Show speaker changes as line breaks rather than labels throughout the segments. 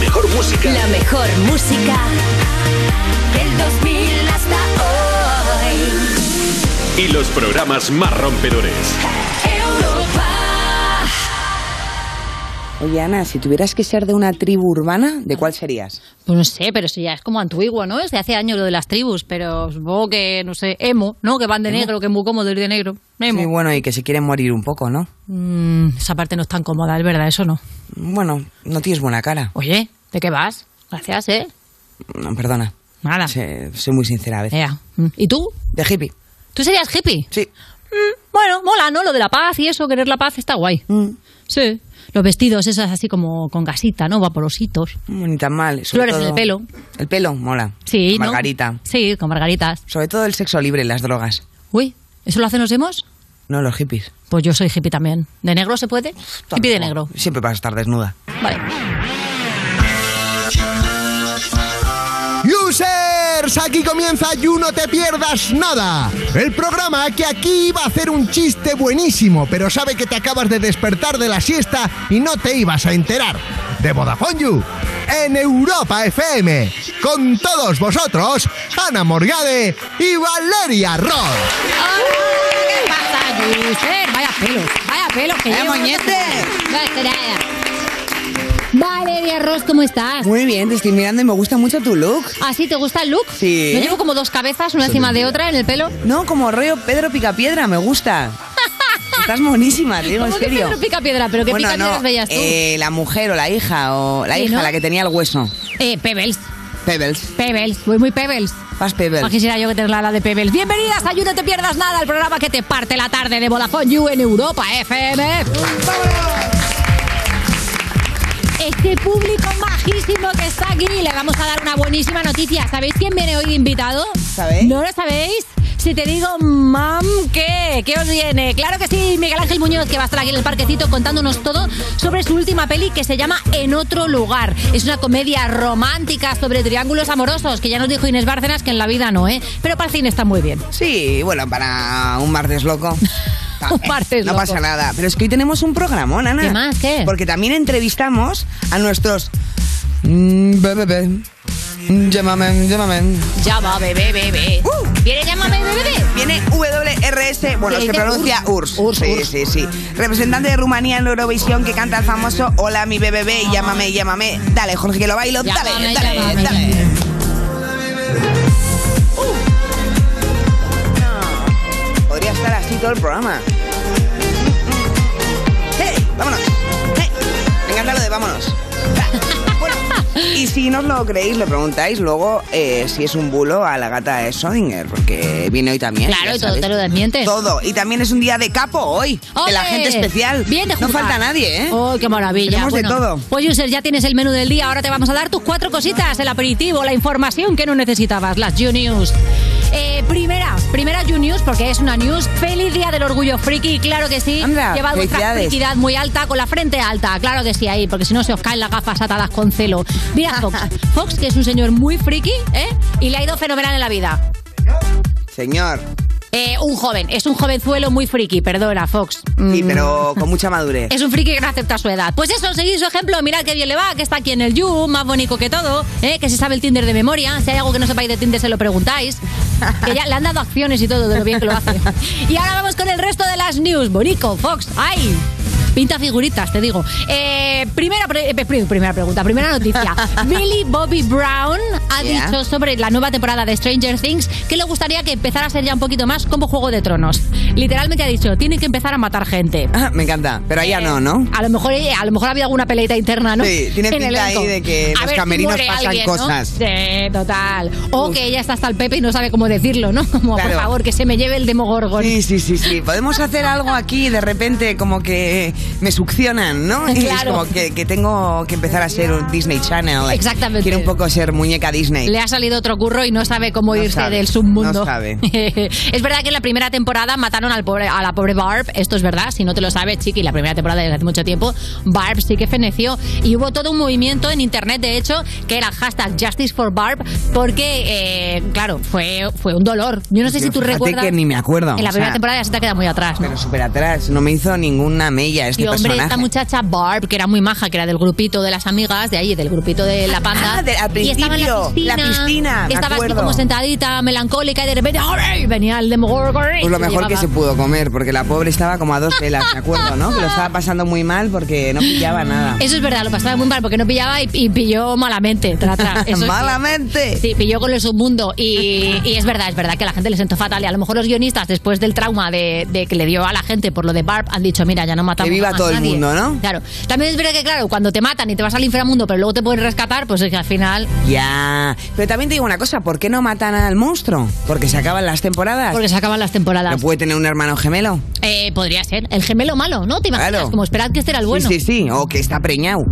mejor música.
La mejor música del 2000 hasta
Y los programas más rompedores.
hoy. Europa.
Oye, Ana, si tuvieras que ser de una tribu urbana, ¿de cuál serías?
Pues no sé, pero eso ya es como antiguo, ¿no? Es de hace años lo de las tribus, pero supongo que, no sé, emo, ¿no? Que van de negro, que es muy cómodo ir de negro. Emo.
Sí, bueno, y que se quieren morir un poco, ¿no?
Mm, esa parte no es tan cómoda, es verdad, eso no.
Bueno, no tienes buena cara.
Oye, ¿de qué vas? Gracias, ¿eh?
No, perdona.
Nada.
Se- soy muy sincera a veces.
Ea. Mm. ¿Y tú?
De hippie.
¿Tú serías hippie?
Sí.
Mm, bueno, mola, ¿no? Lo de la paz y eso, querer la paz, está guay.
Mm.
Sí. Los vestidos, esas así como con gasita, ¿no? Vaporositos.
Mm, Ni tan mal. sobre
Flores en el
todo-
pelo.
El pelo, mola.
Sí, ¿no?
Margarita.
Sí, con margaritas.
Sobre todo el sexo libre y las drogas.
Uy, ¿eso lo hacen los emos?
No los hippies.
Pues yo soy hippie también. ¿De negro se puede? Hippie de negro.
Tampoco. Siempre vas a estar desnuda.
Vale.
Users, aquí comienza You No Te Pierdas Nada. El programa que aquí iba a hacer un chiste buenísimo, pero sabe que te acabas de despertar de la siesta y no te ibas a enterar. De Vodafone You, en Europa FM. Con todos vosotros, Ana Morgade y Valeria Ross.
¿Qué pasa, Giuser? Vaya pelos, vaya pelos que
Vaya
llevo.
moñete.
No, es que nada. Valeria Ross, ¿cómo estás?
Muy bien, te estoy mirando y me gusta mucho tu look.
¿Así te gusta el look?
Sí.
Yo llevo como dos cabezas, una encima de otra, en el pelo.
No, como rollo Pedro Picapiedra, me gusta. Estás monísima, te digo en
¿Cómo que
serio.
Pedro pica piedra? ¿Pero qué
Bueno,
pica piedras
no,
veías tú? Eh,
eh, la mujer o la hija o la
Sí,
hija,
¿no?
la que tenía el hueso.
Eh, Pebbles.
Pebbles.
Pebbles. Voy muy Pebbles.
Vas Pebbles.
Más quisiera yo que tener la ala de Pebbles. Bienvenidas a You, no te pierdas nada, el programa que te parte la tarde de Vodafone You en Europa FM. Este público majísimo que está aquí, le vamos a dar una buenísima noticia. ¿Sabéis quién viene hoy de invitado?
¿Sabéis?
¿No lo sabéis? Si te digo, mam, ¿qué? ¿Qué os viene? Claro que sí, Miguel Ángel Muñoz, que va a estar aquí en el parquecito contándonos todo sobre su última peli que se llama En otro lugar. Es una comedia romántica sobre triángulos amorosos, que ya nos dijo Inés Bárcenas que en la vida no, ¿eh? Pero para el cine está muy bien.
Sí, bueno, para un martes loco. eh,
Un martes
no
loco.
pasa nada. Pero es que hoy tenemos un programa, Ana.
¿Qué más? ¿Qué?
Porque también entrevistamos a nuestros. Mm, bebé. Mm, Llámame, llámame.
Llama, bebé, bebé.
Uh.
¿Viene, llámame, bebé?
Viene WRS, bueno,
Sí,
se
de
pronuncia
Urs.
URSS.
Urs,
sí,
Urs.
sí, sí. Representante de Rumanía en Eurovisión que canta el famoso Hola mi bebé, llámame, llámame. Dale, Jorge, que lo bailo. Dale,
Llámame,
dale,
llámame.
dale. No, Uh. Podría estar así todo el programa. ¡Hey! ¡Vámonos! ¡Hey! Me encanta lo de vámonos. Ah, Bueno, y si no os lo creéis, le preguntáis luego eh, si es un bulo a la gata de Schrödinger, porque viene hoy también.
Claro,
ya
y todo
sabéis.
te lo desmientes.
Todo. Y también es un día de capo hoy, de la
¡Ole!
gente especial.
Bien de
no
jugar.
falta nadie, ¿eh?
¡Oh, qué maravilla!
Tenemos de todo.
Pues, User, ya tienes el menú del día. Ahora te vamos a dar tus cuatro cositas, el aperitivo, la información que no necesitabas, las You News. Eh, primera, primera You News, porque es una news. Feliz Día del Orgullo Friki, claro que sí.
Anda,
Llevad vuestra
felicidades.
friquidad muy alta, con la frente alta, claro que sí, ahí, porque si no se os caen las gafas atadas con celo. Mira Fox, Fox, que es un señor muy friki, ¿eh? Y le ha ido fenomenal en la vida.
Señor.
Eh, un joven, es un jovenzuelo muy friki, perdona, Fox. Mm.
Sí, pero con mucha madurez.
Es un friki que no acepta su edad. Pues eso, seguid su ejemplo, mirad qué bien le va, que está aquí en el You, más bonito que todo, ¿eh? que se sabe el Tinder de memoria. Si hay algo que no sepáis de Tinder, se lo preguntáis. Que ya le han dado acciones y todo, de lo bien que lo hace. Y ahora vamos con el resto de las news. Bonico, Fox, ¡ay! Pinta figuritas, te digo. Eh, primera, pre- eh, pri- primera pregunta, primera noticia. Billy Bobby Brown ha
Yeah.
dicho sobre la nueva temporada de Stranger Things que le gustaría que empezara a ser ya un poquito más como Juego de Tronos. Literalmente ha dicho, tienen que empezar a matar gente.
Ah, me encanta. Pero ella no, ¿no?
A lo mejor eh, a lo mejor ha habido alguna peleita interna, ¿no?
Sí, tiene
En el
pinta ahí
elenco.
de que
A
los
ver si
camerinos
muere
pasan
alguien, ¿no?
cosas.
Sí, total. O que ella está hasta el Pepe y no sabe cómo decirlo, ¿no? Como,
Claro.
por favor, que se me lleve el demogorgon.
Sí, sí, sí, sí. Podemos hacer algo aquí de repente como que me succionan, ¿no? Y Es
Claro.
como que, que tengo que empezar a ser un Disney Channel.
Exactamente.
Quiero un poco ser muñeca Disney.
Le ha salido otro curro y no sabe cómo
No
irse
sabe,
del submundo.
no sabe.
es verdad que en la primera temporada mataron al pobre, a la pobre Barb. Esto es verdad, si no te lo sabes, chiqui, la primera temporada desde hace mucho tiempo, Barb sí que feneció. Y hubo todo un movimiento en internet, de hecho, que era hashtag Justice for Barb, porque, eh, claro, fue, fue un dolor. Yo no sé
Yo
si tú
fíjate
recuerdas.
que ni me acuerdo,
En la
o
primera
sea,
temporada ya se te ha quedado muy atrás. ¿no?
Pero súper atrás, no me hizo ninguna mella.
este
y hombre,
personaje.
esta muchacha Barb, que era muy maja, que era del grupito de las amigas, de ahí, del grupito de la panda.
Ah, de- al
y estaba en la
principio,
piscina.
la piscina, me
estaba así
acuerdo.
como sentadita, melancólica, y de repente ¡ay! venía el Demogorgon.
Pues lo
y
mejor que
llegaba.
se pudo comer, porque la pobre estaba como a dos velas, me acuerdo, ¿no? Que lo estaba pasando muy mal porque no pillaba nada.
Eso es verdad, lo pasaba muy mal porque no pillaba y, y pilló malamente. Tra, tra. Eso es cierto.
Malamente.
Sí, pilló con el submundo. Y, y es verdad, es verdad que a la gente le sentó fatal. Y a lo mejor los guionistas, después del trauma de, de que le dio a la gente por lo de Barb, han dicho: Mira, ya no matamos
Que viva
a más
todo el
nadie".
mundo, ¿no?
Claro. También es verdad que, claro, cuando te matan y te vas al inframundo, pero luego te pueden rescatar, pues es que al final.
Ya. Pero también te digo una cosa, ¿por qué no matan al monstruo? Porque se acaban las temporadas.
Porque se acaban las
¿No
temporadas.
puede tener un hermano gemelo?
Eh, podría ser. El gemelo malo, ¿no? Te imaginas,
Claro.
como esperad que este era el bueno.
Sí, sí, sí. O que está preñado.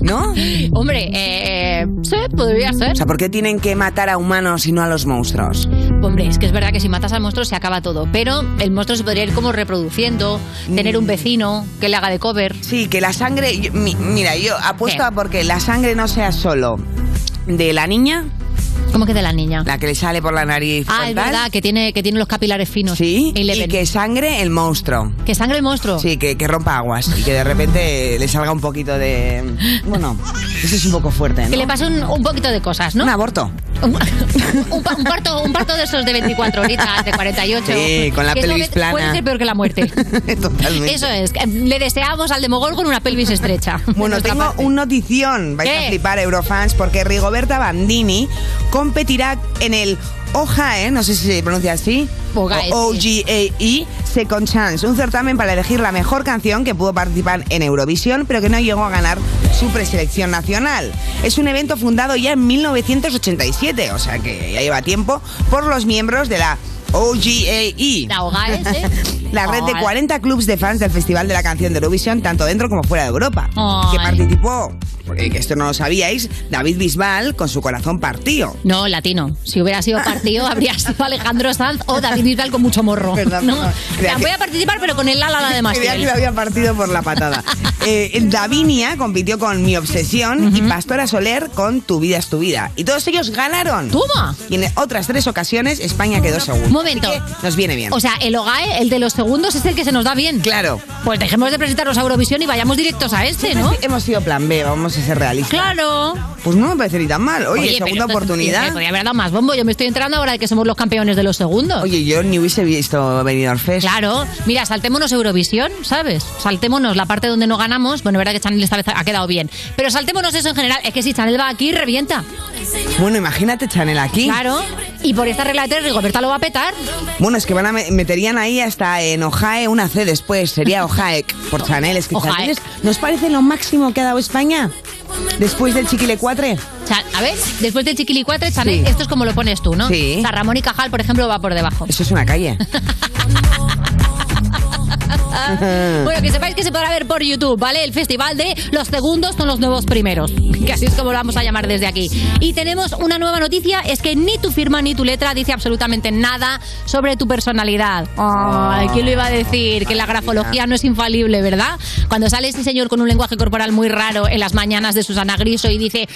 ¿No? O
Hombre, eh, eh, sí, podría ser.
sea, ¿por qué tienen que matar a humanos y no a los monstruos?
Hombre, es que es verdad que si matas al monstruo se acaba todo, pero el monstruo se podría ir como reproduciendo, tener un vecino que le haga de cover.
Mm. Sí, que la sangre... yo- mi- mira, yo apuesto
¿Qué?
a porque la sangre no sea solo de la niña,
¿Cómo que de la niña?
la que le sale por la nariz.
ah, es
frontal,
verdad, que tiene, que tiene los capilares finos.
Sí,
Y, le
y
ven-
que sangre el monstruo.
que sangre el monstruo.
Sí, que, que rompa aguas y que de repente le salga un poquito de... Bueno, eso es un poco fuerte, ¿no?
Que le pase un, un poquito de cosas, ¿no?
Un aborto.
Un, un pa- un parto, un parto de esos de 24 horitas, de 48.
Sí, con la
Que eso
pelvis
a veces
plana.
Puede ser peor que la muerte.
Totalmente.
Eso es. que Le deseamos al Demogorgon una pelvis estrecha. de
Bueno,
nuestra
tengo
parte.
un notición. Vais
¿Qué?
a flipar, Eurofans, porque Rigoberta Bandini competirá en el OJAE, no sé si se pronuncia así,
Ogae,
o OGAE Second Chance, un certamen para elegir la mejor canción que pudo participar en Eurovisión, pero que no llegó a ganar su preselección nacional. Es un evento fundado ya en 1987, o sea que ya lleva tiempo, por los miembros de la OGAE.
La hogares, ¿eh?
La red de
Ay.
40 clubs de fans del Festival de la Canción de Eurovisión, tanto dentro como fuera de Europa.
Ay.
Que participó, porque que esto no lo sabíais, David Bisbal con su corazón partido.
No, latino. Si hubiera
Ah.
sido partido, habría sido Alejandro Sanz o David Bisbal con mucho morro.
Perdón,
¿no?
perdón.
O sea, voy a participar, pero con el ala la de
Creía que
Mastiel.
lo había partido por la patada. Eh, Davinia compitió con Mi Obsesión y Pastora Soler con Tu Vida es Tu Vida. Y todos ellos ganaron.
¡Toma!
Y en otras tres ocasiones España quedó segunda.
Momento.
Así que nos viene bien.
O sea, el OGAE, el de los segundos, es el que se nos da bien.
claro.
Pues dejemos de presentarnos a Eurovisión y vayamos directos a este, ¿no?
Hemos sido plan B, vamos a ser realistas.
Claro.
Pues no me parece ni tan mal. Oye,
pero
segunda
esto-
oportunidad.
Me podía haber dado más bombo. Yo me estoy entrando ahora de que somos los campeones de los segundos.
Oye, yo ni hubiese visto Benidorm Fest.
Claro, mira, saltémonos Eurovisión, ¿sabes? Saltémonos la parte donde no ganamos. Bueno, es verdad que Chanel esta vez ha quedado bien. Pero saltémonos eso en general. Es que si Chanel va aquí, revienta.
Bueno, imagínate Chanel aquí.
Claro. Y por esta regla de tres, Rigoberta lo va a petar.
Bueno, es que van a me- meterían ahí hasta en Ojae una C después. Sería Ojaek por Chanel. Es que
Ojaek.
Chanel es- ¿Nos parece lo máximo que ha dado España? Después del Chiquilecuatre.
Cha- a ver, después de Chiquilicuatre, Chanel,
Sí.
esto es como lo pones tú, ¿no?
Sí.
O sea, Ramón y Cajal, por ejemplo, va por debajo.
Eso es una calle.
Ah,
Ah.
Bueno, que sepáis que se podrá ver por YouTube, ¿vale? El festival de los segundos son los nuevos primeros, que así es como lo vamos a llamar desde aquí. Y tenemos una nueva noticia, es que ni tu firma ni tu letra dice absolutamente nada sobre tu personalidad. Ay, ¿quién lo iba a decir? Que la grafología no es infalible, ¿verdad? Cuando sale este señor con un lenguaje corporal muy raro en las mañanas de Susana Griso y dice, "Eh,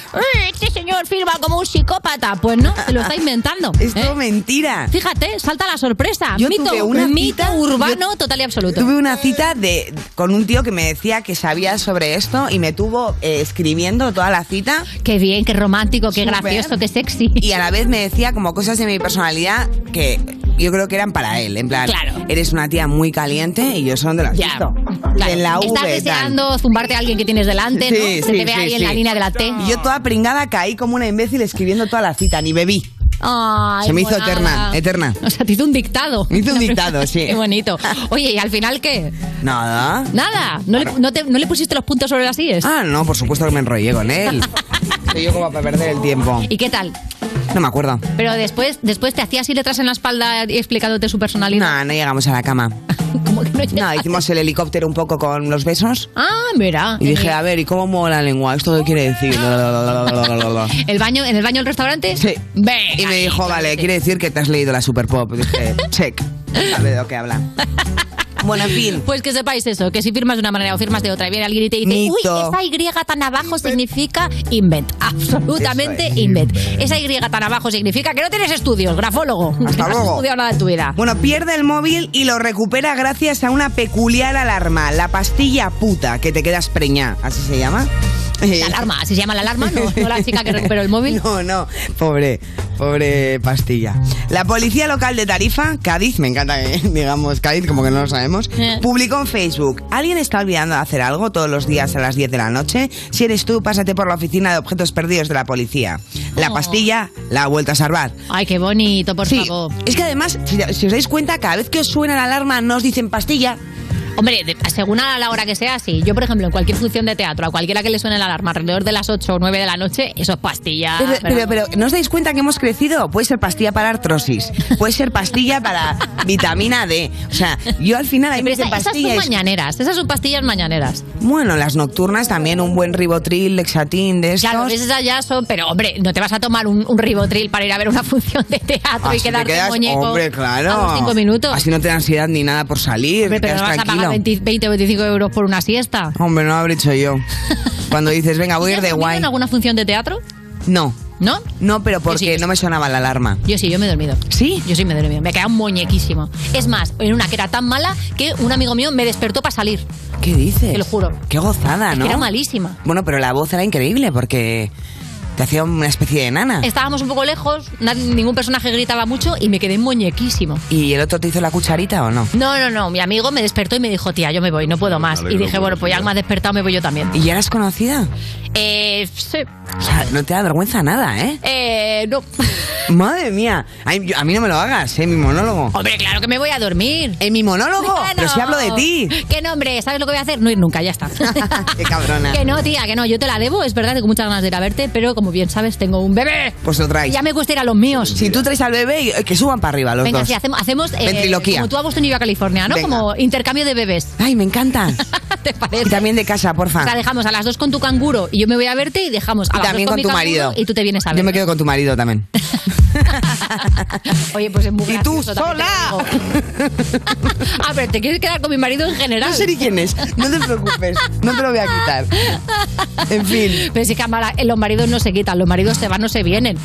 este señor firma como un psicópata, pues no, se lo está inventando.
Es todo
¿eh?
mentira.
Fíjate, salta la sorpresa.
Yo
mito,
tuve una
mito
cita-
urbano total y absoluto.
Tuve una cita de, con un tío que me decía que sabía sobre esto y me tuvo eh, escribiendo toda la cita.
Qué bien, qué romántico, qué
Súper.
gracioso, qué sexy.
y a la vez me decía como cosas de mi personalidad que yo creo que eran para él. En plan,
Claro.
eres una tía muy caliente y yo son de las
Ya.
En la V.
Estás
tal.
deseando zumbarte a alguien que tienes delante, ¿no?
Sí,
Se
sí,
te ve
sí,
ahí en
sí.
la línea de la T.
Y yo toda pringada caí como una imbécil escribiendo toda la cita, ni bebí.
Ay,
Se me hizo
monada.
eterna, eterna.
O sea, te hizo un dictado.
Me hizo un dictado, sí.
Qué bonito. Oye, ¿y al final qué?
Nada.
Nada. ¿No, le, no te- no le pusiste los puntos sobre las IES?
Ah, no, por supuesto que me enrollé con él. Soy yo como para perder el tiempo.
¿Y qué tal?
No me acuerdo.
Pero después, después te hacías ir detrás en la espalda y explicándote su personalidad.
No, no llegamos a la cama.
Como que no
No,
llega.
hicimos el helicóptero un poco con los besos.
Ah, mira.
Y dije, a ver, ¿y cómo muevo la lengua? ¿Esto qué quiere decir?
¿El baño, ¿En el baño del restaurante?
Sí.
Ve.
Y me
ahí,
dijo, vale,
claramente.
quiere decir que te has leído la Super Pop. Dije, check. Sabe de lo que habla. Bueno, en fin.
Pues que sepáis eso, que si firmas de una manera o firmas de otra y viene alguien y te dice,
Mito.
uy, esa Y tan abajo significa invent. Absolutamente invent. Esa Y tan abajo significa que no tienes estudios, grafólogo. Que no has
luego.
estudiado nada en tu vida.
Bueno, pierde el móvil y lo recupera gracias a una peculiar alarma, la pastilla puta, que te quedas preña, así se llama.
La alarma, así se llama la alarma, no, no la chica que recuperó el móvil.
No, no, pobre, pobre pastilla. La policía local de Tarifa, Cádiz, me encanta que digamos Cádiz, como que no lo sabemos,
Eh.
publicó en Facebook, ¿alguien está olvidando de hacer algo todos los días a las 10 de la noche? Si eres tú, pásate por la oficina de objetos perdidos de la policía. La
Oh.
pastilla la ha vuelto a salvar.
Ay, qué bonito, por
Sí,
favor.
es que además, si, si os dais cuenta, cada vez que os suena la alarma no os dicen pastilla,
Hombre, de- según a la hora que sea, sí. Yo, por ejemplo, en cualquier función de teatro, a cualquiera que le suene la alarma alrededor de las 8 o 9 de la noche, eso es pastilla.
Pero, pero, pero, ¿no os dais cuenta que hemos crecido? Puede ser pastilla para artrosis, puede ser pastilla para vitamina D. O sea, yo al final hay
Hombre, esa-
muchas
esas son
pastillas.
mañaneras, esas son pastillas mañaneras.
Bueno, las nocturnas también, un buen ribotril, lexatín de estos.
Claro, esas allá son, pero hombre, no te vas a tomar un, un ribotril para ir a ver una función de teatro
Así
y
Ah, te
quedarte
quedas-
muñeco
Hombre, claro.
a los cinco minutos.
Así no te da ansiedad ni nada por salir.
Hombre,
te
pero no
quedas
vas a
tranquilo.
pagar 20, 20 o 25 euros por una siesta.
Hombre, no lo habré hecho yo. Cuando dices, venga, voy a ir
¿Has
de
dormido
guay.
en alguna función de teatro?
No,
¿No?
no, pero
sí,
porque
yo
no me sonaba la alarma.
Yo sí, yo me he dormido.
¿Sí?
Yo sí me he dormido. Me quedaba un muñequísimo. Es más, en una que era tan mala que un amigo mío me despertó para salir.
¿Qué dices?
Te lo juro.
Qué gozada, ¿Ah, ¿no?
Era malísima.
Bueno, pero la voz era increíble porque te hacía una especie de nana.
Estábamos un poco lejos, na- ningún personaje gritaba mucho y me quedé muñequísimo.
¿Y el otro te hizo la cucharita o no?
No, no, no. Mi amigo me despertó y me dijo, tía, yo me voy, no puedo más. Y dije, bueno, pues ya me has despertado, me voy yo también.
¿Y ya eras conocida?
Eh, sí.
O sea, no te da vergüenza nada, ¿eh?
Eh, no.
Madre mía. Ay, yo- a mí no me lo hagas, ¿eh? Mi monólogo.
Hombre, claro que me voy a dormir.
¿En mi monólogo?
Bueno.
Pero si hablo de ti.
¿Qué nombre? ¿Sabes lo que voy a hacer? No ir nunca, ya está.
Qué cabrona.
que no, tía, que no. Yo te la debo, es verdad, tengo muchas ganas de ir a verte, pero como bien sabes, tengo un bebé.
Pues lo traes.
Ya me cuesta ir a los míos.
Si tú traes al bebé, eh, que suban para arriba los
Venga,
dos.
sí, hacemos, hacemos eh,
Ventriloquía.
como tú a Boston y yo a California, ¿no?
Venga.
Como intercambio de bebés.
Ay, me encanta.
¿Te
Y
parece?
también de casa, porfa.
O sea, dejamos a las dos con tu canguro y yo me voy a verte y dejamos a
y
las
también
dos
con
mi
tu
canguro
marido.
y tú te vienes a ver.
Yo me quedo con tu marido también.
Oye, pues es muy
¡Y tú
gracioso, también
sola!
te lo digo. ah, pero te quieres quedar con mi marido en general.
No sé ni quién es. No te preocupes. No te lo voy a quitar. En fin.
Pero sí que a mala- eh, los maridos no se quitan, los maridos se van, no se vienen.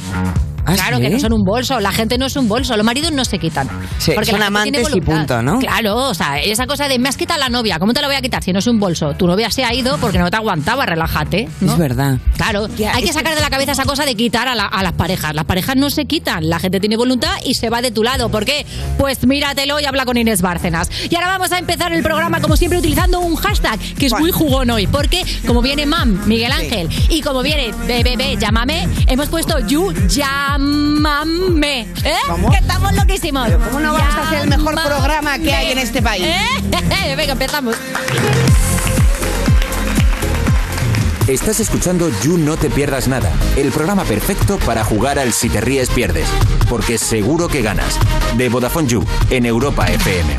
¿Ah,
claro
sí?
que no son un bolso, la gente no es un bolso, los maridos no se quitan.
Sí,
Porque
son
la gente
amantes
tiene
y
voluntad.
punto, ¿no?
Claro, o sea, esa cosa de me has quitado la novia, ¿cómo te la voy a quitar si no es un bolso? Tu novia se ha ido porque no te aguantaba, relájate. ¿no?
Es verdad.
Claro,
Ya,
hay que
es que-
sacar de la cabeza esa cosa de quitar a, la- a las parejas. Las parejas no se quitan, la gente tiene voluntad y se va de tu lado. ¿Por qué? Pues míratelo y habla con Inés Bárcenas. Y ahora vamos a empezar el programa, como siempre, utilizando un hashtag que es
¿Cuál?
muy jugón hoy. Porque como viene Mam, Miguel Ángel, y como viene BBB, llámame, hemos puesto You Llámame. ¿Eh?
¿Cómo?
Que estamos loquísimos.
Pero ¿cómo no vamos a hacer el mejor
Llámame.
programa que hay en este país?
¿Eh? Venga, empezamos.
Estás escuchando You No Te Pierdas Nada, el programa perfecto para jugar al Si Te Ríes Pierdes, porque seguro que ganas. De Vodafone You, en Europa FM.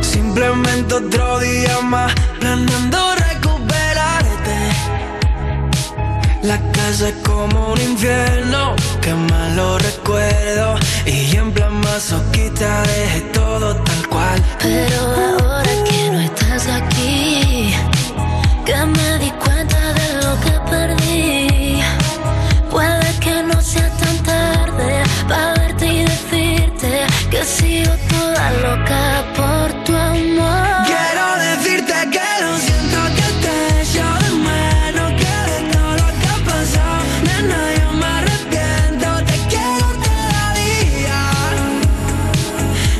Simplemente otro día más planeando recuperarte. La casa es como un infierno, que mal lo recuerdo. Y en plan masoquista dejé todo tal cual.
Pero ahora que no estás aquí, que me di cuenta de lo que perdí. Puede que no sea tan tarde para verte y decirte que sigo toda loca por tu amor.
Quiero decirte que lo siento que te echo de menos Que de todo lo que ha pasado Nena, yo me arrepiento Te quiero todavía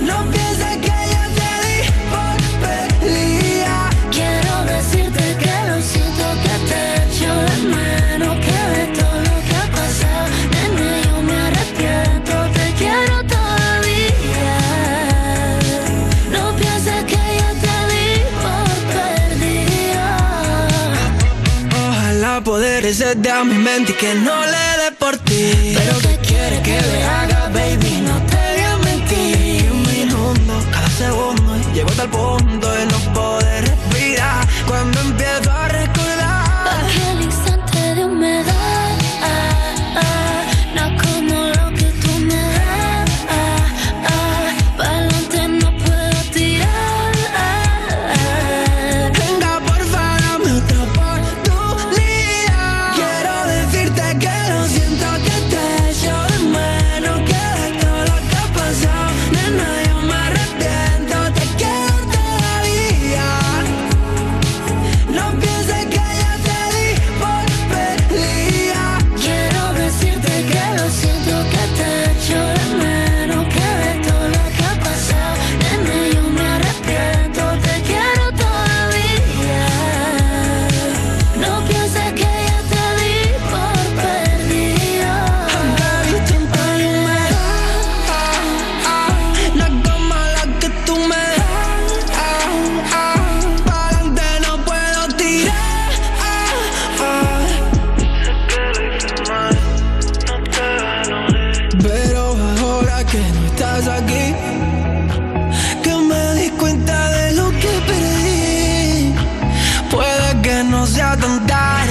No pienses que ya te di por perdida
Quiero decirte que lo siento que te echo de menos Que de todo lo que ha pasado Nena, yo me arrepiento Te quiero todavía No pienses que ya te di por perdida
Ojalá poder resetear mi mente y que no le dé por ti Pero que quieres que le haga, baby? No te voy a mentir Que me inunda hasta el punto de no poder respirar cuando empiezo a recordar.
Aquel instante de humedad, ah, ah, no como lo que tú me das, ah, ah, pa'lante no puedo tirar. ah, ah.
Venga, porfa, dame otra oportunidad. Quiero decirte que lo siento que te echo de menos. Que de todo lo que ha pasado, nena, yo me arrepiento. Te quiero todavía. No pienses que ya te di por perdida.
Quiero decirte que lo siento que te echo de menos, que de todo lo que ha pasado, nena, yo me arrepiento, te quiero todavía. No pienses que ya te di por perdido.
Baby, trampa y humedad, ah, ah. No es como la que tú me das, ah, ah. Pa'lante no puedo tirar, ah, ah. Pero ahora que no estás aquí, que me di cuenta de lo que perdí. Puede que no sea tan tarde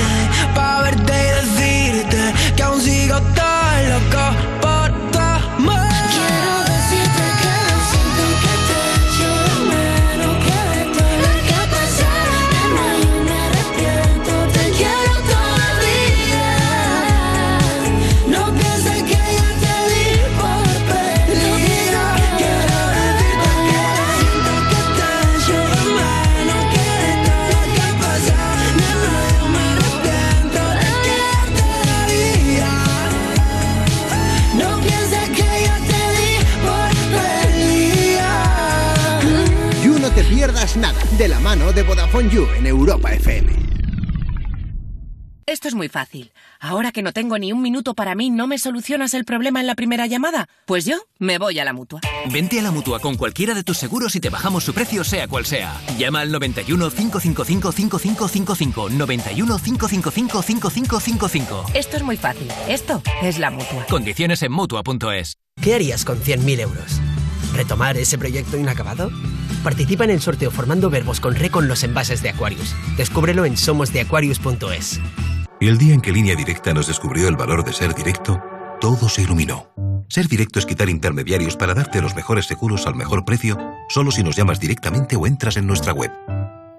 para verte y decirte que aún sigo tan loco por tu amor.
Quiero decirte que lo siento que te echo de menos, que de todo lo que ha pasado, nena, yo me arrepiento, te quiero todavía. No pienses que ya te di por perdida.
Quiero decirte que lo siento que te echo de menos, que de todo lo que ha pasado, nena, yo me arrepiento, te quiero todavía.
No pienses que ya te di por perdida.
You No Te Pierdas Nada, de la mano de Vodafone You en Europa FM.
Esto es muy fácil. Ahora que no tengo ni un minuto para mí, ¿no me solucionas el problema en la primera llamada? Pues yo me voy a la mutua.
Vente a la mutua con cualquiera de tus seguros y te bajamos su precio, sea cual sea. Llama al 91 555 5555. 91 555 5555.
Esto es muy fácil. Esto es la mutua.
Condiciones en mutua.es.
¿Qué harías con 100.000 euros? ¿Retomar ese proyecto inacabado? Participa en el sorteo formando verbos con re con los envases de Aquarius. Descúbrelo en somosdeaquarius.es.
El día en que Línea Directa nos descubrió el valor de ser directo, todo se iluminó. Ser directo es quitar intermediarios para darte los mejores seguros al mejor precio, solo si nos llamas directamente o entras en nuestra web.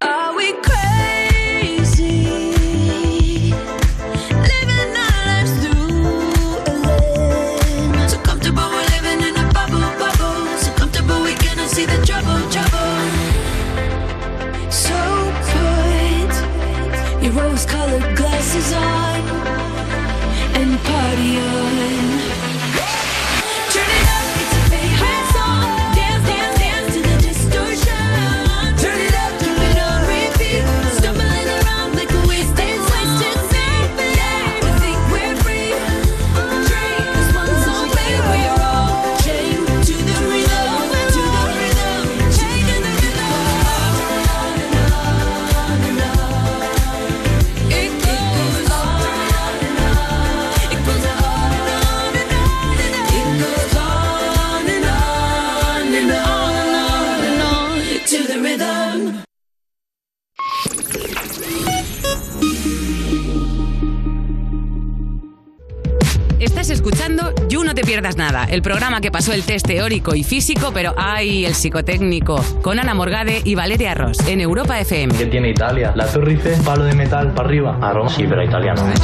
Are we crazy? Living our lives through a lens.
So comfortable we're living in a bubble, bubble. So comfortable we cannot see the trouble, trouble.
So put your rose-colored glasses on and party on. Turn it up, it's a favorite song. Dance, dance, dance to the distortion. Turn it up, keep it on repeat. Stumbling around like a wasted, wasted symphony. We think we're free. Drink this one song, baby, we're all chained to the rhythm, to the rhythm, chained to the rhythm. It goes on.
pierdas nada, el programa que pasó el test teórico y físico, pero ¡ay! el psicotécnico, con Ana Morgade y Valeria Ross, en Europa FM.
¿Qué tiene Italia? La torrice, palo de metal para arriba. Aroma. Sí, pero italiano. ¿eh?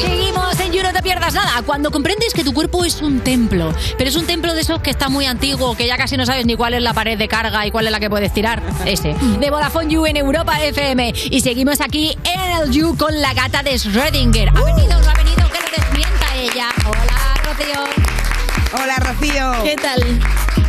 Seguimos en You, no te pierdas nada. Cuando comprendes que tu cuerpo es un templo, pero es un templo de esos que está muy antiguo, que ya casi no sabes ni cuál es la pared de carga y cuál es la que puedes tirar. Ese. De Vodafone You en Europa FM. Y seguimos aquí en el You con la gata de Schrödinger. ¿Ha venido o no ha venido? Que lo desmienta ella. Hola, Rocío.
Hola, Rocío.
¿Qué tal?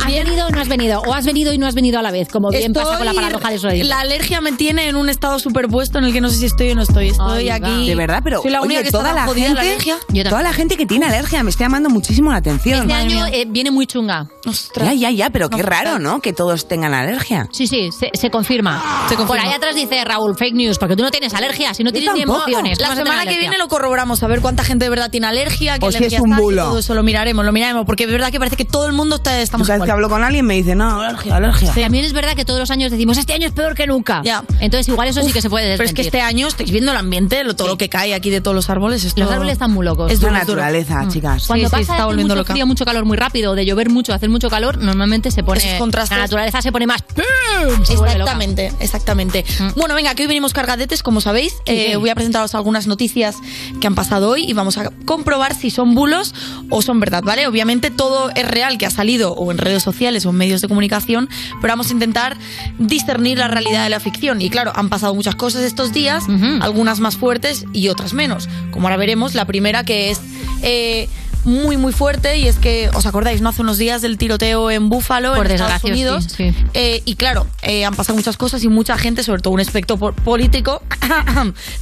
¿Has venido o no has venido? ¿O has venido y no has venido a la vez? Como bien pasa con la paradoja de Schrödinger.
La alergia me tiene en un estado superpuesto en el que no sé si estoy o no estoy.
Ay,
Estoy aquí.
va. De verdad, pero
soy la
oye,
única que está
toda
tan
la
jodida de la
gente-
alergia.
Yo toda la gente que tiene alergia me está llamando muchísimo la atención.
Este
Madre
año
mía.
eh, viene muy chunga.
Ya, ya, ya, pero qué
No,
raro, ¿no? Que todos tengan alergia.
Sí, sí, se, se confirma. Por ahí atrás dice Raúl, fake news, porque tú no tienes alergia, si no tienes ni emociones. ¿cómo
La
vas a tener
semana que
alergia?
viene lo corroboramos a ver cuánta gente de verdad tiene alergia, qué
O si
alergia
Pues es un
está, y
bulo.
Todo eso lo miraremos, lo miraremos, porque es verdad que parece que todo el mundo está estamos
Cada vez que hablo con alguien me dice, no, alergia, alergia.
También es verdad que todos los años decimos, este año es peor que nunca. Entonces igual eso sí que se puede
Pero es que este
desmentir.
año estáis viendo el ambiente, lo- todo lo que cae aquí de todos los árboles. es
Los
todo-
árboles están muy locos.
Es
La
duro, es duro.
naturaleza,
Mm.
chicas.
Cuando
Sí, sí,
pasa
está
de hacer
volviendo
mucho
loca.
frío, mucho calor muy rápido, de llover mucho, hacer mucho calor, normalmente se pone...
Esos contrastes.
La naturaleza se pone más... ¡pum! Se vuelve loca. Mm.
Exactamente, exactamente. Bueno, venga, que hoy venimos cargadetes, como sabéis. Eh,
sí.
Voy a presentaros algunas noticias que han pasado hoy y vamos a comprobar si son bulos o son verdad, ¿vale? Obviamente todo es real que ha salido o en redes sociales o en medios de comunicación, pero vamos a intentar discernir la realidad de la ficción. Y claro, han pasado muchas cosas estos días, algunas más fuertes y otras menos. Como ahora veremos, la primera que es... eh, muy muy fuerte y es que os acordáis no hace unos días del tiroteo en Búfalo
Por
en Estados
desgracia, sí,
Unidos
sí.
eh, y claro, eh, han pasado muchas cosas y mucha gente, sobre todo un aspecto po- político,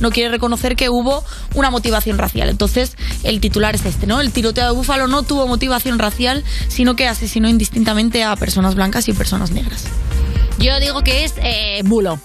no quiere reconocer que hubo una motivación racial. Entonces, el titular es este, ¿no? El tiroteo de Búfalo no tuvo motivación racial, sino que asesinó indistintamente a personas blancas y personas negras.
Yo digo que es eh, bulo.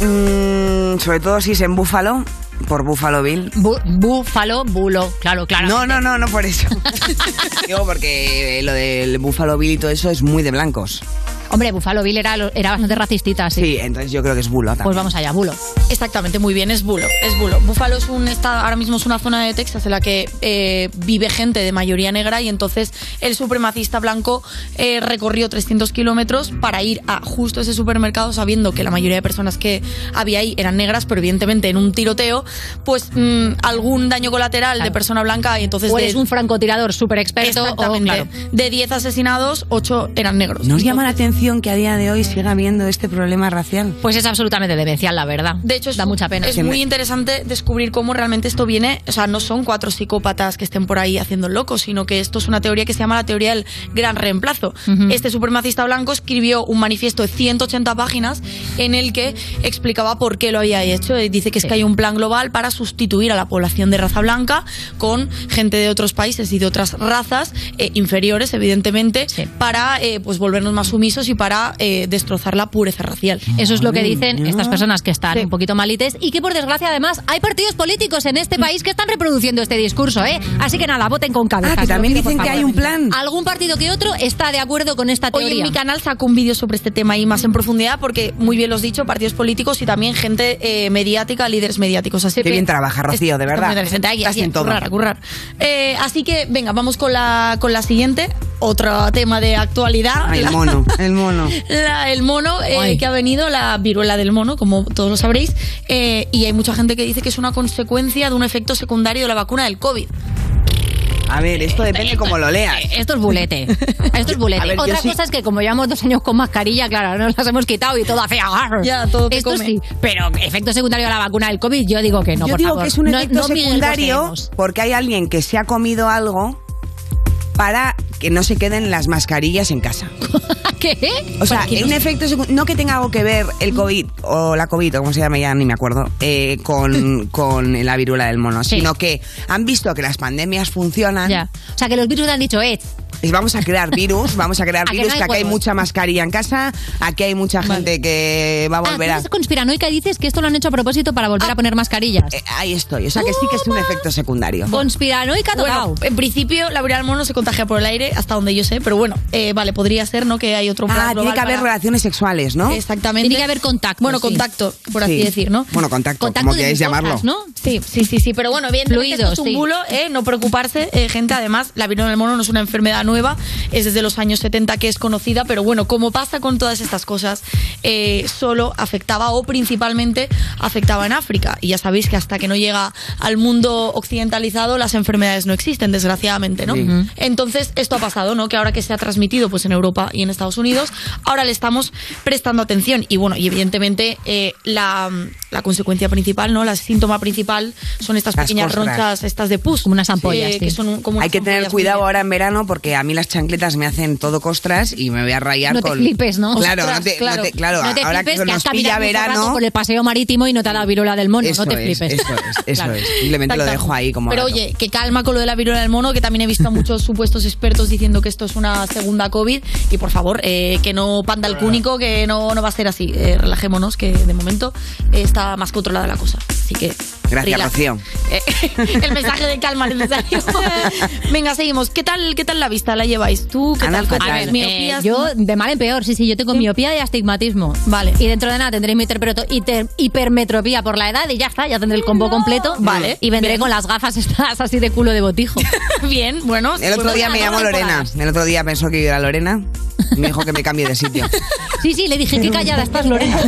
Mm, sobre todo si es en Búfalo, por Búfalo Bill.
Bu- búfalo, bulo, claro, claro.
No, no, no, no por eso. Digo, porque eh, lo del Búfalo Bill y todo eso es muy de blancos.
Hombre, Búfalo Bill era, lo- era bastante racistita, sí.
Sí, entonces yo creo que es bulo también.
Pues vamos allá, bulo.
Exactamente, muy bien, es bulo, es bulo. Búfalo es un estado, ahora mismo es una zona de Texas en la que eh, vive gente de mayoría negra y entonces el supremacista blanco eh, recorrió 300 kilómetros para ir a justo ese supermercado sabiendo que la mayoría de personas que había ahí eran negras, pero evidentemente en un tiroteo, pues mm, algún daño colateral de persona blanca y entonces...
O eres
de-
un francotirador súper experto. O,
Exactamente.
claro.
De 10 asesinados, 8 eran negros.
¿No os llama la atención que a día de hoy siga habiendo este problema racial?
Pues es absolutamente demencial, la verdad.
De hecho,
da mucha pena.
Es muy interesante descubrir cómo realmente esto viene. O sea, no son cuatro psicópatas que estén por ahí haciendo locos, sino que esto es una teoría que se llama la teoría del gran reemplazo.
Ujú.
Este supremacista blanco escribió un manifiesto de 180 páginas en el que explicaba por qué lo había hecho. Y Dice que es que hay un plan global para sustituir a la población de raza blanca con gente de otros países y de otras razas eh, inferiores, evidentemente, para eh, pues volvernos más sumisos y para eh, destrozar la pureza racial.
Eso es lo que dicen estas personas que están un poquito malites y que por desgracia además hay partidos políticos en este país que están reproduciendo este discurso, ¿eh? Así que nada, voten con cabeza.
Ah, que
os lo
también
pido, por
dicen que
favor.
hay un plan.
Algún partido que otro está de acuerdo con esta
Hoy
teoría.
en mi canal saco un vídeo sobre este tema y más en profundidad porque muy bien los dicho, partidos políticos y también gente eh, mediática, líderes mediáticos. Así
Qué
que-
bien trabaja, Rocío, de
Está
verdad.
muy interesante. Ahí,
Estás
ahí,
en todo.
currar, a currar. Eh, así que venga, vamos con la, con la siguiente. Otro tema de actualidad.
Ay,
La-
el mono, el mono.
la- el mono eh,
Ay.
que ha venido, la viruela del mono, como todos lo sabréis, eh, y hay mucha gente que dice que es una consecuencia de un efecto secundario de la vacuna del COVID.
A ver, esto depende cómo lo leas.
Eh, Esto es bulete. Esto es bulete.
A ver, yo
Otra
sí-
cosa es que como llevamos dos años con mascarilla, claro, ahora nos las hemos quitado y todo hace agarro.
Ya, todo que
Esto
come.
sí. Pero efecto secundario de la vacuna del COVID, yo digo que no,
Yo
por
digo
favor.
que es un
No-
efecto
no Miguel
secundario
Bosé.
porque hay alguien que se ha comido algo para que no se queden las mascarillas en casa.
¿Qué?
Pues
O sea, un efecto secu- no que tenga algo que ver el COVID o la COVID o como se llama ya, ni me acuerdo, eh, con, con la viruela del mono, sino que han visto que las pandemias funcionan.
Ya. O sea, que los virus han dicho, eh,
Y Vamos a crear virus, vamos a crear
¿A que
virus,
no hay
que aquí hay
huevos?
mucha mascarilla en casa, aquí hay mucha gente que va a
Ah, tú
volver a...
eres conspiranoica y dices que esto lo han hecho a propósito para volver a poner mascarillas.
Eh, Ahí estoy, o sea que sí que es un efecto secundario.
Conspiranoica
Bueno,
tocao.
en principio la viral mono se contagia por el aire, hasta donde yo sé, pero bueno, eh, vale, podría ser, ¿no? Que hay otro plan
Ah, tiene
global
que haber
para-
relaciones sexuales, ¿no?
Exactamente. Tiene que haber contacto. Bueno, contacto, por así
Sí.
decir, ¿no?
Bueno, contacto,
Contacto
como
de
queráis
personas,
llamarlo.
¿no? Sí, sí, sí, sí, pero bueno, bien,
Fluidos,
es un
sí.
bulo, ¿eh? no preocuparse, eh, gente, además, la viruela del mono no es una enfermedad nueva, es desde los años 70 que es conocida, pero bueno, como pasa con todas estas cosas, eh, solo afectaba o principalmente afectaba en África, y ya sabéis que hasta que no llega al mundo occidentalizado, las enfermedades no existen, desgraciadamente, ¿no?
Sí.
Ujú. Entonces, esto ha pasado, ¿no? Que ahora que se ha transmitido pues en Europa y en Estados Unidos, ahora le estamos prestando atención. Y bueno, y evidentemente eh, la, la consecuencia principal, ¿no? La síntoma principal son estas
Las
pequeñas
costras.
ronchas, estas de pus. Como
unas ampollas, sí.
Que son un- como
Hay que tener
ampollas
cuidado ahora en verano porque a mí las chancletas me hacen todo costras y me voy a rayar
Uh, No te
con.
flipes, ¿no?
Claro,
Ostras,
no te,
claro.
no te- claro,
No te
ahora
flipes,
que,
que
nos
hasta
pilla
miras mucho rato
verano.
por el paseo marítimo y no te ha dado viruela del mono.
Eso
no te
es,
flipes.
Eso es, eso
Claro.
es. Simplemente lo
Exacto.
dejo ahí como.
Pero
dato.
oye, que calma con lo de la viruela del mono, que también he visto a muchos supuestos expertos diciendo que esto es una segunda COVID. Y por favor, eh, que no panda el cúnico, que no, no va a ser así. Eh, relajémonos, que de momento eh, está más controlada la cosa. Así que.
Gracias,
relax.
Rocío.
Eh, el mensaje de calma necesario. Venga, seguimos. ¿Qué tal, ¿Qué tal la vista? ¿La lleváis tú? ¿Qué tal?
A ver,
miopías?
eh, yo de mal en peor, sí, sí, yo tengo miopía y astigmatismo. Vale. Y dentro de nada tendré mi interpreto- hiter- hipermetropía por la edad y ya está, ya tendré el combo completo. Vale. Y vendré
bien.
con las gafas estas así de culo de botijo.
Bien, bueno.
El
pues
otro día me llamó Lorena. El otro día pensó que yo era Lorena. y Me dijo que me cambie de sitio.
Sí, sí, le
Ah,
dije, qué callada estás, Lorena.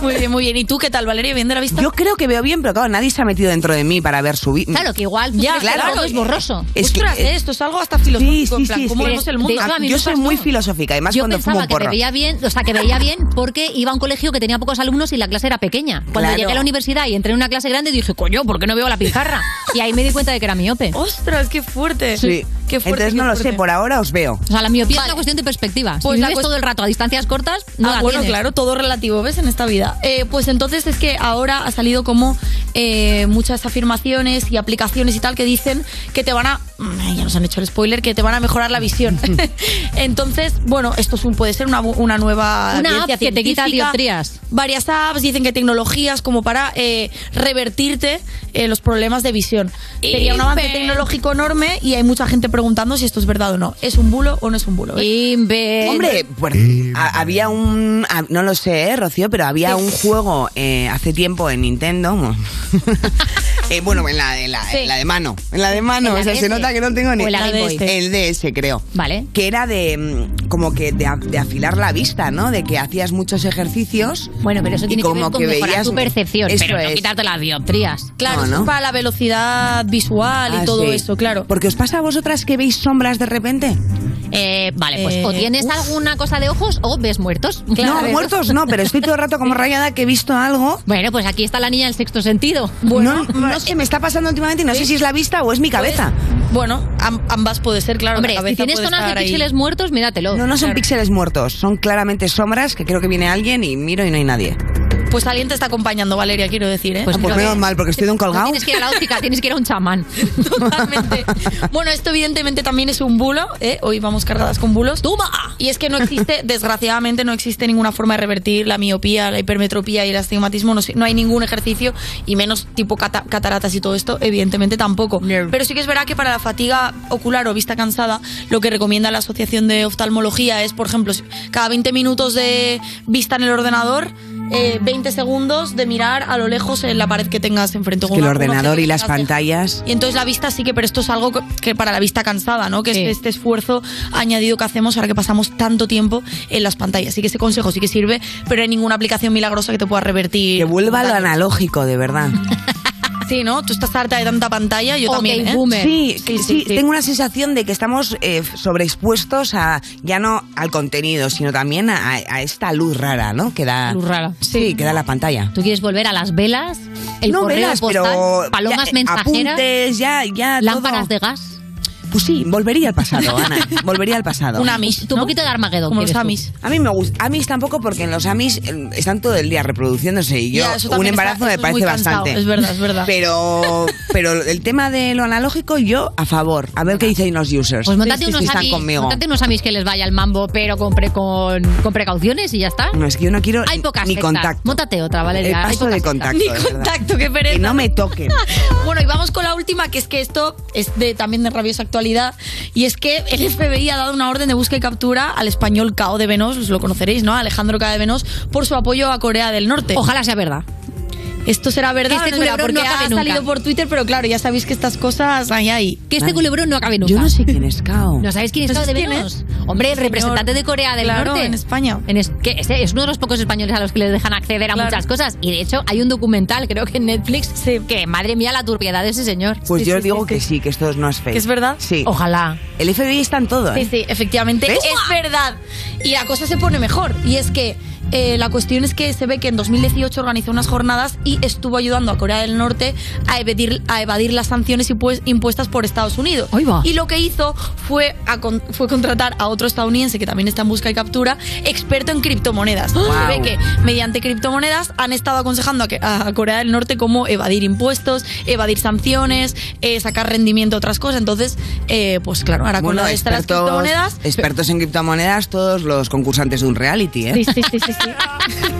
Muy bien, muy bien. ¿Y tú qué tal, Valeria? ¿Bien de la vista?
Yo creo que veo bien, pero claro, nadie se ha metido dentro de mí para ver su vida.
Claro, que igual tú crees que todo es borroso.
Es que-
Ostras, eh, esto es algo hasta filosófico. en plan,
es
¿cómo
que-
vemos el mundo?
Ah, Yo soy muy filosófica y más
Yo
cuando fumo
pensaba
un
que me
porro.
veía bien, o sea, que veía bien porque iba a un colegio que tenía pocos alumnos y la clase era pequeña. Cuando
Claro.
llegué a la universidad y entré en una clase grande dije, coño, ¿por qué no veo la pizarra? Y ahí me di cuenta de que era miope.
Ostras, qué fuerte.
Sí. Entonces no lo sé, por ahora os veo.
O sea, la miopía es una cuestión de perspectiva.
Pues
si
la
vives
cuest-
todo el rato a distancias cortas, no
Ah,
la
bueno,
tienes.
claro, todo relativo, ¿ves? En esta vida. Eh, pues entonces es que ahora ha salido como eh, muchas afirmaciones y aplicaciones y tal que dicen que te van a. Mm, Ya nos han hecho el spoiler, que te van a mejorar la visión. entonces, bueno, esto es un- puede ser una, bu- una nueva.
Una
evidencia
app que te quita
científica.
dioptrías.
Varias apps dicen que tecnologías como para eh, revertirte eh, los problemas de visión. Sería un avance
Inver-
tecnológico enorme y hay mucha gente preguntando si esto es verdad o no. ¿Es un bulo o no es un bulo? ¿ves?
Eh,
Hombre, pues, a- había un. a- no lo sé, eh, Rocío, pero había un juego eh, hace tiempo en Nintendo. mo- eh, bueno, en la, en la- en la de mano. En la de mano.
En la
o sea, se
DS.
nota que no tengo ni.
O en la Game Boy.
El DS, creo.
Vale.
Que era de. mm, Como que de, a- de afilar la vista, ¿no? De que hacías muchos ejercicios.
Bueno, pero eso
y
tiene que ver
como
con mejorar tu percepción,
Eso
pero no
es.
quitarte las dioptrías.
Claro,
No,
eso
¿no?
es para la velocidad visual
Ah,
y todo
sí.
eso, claro.
Porque os pasa a vosotras que veis sombras de repente.
Eh, vale, pues
Eh,
o tienes
uf.
alguna cosa de ojos o ves muertos.
no, muertos no, pero estoy todo el rato como rayada que he visto algo.
Bueno, pues aquí está la niña del sexto sentido.
no, no sé, me está pasando últimamente y no sé si es la vista o es mi cabeza.
Pues, Bueno, am- ambas puede ser, claro.
Hombre,
la
si
cabeza
tienes
puede
zonas de
estar ahí.
píxeles muertos, míratelo.
No, no son
Claro.
píxeles muertos, son claramente sombras que creo que viene alguien y miro y no hay nadie.
Pues alguien te está acompañando, Valeria, quiero decir, ¿eh?
Pues, pues menos mal, porque estoy de un
No
colgado.
tienes que ir a la óptica, tienes que ir a un chamán.
Bueno, esto evidentemente también es un bulo, ¿eh? Hoy vamos cargadas con bulos. ¡Toma! Y es que no existe, desgraciadamente, no existe ninguna forma de revertir la miopía, la hipermetropía y el astigmatismo. No, sé, no hay ningún ejercicio, y menos tipo cata- cataratas y todo esto, evidentemente tampoco. Pero sí que es verdad que para la fatiga ocular o vista cansada, lo que recomienda la Asociación de Oftalmología es, por ejemplo, si- cada 20 minutos de vista en el ordenador... eh, 20 segundos de mirar a lo lejos en la pared que tengas enfrente. o
Que el
una- un objeto
ordenador y
que
las
tengas de-
pantallas.
y entonces la vista sí que, pero esto es algo co- que para la vista cansada, ¿no? Que es este esfuerzo añadido que hacemos ahora que pasamos tanto tiempo en las pantallas. Así que ese consejo sí que sirve, pero hay ninguna aplicación milagrosa que te pueda revertir.
Que vuelva lo analógico, de verdad.
Sí, ¿no? Tú estás harta de tanta pantalla, yo
Ok,
también. ¿eh?
boomer.
Sí, sí, tengo una sensación de que estamos eh, sobreexpuestos a ya no al contenido, sino también a, a esta luz rara, ¿no? Que da
Luz rara.
Sí, que da la pantalla.
¿Tú quieres volver a las velas? El
No
correo
velas,
postal,
pero
palomas
ya, eh,
mensajeras,
apuntes, ya, ya,
lámparas
todo.
de gas.
Pues sí, volvería al pasado, Ana. Volvería al pasado.
Un Amish,
Un poquito
de Armageddon.
Como
quieres
los
tú.
Amis. A mí me gusta. Amis tampoco porque en los Amis eh, están todo el día reproduciéndose y yo
Ya, eso
un
también
embarazo
está-
me
eso es muy
parece
cansado,
bastante.
es verdad, es verdad.
Pero, pero el tema de lo analógico yo a favor. A ver qué dicen los users.
Pues montate
Sí, sí,
unos
sí, están
amis,
conmigo.
montate unos amis que les vaya el mambo, pero con, pre- con, con precauciones y ya está.
No, es que yo no quiero
Hay pocas
ni
sectas.
contacto. Eh,
Móntate otra, Valeria.
El
Hay
paso
pocas
de
sectas.
contacto.
Ni
de verdad.
contacto, qué pereza.
Que no me toquen.
Bueno, y vamos con la última, que es que esto es de, también de rabiosa actualidad. Y es que el FBI ha dado una orden de búsqueda y captura al español Cao de Venós, lo conoceréis, ¿no? Alejandro Cao de Venós, por su apoyo a Corea del Norte.
Ojalá sea verdad.
Esto será verdad,
Que este
o no será?
culebrón
porque
no acabe
ha
nunca.
salido por Twitter, pero claro, ya sabéis que estas cosas hay ahí.
Que este culebrón no acabe nunca.
Yo no sé quién es Cao.
¿No sabéis quién es Cao de
Entonces,
Venus? Hombre, el
Señor,
representante de Corea del
claro,
Norte.
en
España. que este es uno de los pocos españoles a los que les dejan acceder a muchas cosas. Y de hecho, hay un documental, creo que en Netflix, que madre mía la turpiedad de ese señor.
Pues yo digo que sí, que esto no es fake.
¿Que es verdad?
Sí.
Ojalá.
El FBI está en todo. ¿eh?
Sí, sí, efectivamente.
¿Ves?
Es verdad. Y la cosa se pone mejor. Y es que eh, la cuestión es que se ve que en 2018 organizó unas jornadas y estuvo ayudando a Corea del Norte a evadir, a evadir las sanciones impues- impuestas por Estados Unidos. Y lo que hizo fue, a con- fue contratar a otro estadounidense que también está en busca y captura, experto en criptomonedas.
Wow.
Se ve que mediante criptomonedas han estado aconsejando a, que- a Corea del Norte cómo evadir impuestos, evadir sanciones, eh, sacar rendimiento a otras cosas. Entonces, eh, pues claro, ahora con
Bueno,
lo de estas las criptomonedas.
expertos en criptomonedas, todos los concursantes de un reality, ¿eh?
Sí, sí, sí, sí.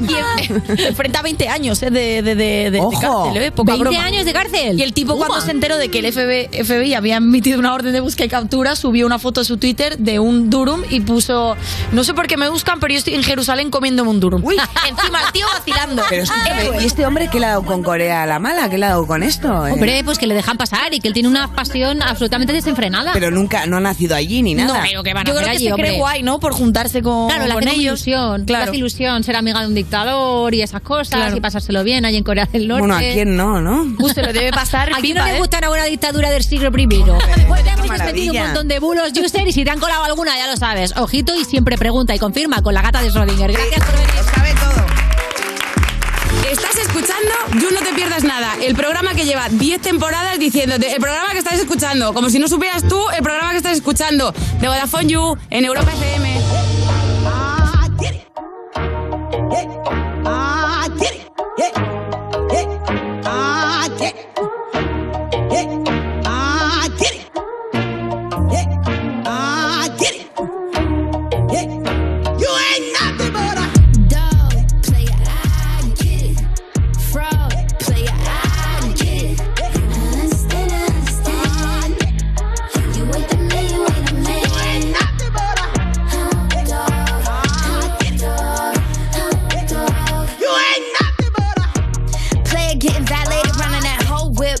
Y en- enfrenta 20 años eh, de, de, de, de- de
Ojo,
cárcel, ¿eh? Poca
20
broma.
años de cárcel.
Y el tipo
Toma.
cuando se enteró de que el FB FBI había emitido una orden de búsqueda y captura, subió una foto a su Twitter de un durum y puso, no sé por qué me buscan, pero yo estoy en Jerusalén comiéndome un durum. Encima el tío vacilando.
Pero
Ah,
escúchame, ¿y este hombre qué le ha dado con Corea la mala? ¿Qué le ha dado con esto? eh?
Hombre, pues que le dejan pasar y que él tiene una pasión absolutamente desenfrenada.
Pero nunca, no ha nacido allí ni nada.
No, pero que van a
Yo
hacer
creo que
allí,
se cree
hombre.
guay, ¿no? Por juntarse con,
Claro, la
con
hace con
ellos.
ilusión.
Claro.
Le hace ilusión ser amiga de un dictador y esas cosas
Claro.
y pasárselo bien ahí en Corea del Norte.
Bueno, ¿a quién no, no?
este
Uy, se lo debe pasar
¿A quién
pipa,
no le
¿eh?
gusta una buena dictadura del siglo I? Pues te hemos metido un
maravilla.
montón de bulos, user, y si te han colado alguna, ya lo sabes. Ojito y siempre pregunta y confirma con la gata de Schrödinger. Gracias por venir.
sabe todo.
Estás escuchando You No Te Pierdas Nada, el programa que lleva 10 temporadas diciéndote, el programa que estás escuchando, como si no supieras tú el programa que estás escuchando, de Vodafone You, en Europa FM.
Ah, I did it. Yeah. Yeah. Ah, I did it. Yeah. Ah, I did it. Yeah. Ah, I did it. Yeah. You ain't nothing but a dog player. I get it. Frog player. I get it. Understand, understand. You ain't the man. You ain't the man. You ain't nothing but a hound dog. Hound dog. Hound dog. You ain't nothing but a
Player getting violated, running that whole whip.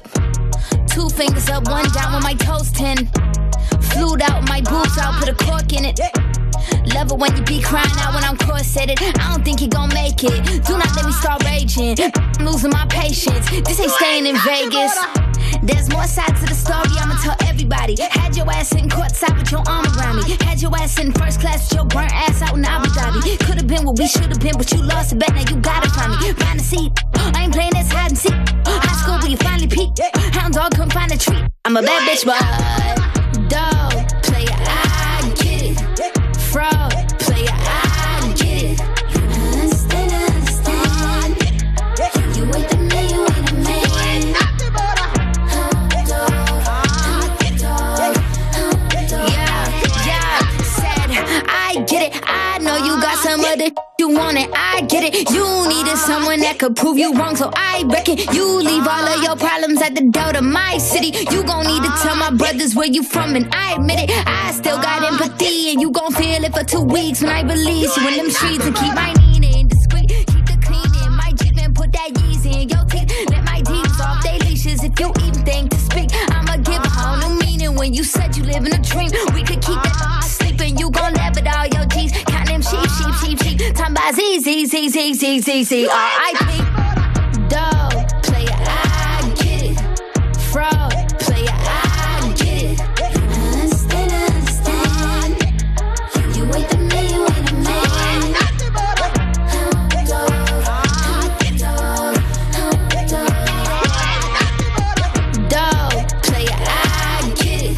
Two fingers up, one down with my toes ten. Flued out my boobs out, put a cork in it. Love it when you be crying out when I'm corseted. I don't think you gon' make it. Do not let me start raging. I'm losing my patience. This ain't staying in Vegas. There's more sides to the story, I'ma tell everybody. Had your ass sitting courtside with your arm around me. Had your ass in first class with your burnt ass out in Abu Dhabi. Could've been what we should've been, but you lost the bet, now you gotta find me. Find a seat. I ain't playing this hide and seek. High school, but you finally peaked. Hound dog couldn't find a treat. I'm a bad bitch, but dog player, I get it. Frog player, I get it.
Understand, understand. You ain't the man, you ain't the man. You ain't nothing but a hound dog. Hound dog. Hound dog.
Yeah, yeah. Said, I get it. I know you got some of the you want it. I get it. You needed someone that could prove you wrong, so I reckon you leave all of your problems at the door to my city. You gon' need to tell my brothers where you from, and I admit it. I still got empathy, and you gon' feel it for two weeks when I release you in them streets and keep my Nina in discreet. Keep the clean in my Jeep and put that Yeezy in your teeth. Let my deeds off they leashes if you even think to speak. I'ma give a whole new meaning when you said you live in a dream. We could keep that sleeping, you gon' laugh at all your G's. Count them sheep, sheep, sheep, sheep. Time by Z, Z, Z, Z, Z, Z, Z, R, I, P. Dog, player, I get it.
Frog player, I get it. Understand, understand. You ain't the man, you ain't the man. You ain't nothing but a hound dog. Hound dog. Hound dog. You ain't nothing but a
Dog, player, I get it.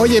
Oye,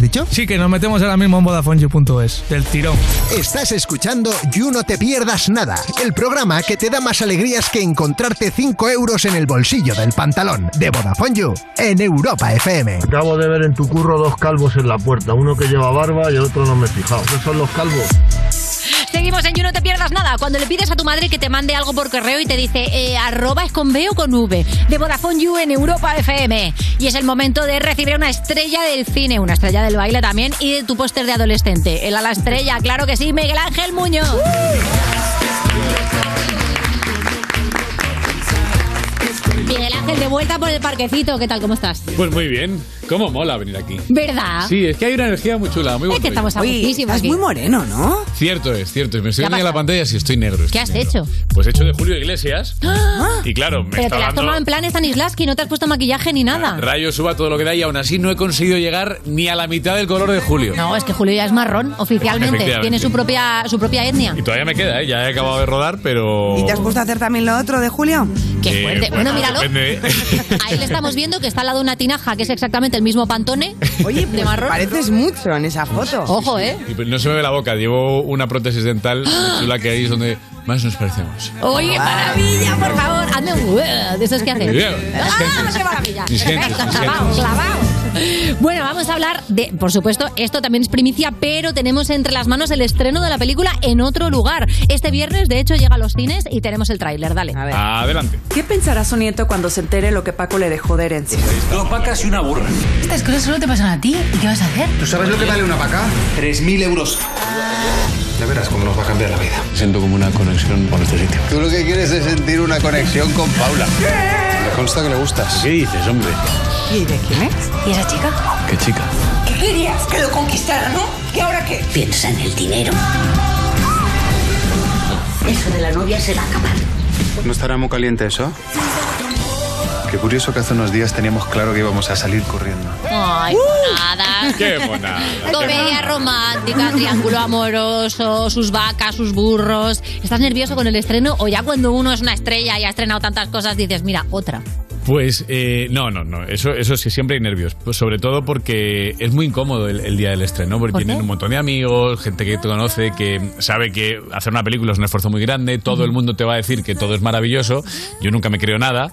dicho?
Sí, que nos metemos ahora mismo en VodafoneYou.es, del tirón.
Estás escuchando You No Te Pierdas Nada, el programa que te da más alegrías que encontrarte 5 euros en el bolsillo del pantalón de Vodafone You en Europa FM.
Acabo de ver en tu curro dos calvos en la puerta, uno que lleva barba y el otro no me he fijado. ¿Qué son los calvos?
Seguimos en You No Te Pierdas Nada. Cuando le pides a tu madre que te mande algo por correo y te dice eh, arroba es con B o con V de Vodafone You en Europa FM. Y es el momento de recibir una estrella del cine, una estrella del baile también y de tu póster de adolescente. El a la estrella, claro que sí, Miguel Ángel Muñoz. Miguel Ángel, de vuelta por el parquecito. ¿Qué tal? ¿Cómo estás?
Pues muy bien. ¿Cómo mola venir aquí?
¿Verdad?
Sí, es que hay una energía muy chula,
Ah.
muy
Es
buena.
que estamos a gustísimo
Es
aquí.
muy moreno, ¿no?
Cierto es, cierto es. Me estoy
¿Qué ha
viendo a la
pasado?
pantalla si estoy negro.
¿Qué
estoy
has
negro.
hecho?
Pues he hecho de Julio Iglesias.
¡Ah!
Y claro, me
Pero
está
te la has
dando
tomado en plan Stan Islaski, no te has puesto maquillaje ni nada.
rayos suba todo lo que da y aún así no he conseguido llegar ni a la mitad del color de Julio.
No, es que Julio ya es marrón, oficialmente.
Efectivamente.
Tiene su propia, su propia etnia.
Y todavía me queda, ¿eh? ya he acabado de rodar, pero...
¿Y te has
¿Puedo hacer también lo otro de Julio?
Eh,
fuerte. Bueno, míralo.
depende. ¿eh?
Ahí le estamos viendo que está al lado de una tinaja, que es exactamente el mismo pantone. Oye, de marrón.
pues Pareces mucho en esa foto.
Ojo, ¿eh?
Y pues, no se me ve la boca, llevo una prótesis dental muy chula que ahí es donde más nos parecemos.
Oye, qué maravilla, por favor. Hazme un... "Uah", De esos que haces.
Bien.
¡Ah, qué maravilla!
Mis gentes, mis
Clavao,
gentes.
clavao. Bueno, vamos a hablar de, por supuesto, esto también es primicia, pero tenemos entre las manos el estreno de la película en otro lugar. Este viernes, de hecho, llega a los cines y tenemos el tráiler. Dale. A ver.
Adelante.
¿Qué pensará su nieto cuando se entere lo que Paco le dejó de herencia?
Dos vacas y una burra.
Estas cosas solo te pasan a ti. ¿Y qué vas a hacer?
¿Tú sabes lo que vale una vaca? 3.000 euros.
Ya verás cómo nos va a cambiar la vida.
Siento como una conexión con este sitio.
Tú lo que quieres es sentir una conexión con Paula. Me consta que le gustas. ¿Qué dices, hombre?
¿Y de quién es? ¿Y esa chica?
Qué chica.
¿Qué querías? Que lo conquistara, ¿no? ¿Y ahora qué?
Piensa en el dinero.
Eso de la novia se la acaba.
¿No estará muy caliente eso? Qué curioso que hace unos días teníamos claro que íbamos a salir corriendo.
Ay, nada.
¡Qué monada!
Comedia romántica, triángulo amoroso, sus vacas, sus burros. ¿Estás nervioso con el estreno o ya cuando uno es una estrella y ha estrenado tantas cosas dices, mira, otra?
Pues eh, no, no, no. Eso, eso sí, siempre hay nervios. Pues sobre todo porque es muy incómodo el, el día del estreno, porque
¿Por qué?
tienen un montón de amigos, gente que te conoce, que sabe que hacer una película es un esfuerzo muy grande, todo el mundo te va a decir que todo es maravilloso, yo nunca me creo nada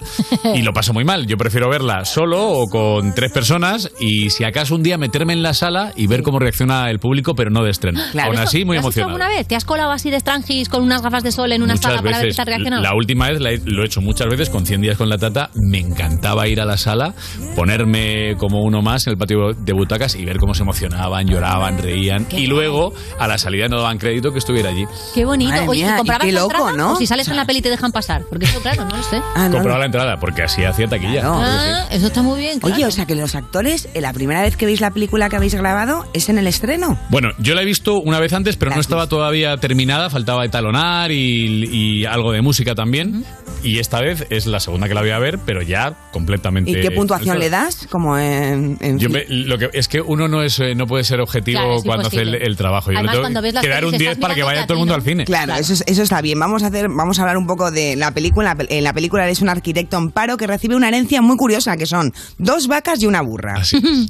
y lo paso muy mal. Yo prefiero verla solo o con tres personas y si acaso un día meterme en la sala y ver cómo reacciona el público, pero no de estreno. Aún
¿Esto-
así, muy
¿lo has hecho
emocionado.
alguna vez? ¿Te has colado así de estrangis con unas gafas de sol en una sala para ver qué tal reaccionado?
La última vez la he- lo he hecho muchas veces, con 100 días con la tata, me encantaba ir a la sala, ponerme como uno más en el patio de butacas y ver cómo se emocionaban, lloraban, reían. Y luego, a la salida no daban crédito que estuviera allí.
Qué bonito.
Madre
Oye,
mía,
¿y
y
comprabas
qué
la
loco,
entrada
¿no? Ah.
o si sales en la peli te dejan pasar? Porque eso, claro, no lo sé.
Compraba la entrada, porque así hacía taquilla.
Ah, eso está muy bien.
Oye, o sea que los actores, eh, la primera vez que veis la película que habéis grabado es en el estreno.
Bueno, yo la he visto una vez antes, pero no estaba todavía terminada, faltaba etalonar y, y algo de música también. Y esta vez es la segunda que la voy a ver, pero ya completamente.
¿Y qué puntuación le das? Como en, en
Yo
fi-
me- lo que, es que uno no es eh, no puede ser objetivo
Claro, es
cuando hace el,
imposible.
el trabajo. Yo
Además,
le
cuando ves
tengo
las
que dar
pelis,
un
estás
10 para que vaya todo el mundo al cine.
Claro, Eso, es- eso está bien. Vamos a hacer, vamos a hablar un poco de la película. La pel- En la película eres un arquitecto en paro que recibe una herencia muy curiosa, que son dos vacas y una burra.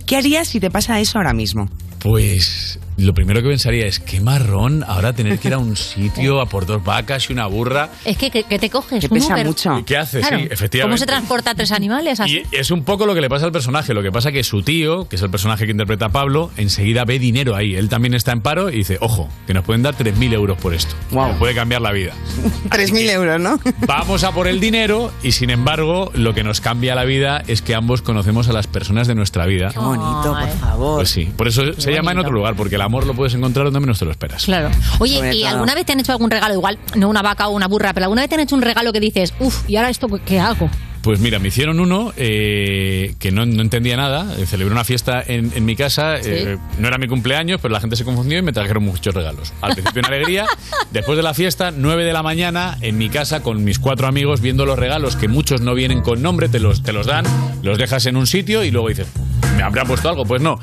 ¿Qué harías si te pasa eso ahora mismo?
Pues lo primero que pensaría es qué marrón ahora tener que ir a un sitio a por dos vacas y una burra.
Es que, que, que te coges.
Que
un
pesa
Uber.
mucho. ¿Y qué haces? Sí, efectivamente.
¿Cómo se transporta tres animales así?
Y es un poco lo que le pasa al personaje. Lo que pasa que su tío, que es el personaje que interpreta a Pablo, enseguida ve dinero ahí. Él también está en paro y dice, ojo, que nos pueden dar 3.000 euros por esto. Nos puede cambiar la vida.
3.000 euros, ¿no?
Vamos a por el dinero y sin embargo lo que nos cambia la vida es que ambos conocemos a las personas de nuestra vida. Qué
bonito, por
favor. Pues sí, por eso se llama en otro lugar, porque el amor lo puedes encontrar donde menos te lo esperas.
Claro. Oye,
Sobre
¿y
todo.
alguna vez te han hecho algún regalo? Igual, no una vaca o una burra, pero alguna vez te han hecho un regalo que dices, uff, ¿y ahora esto qué hago?
Pues mira, me hicieron uno eh, que no, no entendía nada. Eh, Celebré una fiesta en, en mi casa. eh, no era mi cumpleaños, pero la gente se confundió y me trajeron muchos regalos. Al principio una alegría. Después de la fiesta, 9 de la mañana, en mi casa con mis cuatro amigos viendo los regalos, que muchos no vienen con nombre, te los, te los dan, los dejas en un sitio y luego dices, ¿me habrá puesto algo? Pues no.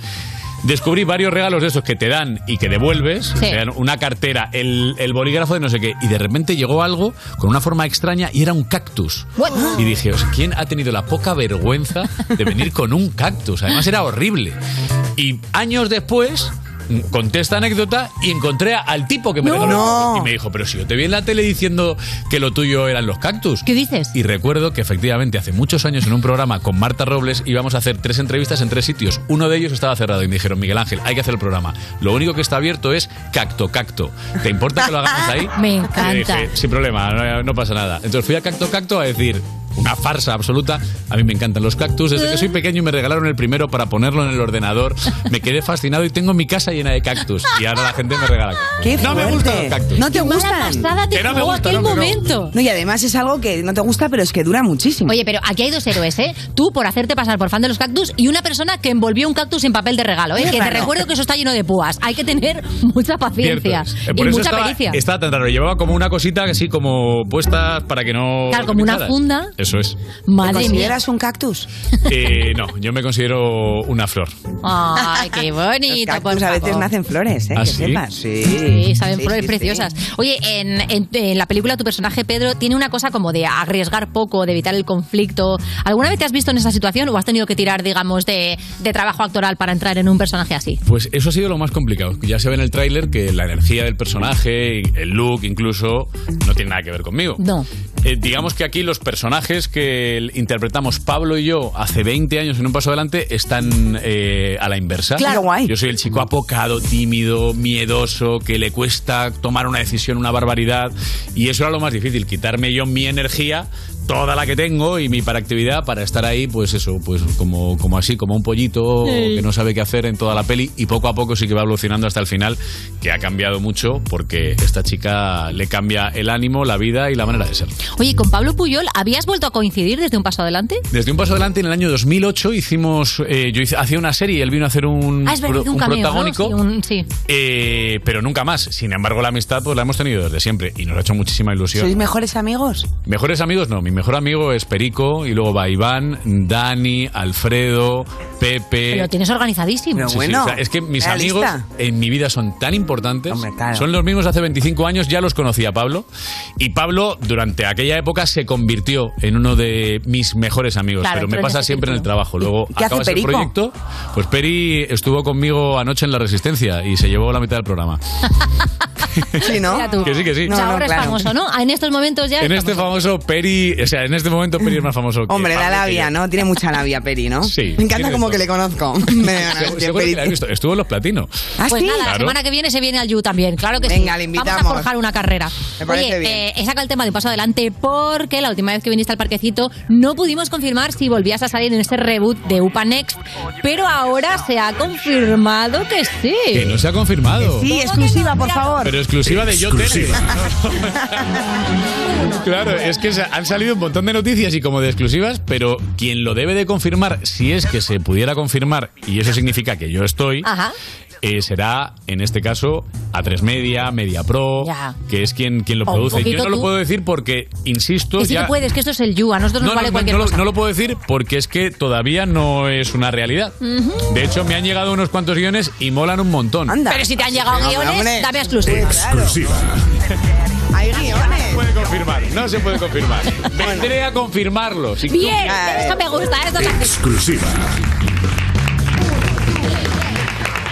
Descubrí varios regalos de esos que te dan y que devuelves,
Sí.
o sea, una cartera, el, el bolígrafo de no sé qué, y de repente llegó algo con una forma extraña y era un cactus.
What?
Y dije, o sea, ¿quién ha tenido la poca vergüenza de venir con un cactus? Además era horrible. Y años después mm, conté esta anécdota y encontré al tipo que me
No.
regaló el
No.
cactus. y me dijo, pero si yo te vi en la tele diciendo que lo tuyo eran los cactus.
¿Qué dices?
Y recuerdo que efectivamente hace muchos años en un programa con Marta Robles íbamos a hacer tres entrevistas en tres sitios. Uno de ellos estaba cerrado y me dijeron, Miguel Ángel, hay que hacer el programa. Lo único que está abierto es Cacto Cacto. ¿Te importa que lo hagamos ahí?
Me
Y
encanta.
dije, sin problema, no, no pasa nada. Entonces fui a Cacto Cacto a decir una farsa absoluta. A mí me encantan los cactus. Desde que soy pequeño me regalaron el primero para ponerlo en el ordenador. Me quedé fascinado y tengo mi casa llena de cactus. Y ahora la gente me regala cactus.
¡Qué
no me
fuerte!
gustan los cactus.
No te gustan.
te Que no me jugó gusta, aquel no, que no. momento.
No, y además es algo que no te gusta, pero es que dura muchísimo.
Oye, pero aquí hay dos héroes, ¿eh? Tú por hacerte pasar por fan de los cactus y una persona que envolvió un cactus en papel de regalo, ¿eh? Que te
Claro.
recuerdo que eso está lleno de púas. Hay que tener mucha paciencia
Cierto. Eh,
y
Por eso
mucha
estaba,
pericia.
estaba tan raro. Llevaba como una cosita así como puesta para que no.
Claro, como una
pincharas.
funda.
Eso es.
Madre
¿Te
mía.
consideras un cactus?
Eh, no, yo me considero una flor.
Ah.
Ay, qué bonito.
Los cactus
por
a veces
favor.
nacen flores, ¿eh?
¿Ah,
que
sí?
sepas. Sí,
Sí, saben
Sí,
flores
sí,
preciosas.
sí.
Oye, en, en- en la película tu personaje Pedro tiene una cosa como de arriesgar poco, de evitar el conflicto. ¿Alguna vez te has visto en esa situación o has tenido que tirar, digamos, de, de trabajo actoral para entrar en un personaje así?
Pues eso ha sido lo más complicado. Ya se ve en el tráiler que la energía del personaje, el look incluso, no tiene nada que ver conmigo.
No.
Eh, digamos que aquí los personajes que el- interpretamos Pablo y yo hace 20 años en un paso adelante están eh, a la inversa.
Claro, guay.
Yo soy el chico apocado, tímido, miedoso, que le cuesta tomar una decisión, una barbaridad. Y eso era lo más difícil, quitarme yo mi energía, toda la que tengo y mi hiperactividad para estar ahí, pues eso, pues como, como así, como un pollito
Sí.
que no sabe qué hacer en toda la peli. Y poco a poco sí que va evolucionando hasta el final, que ha cambiado mucho porque esta chica le cambia el ánimo, la vida y la manera de ser.
Oye, ¿y con Pablo Puyol, ¿habías vuelto a coincidir desde un paso adelante?
Desde un paso adelante, en el año 2008 hicimos, eh, yo hice, hacía una serie y él vino a hacer un,
ah, es verdad,
pro-
hizo un,
Mm, un
cameo, ¿no?
protagónico,
Sí, un- sí.
eh, pero nunca más. Sin embargo, la amistad pues la hemos tenido desde siempre y nos ha hecho muchísima ilusión.
¿Sois mejores amigos?
Mejores amigos no, mi mejor amigo es Perico y luego va Iván, Dani, Alfredo, Pepe.
Pero tienes organizadísimo.
Sí, sí, o sea, es que mis amigos en mi vida son tan importantes. Son los mismos hace 25 años, ya los conocía Pablo. Y Pablo, durante aquella época, se convirtió en uno de mis mejores amigos.
Claro,
pero me
entró en
pasa
ese
siempre en el trabajo. Luego
qué hace
acabas el
Perico?
proyecto. Pues Peri estuvo conmigo anoche en La Resistencia y se llevó la mitad del programa.
Sí, Ah, ¿no?
Que sí, que sí.
O sea, ahora es famoso, ¿no? Ah, En estos momentos ya.
En
es
este famoso Peri, o sea, en este momento Peri es más famoso que
Hombre, da
Pablo, que
labia,
yo.
¿no? Tiene mucha labia, Peri, ¿no?
Sí,
Me encanta
tiene
como
esto.
que le conozco. Me da
Segu-
gracia,
Seguro que
Peri.
la has visto. Estuvo en los platinos.
Pues nada, la
Claro.
semana que viene se viene al You también, claro que sí.
¿Ah, Venga, le
Vamos
invitamos.
a forjar una carrera.
Me parece
Oye,
bien.
eh, he sacado el tema de un paso adelante porque la última vez que viniste al parquecito no pudimos confirmar si volvías a salir en este reboot de UPA Next, pero ahora se ha confirmado que sí.
Que no se ha confirmado.
Sí, exclusiva, por favor.
Pero exclusiva de Yo
Exclusiva.
Tele. Claro, es que se- han salido un montón de noticias y como de exclusivas, pero quien lo debe de confirmar, si es que se pudiera confirmar, y eso significa que yo estoy,
Ajá.
eh, será en este caso a tres media, media pro,
Ya.
que es quien, quien lo
O un
produce. Yo
poquito
no lo
tú.
puedo decir porque, insisto,
Que sí
ya.
que puedes, que esto es el You, a nosotros
No,
nos
no,
vale
no,
cualquier
no lo-
cosa.
no lo puedo decir porque es que todavía no es una realidad.
Ujú.
De hecho, me han llegado unos cuantos guiones y molan un montón.
Pero si te han llegado
Hombre,
guiones,
hombre.
dame exclusivas.
Hay guiones.
No se puede confirmar, no se puede confirmar. Vendré a confirmarlo. Si
Bien, eso me gusta, eso me
Exclusiva.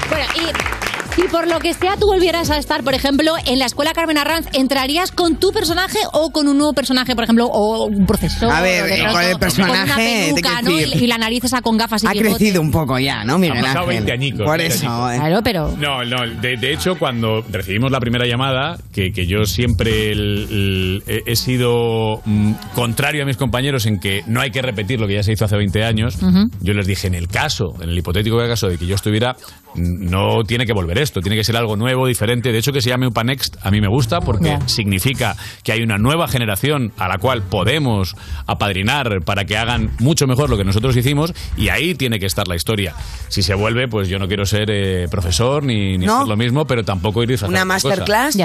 Bueno, y si por lo que sea tú volvieras a estar, por ejemplo, en la escuela Carmen Arranz, ¿entrarías con tu personaje o con un nuevo personaje, por ejemplo, o un profesor?
A ver,
o de
eh,
pronto,
con el
Con una
personaje, te
peluca,
quiero
¿no? Y,
decir.
y la nariz esa con gafas y
Ha
bigote.
crecido un poco ya, ¿no, Miguel
Han pasado
Ángel?
20 añicos,
Por
20
eso. eh.
Claro, pero...
No, no. De, de hecho, cuando recibimos la primera llamada, que, que yo siempre el- el- he- he sido mm, contrario a mis compañeros en que no hay que repetir lo que ya se hizo hace 20 años,
Ujú.
yo les dije, en el caso, en el hipotético caso de que yo estuviera, mm, no tiene que volver esto, tiene que ser algo nuevo, diferente. De hecho, que se llame Upanext a mí me gusta porque
Ya.
significa que hay una nueva generación a la cual podemos apadrinar para que hagan mucho mejor lo que nosotros hicimos y ahí tiene que estar la historia. Si se vuelve, pues yo no quiero ser eh, profesor ni, ni
No.
hacer lo mismo, pero tampoco ir disfrazado.
Una
de cosa.
masterclass.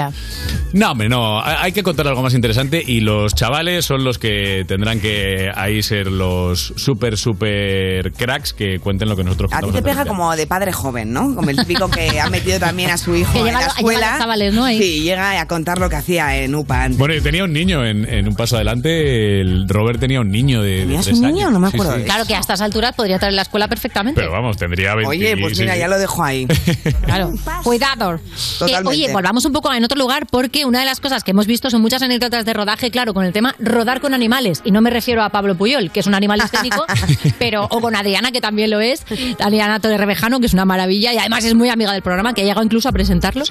No, hombre, no. Ha- Hay que contar algo más interesante y los chavales son los que tendrán que ahí ser los súper, súper cracks que cuenten lo que nosotros
A ti
contamos
te
hace
pega
20
como de padre joven, ¿no? Como el típico que ha metido también a su hijo
Que
en
lleva
la
lo- lleva a
escuela.
los chavales, ¿no? Ahí.
Sí, llega a contar lo que hacía en UPA antes.
Bueno, yo tenía un niño en, en un paso adelante. El Robert tenía un niño de, de
¿Tenías
tres
un niño?
años.
No me
Sí,
acuerdo
sí.
de
Claro que a estas alturas podría estar en la escuela perfectamente.
Pero vamos, tendría 20.
Oye, pues
sí,
mira,
sí.
ya lo dejo ahí.
Claro, cuidado. Que,
Totalmente.
oye, volvamos un poco en otro lugar porque una de las cosas que hemos visto son muchas anécdotas de rodaje, claro, con el tema rodar con animales. Y no me refiero a Pablo Puyol, que es un animal escénico, pero, o con Adriana, que también lo es, Adriana Torre Revejano, que es una maravilla y además es muy amiga del programa, que ha llegado incluso a presentarlo.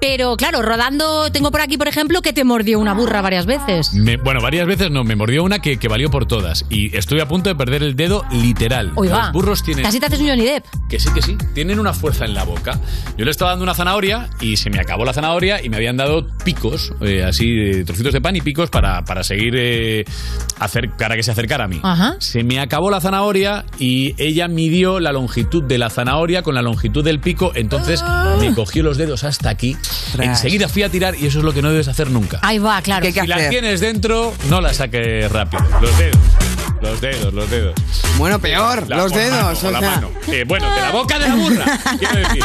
Pero claro, rodando, tengo por aquí, por ejemplo, que te mordió una burra varias veces.
Me- bueno, varias veces no, me mordió una que, que valió por todas. Y estuve a punto de perder el dedo literal.
Oiga,
Los burros tienen.
Casi te haces un Johnny Depp.
Que sí, que sí. Tienen una fuerza en la boca. Yo le estaba dando una zanahoria y se me acabó la zanahoria y me habían dado picos, eh, así, eh, trocitos de pan y picos para, para seguir eh, hacer, para que se acercara a mí.
Ajá.
Se me acabó la zanahoria y ella midió la longitud de la zanahoria con la longitud del pico. Entonces me cogió los dedos hasta aquí. Enseguida fui a tirar y eso es lo que no debes hacer nunca.
Ahí va, claro.
Si la tienes dentro, no la saques rápido. Los dedos. Los dedos, los dedos.
Bueno, peor,
La-
los
o la
dedos,
mano,
o
la
sea.
mano. Eh, bueno, de la boca de la burra. Quiero decir.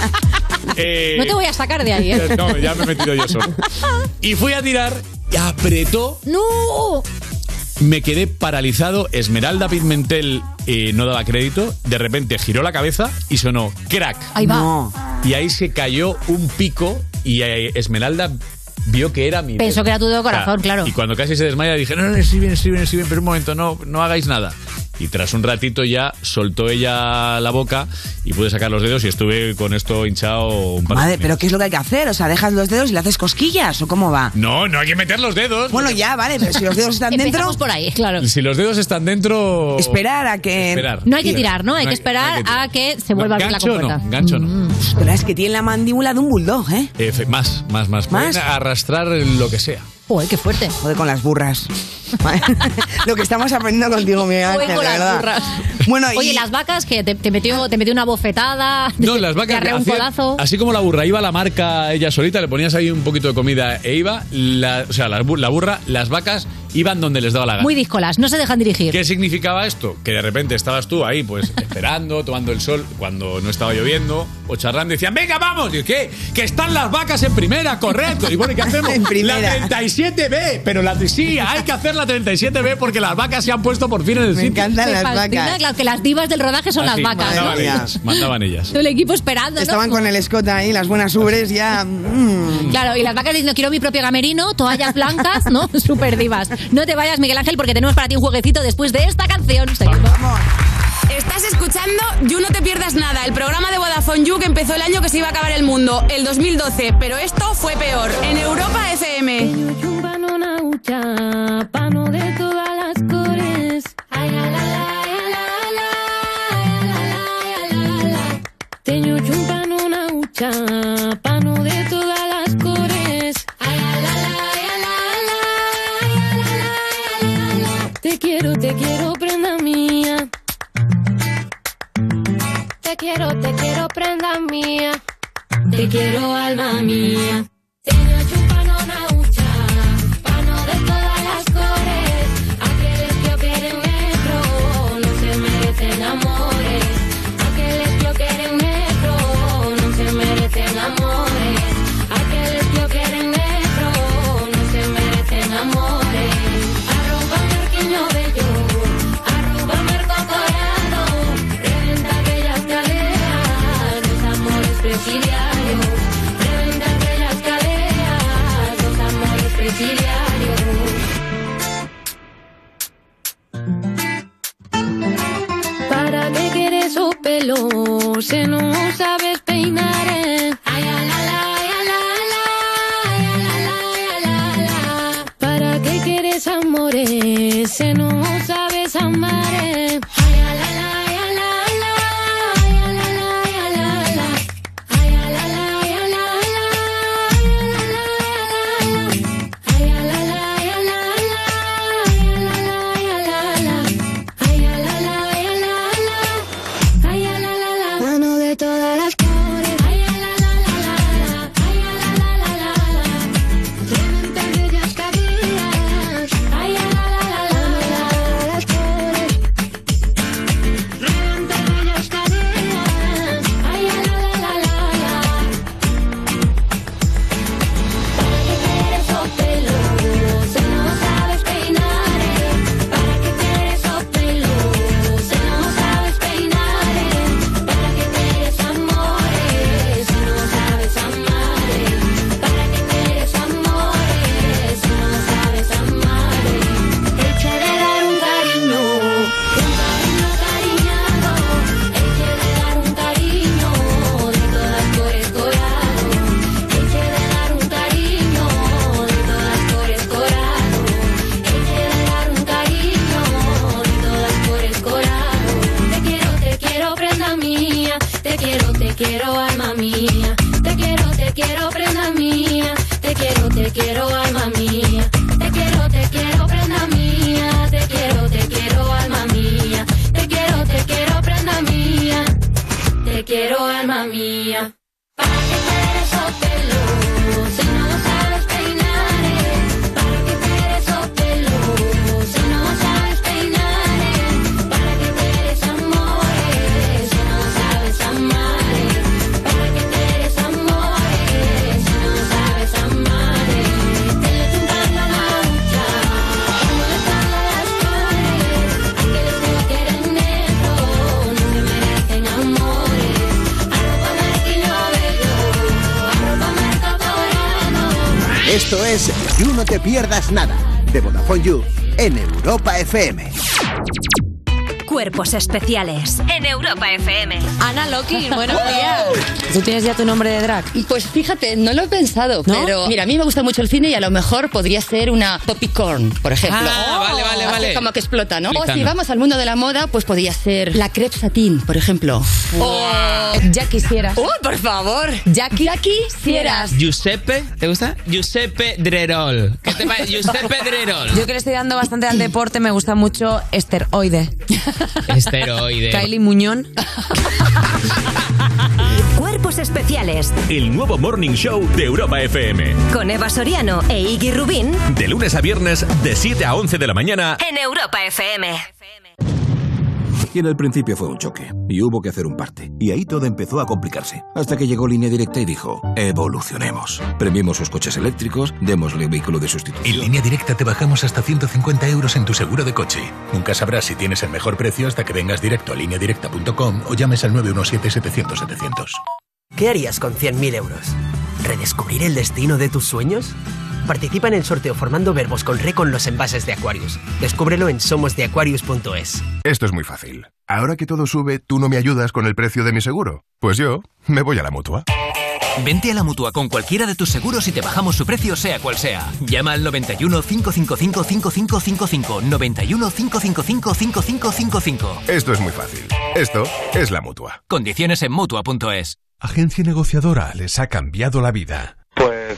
Eh,
No te voy a sacar de ahí, ¿eh?
No, ya me he metido yo solo. Y fui a tirar y apretó.
¡No!
Me quedé paralizado. Esmeralda Pimentel eh, no daba crédito. De repente giró la cabeza y sonó crack.
Ahí va.
Y ahí se cayó un pico y eh, Esmeralda vio que era mi.
Pensó
dedo.
que era tu dedo corazón,
O sea,
claro.
Y cuando casi se desmaya dije, no, no, no, estoy bien, estoy bien, estoy bien, pero un momento, no, no hagáis nada. Y tras un ratito ya soltó ella la boca y pude sacar los dedos y estuve con esto hinchado un par de
Madre,
días.
pero ¿qué es lo que hay que hacer? O sea, dejas los dedos y le haces cosquillas, ¿o cómo va?
No, no hay que meter los dedos.
Bueno, ya, vale, pero si los dedos están dentro.
por ahí, claro.
Si los dedos están dentro...
Esperar a que.
Esperar.
No hay que tirar, ¿no? Hay que
No hay- no
esperar
hay que tirar.
a que se vuelva a abrir la
gancho
compuerta. Mm.
no, gancho no.
es que tiene la mandíbula de un bulldog, ¿eh?
Eh, fe- más, más, más.
¿Más?
Pueden arrastrar lo que sea.
Joder, qué fuerte.
Joder, con las burras. lo que estamos aprendiendo contigo, Miguel
Joder,
Ángel, de
con las
verdad.
burras.
Bueno, y-
Oye, las vacas que te, te metió, te metió una bofetada.
No,
te-
las
te
vacas
arreó un
hacían-
codazo.
Así como la burra iba a la marca ella solita, le ponías ahí un poquito de comida e iba, la, o sea, la, bu- la burra, las vacas iban donde les daba la gana.
Muy díscolas, no se dejan dirigir.
Ah. ¿Qué significaba esto? Que de repente estabas tú ahí, pues esperando, tomando el sol cuando no estaba lloviendo, o charlando, y decían, venga, vamos, y yo, ¿qué? Que están las vacas en primera, correcto. Y bueno, ¿y qué hacemos?
En primera.
La 37B, pero la sí, hay que hacer la 37B porque las vacas se han puesto por fin en el
Me
sitio.
encantan las
Fascina,
vacas.
claro, que las divas del rodaje son
Así,
las vacas, ¿no?
Mandaban ellas, mandaban ellas.
Todo el equipo esperando, ¿no?
Estaban con el escot ahí, las buenas ubres ya. mm.
Claro, y las vacas diciendo, quiero mi propio gamerino, toallas blancas, ¿no? Super divas. No te vayas, Miguel Ángel, porque tenemos para ti un jueguecito después de esta canción. Seguimos.
Estás escuchando You No Te Pierdas Nada, el programa de Vodafone You que empezó el año que se iba a acabar el mundo, el 2012, pero esto fue peor, en Europa FM.
Pano de todas las cores. Ay, la, la, la, ay, la, la, ay, la, la, ay, la, la. Teño chumpano una hucha, pano de todas las cores. Ay, la, la, la, ay, la, la, ay, la, la, ay, la, la. Te quiero, te quiero, prenda mía.
Te quiero, te quiero, prenda mía.
Te quiero, alma mía.
Tenía chupano una hucha, pano de todas las cores. Aquellos que quieren metro, no se merecen amores. Aquellos que quieren metro, no se merecen amores. Aquellos que quieren metro, no se merecen amores. Arroba marquiño bello, arroba marco corado. Reventa aquellas que alejan los amores presidiarios. pelo, se no sabes peinar. eh. Ay, a la, la, ay, a la, la, ay, a la, la, ay, a la, la. ¿Para qué quieres amores? eh, Se no sabes amar. eh. Ay, a la, la, ay, a la, la, ay, a la, la, ay, a la, la. Ay, a la, la, ay, a la, la, ay, a la, la, ay, a la, la. Ay, a la, la, ay, a la, la. Ay, a la, la, ay, a la, la. Ay, a la, la, la. Mano de todas las flores. Ay, a la, la, la, la, la. Ay, a la, la, la, la, la. Tremenda bellas cabellas. Ay, a la, la, la, la, la. Mano de todas las flores. Tremenda bellas cabellas. Ay, a la, la, la, la, la. ¿Para qué quieres pelo? Si no sabes peinar. eh. ¿Para qué quieres pelo? Si no sabes peinar. ¿Para qué quieres amores? Si no sabes amar. ¿Para qué quieres amores? Si no sabes amar. Echa de dar un cariño. Un cariño cariñado. Echa de dar un cariño. De todas flores dorado. Echa de dar un cariño. De todas flores dorado. Echa de dar un cariño. De todas flores dorado. Te quiero, te quiero, prenda mía. Te quiero, te quiero, alma mía. Te quiero, te quiero, prenda mía. Te quiero, te quiero, alma mía. Te quiero, te quiero, prenda mía. Te quiero, te quiero, alma mía. Te quiero, te quiero, prenda mía. Te quiero, alma mía. ¿Para qué quieres pelo? Si no sabes peinar, eh? ¿para qué quieres pelo? Si no sabes peinar, eh? ¿para qué quieres amores? Si no sabes amar, eh? ¿para qué quieres amores? Si no sabes amar, eh? te le tumban la maucha, como le todas las flores, aquellos que lo quieren negro, no se merecen amores. Arropa marquillo bello, arropa marca dorado.
Esto es You No Te Pierdas Nada, de Vodafone You, en Europa FM.
Cuerpos especiales en Europa FM.
Ana Loki, buenos días.
¿Tú tienes ya tu nombre de drag? Pues fíjate, no lo he pensado, pero mira, a mí me gusta mucho el cine y a lo mejor podría ser una popcorn, por ejemplo. Oh,
Ah, vale, vale,
Así
vale.
Como que explota, ¿no? O si
Explicando.
vamos al mundo de la moda, pues podría ser la crepe satín, por ejemplo. Oh. O ya quisieras. ¡Uy, por favor! Ya, quisieras.
Giuseppe, ¿te gusta? Giuseppe Drerol. ¿Qué te parece? Giuseppe Drerol.
Yo que le estoy dando bastante al deporte, me gusta mucho esteroide.
Esteroide.
Kylie Muñón.
Cuerpos especiales
El nuevo Morning Show de Europa FM.
con Eva Soriano e Iggy Rubín
De lunes a viernes, de 7 a 11 de la mañana.
en Europa FM.
Y en el principio fue un choque, y hubo que hacer un parte. Y ahí todo empezó a complicarse, hasta que llegó Línea Directa y dijo, evolucionemos. Premiemos sus coches eléctricos, démosle vehículo de sustitución.
En línea directa te bajamos hasta 150 euros en tu seguro de coche. Nunca sabrás si tienes el mejor precio hasta que vengas directo a lineadirecta.com o llames al 917-700-700.
¿Qué harías con 100.000 euros? ¿Redescubrir el destino de tus sueños? Participa en el sorteo formando verbos con re con los envases de Aquarius. Descúbrelo en somosdeaquarius.es.
Esto es muy fácil. Ahora que todo sube, tú no me ayudas con el precio de mi seguro. Pues yo me voy a la mutua.
Vente a la mutua con cualquiera de tus seguros y te bajamos su precio, sea cual sea. Llama al 91 555 5555. 91 555 5555.
Esto es muy fácil. Esto es la mutua.
Condiciones en mutua.es.
Agencia negociadora les ha cambiado la vida.
Pues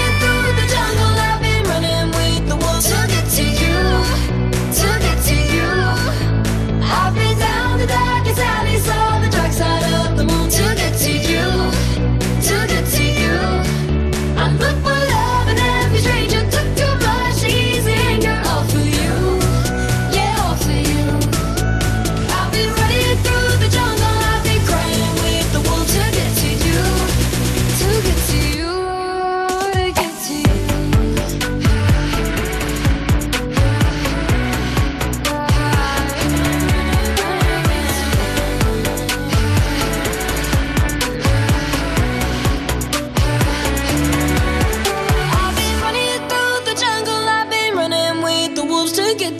through the jungle, I've been running with the wolves to get to you, to get to you. I've been down the darkest alley, saw the dark side of the moon to get to you, to get to you. I look for love in every stranger, took too much easy anger, all for you, yeah, all for you. I've been running through the jungle, I've been crying with the wolves to get to you, to get to you, to get to you. I've been running through the jungle. I've been running with the wolves to get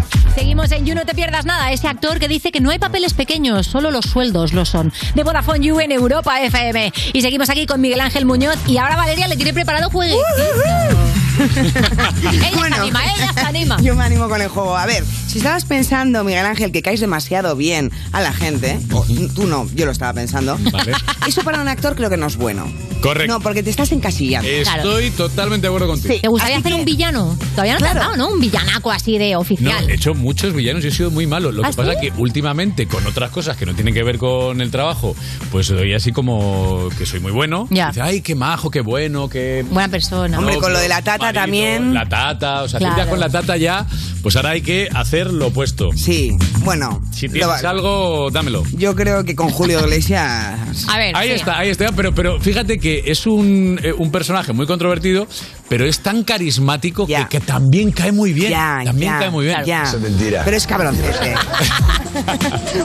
Seguimos en You No Te Pierdas Nada, ese actor que dice que no hay papeles pequeños, solo los sueldos lo son. De Vodafone You en Europa FM. Y seguimos aquí con Miguel Ángel Muñoz y ahora Valeria le tiene preparado juego. ella se anima, ella eh, se anima.
Yo me animo con el juego. A ver, si estabas pensando, Miguel Ángel, que caes demasiado bien a la gente, o, tú no, yo lo estaba pensando.
Vale.
Eso para un actor creo que no es bueno.
Correcto.
No, porque te estás encasillando.
Estoy totalmente de acuerdo contigo.
¿Te gustaría hacer un villano? Todavía no te has
Claro.
dado, ¿no? Un villanaco así de
No,
oficial.
he hecho muchos villanos y he sido muy malo. Lo que
¿Ah,
pasa
sí?
que últimamente, con otras cosas que no tienen que ver con el trabajo, pues doy así como que soy muy bueno.
Ya.
Dice, ay, qué majo, qué bueno, qué...
Buena persona.
Hombre, con lo de la
tata
también. La tata, o sea,
Claro.
ya con la tata ya, pues ahora hay que hacer lo opuesto.
Sí, bueno.
Si tienes algo, dámelo.
Yo creo que con Julio Iglesias.
A ver.
Ahí está, ahí está. Pero, pero fíjate que es un, eh, un personaje muy controvertido, pero es tan carismático que- que, también cae muy bien. también
ya,
cae muy bien.
ya. Eso es mentira. Pero es cabroncete.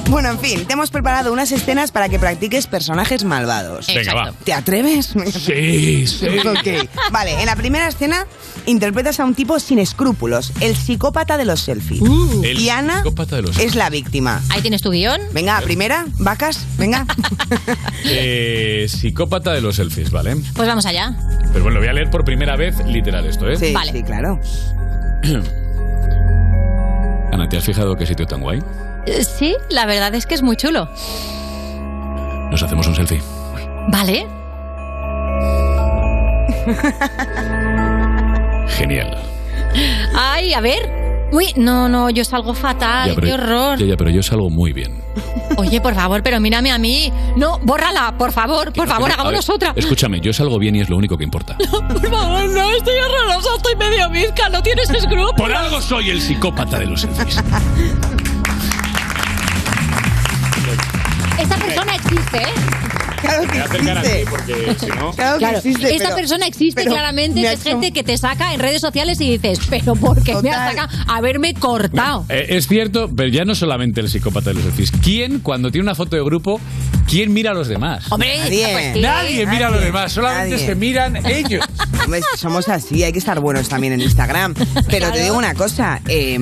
Bueno, en fin, te hemos preparado unas escenas para que practiques personajes malvados.
Venga, Exacto. va.
¿Te atreves?
Sí, sí.
Ok. Vale, en la primera escena interpretas a un tipo sin escrúpulos, el psicópata de los selfies.
Uh. El
y Ana
psicópata de los
es la víctima.
Ahí tienes tu guión.
Venga, primera, vacas, venga.
Eh, psicópata de los selfies, ¿vale?
Pues vamos allá.
Pero bueno, lo voy a leer por primera vez literal esto, ¿eh?
Sí, Vale.
sí, claro.
Ana, ¿te has fijado qué sitio tan guay?
Eh, Sí, la verdad es que es muy chulo.
Nos hacemos un selfie.
Vale.
Genial.
Ay, a ver. Uy, no, no, yo salgo fatal.
Ya, pero-
Qué horror.
Ya, ya, pero yo salgo muy bien.
Oye, por favor, pero mírame a mí. No, bórrala, por favor, por favor,
A ver,
hagámonos otra.
Escúchame, yo salgo bien y es lo único que importa.
Por favor, no, estoy horrorosa, estoy medio bizca, no tienes escrúpulos.
Por algo soy el psicópata de los selfies.
Esta persona existe, ¿eh?
Claro
Me voy a acercar a ti porque si no.
Claro, Esta persona existe
pero
claramente,
me ha
que es gente que te saca en redes sociales y dices, pero ¿por qué me has sacado haberme cortado?
Eh, es cierto, pero ya no solamente el psicópata de los selfies. ¿Quién, cuando tiene una foto de grupo, quién mira a los demás?
Hombre,
Nadie.
pues sí.
Nadie mira a los demás, solamente
Nadie.
se miran ellos.
Hombre, somos así, hay que estar buenos también en Instagram. Pero te digo una cosa, eh,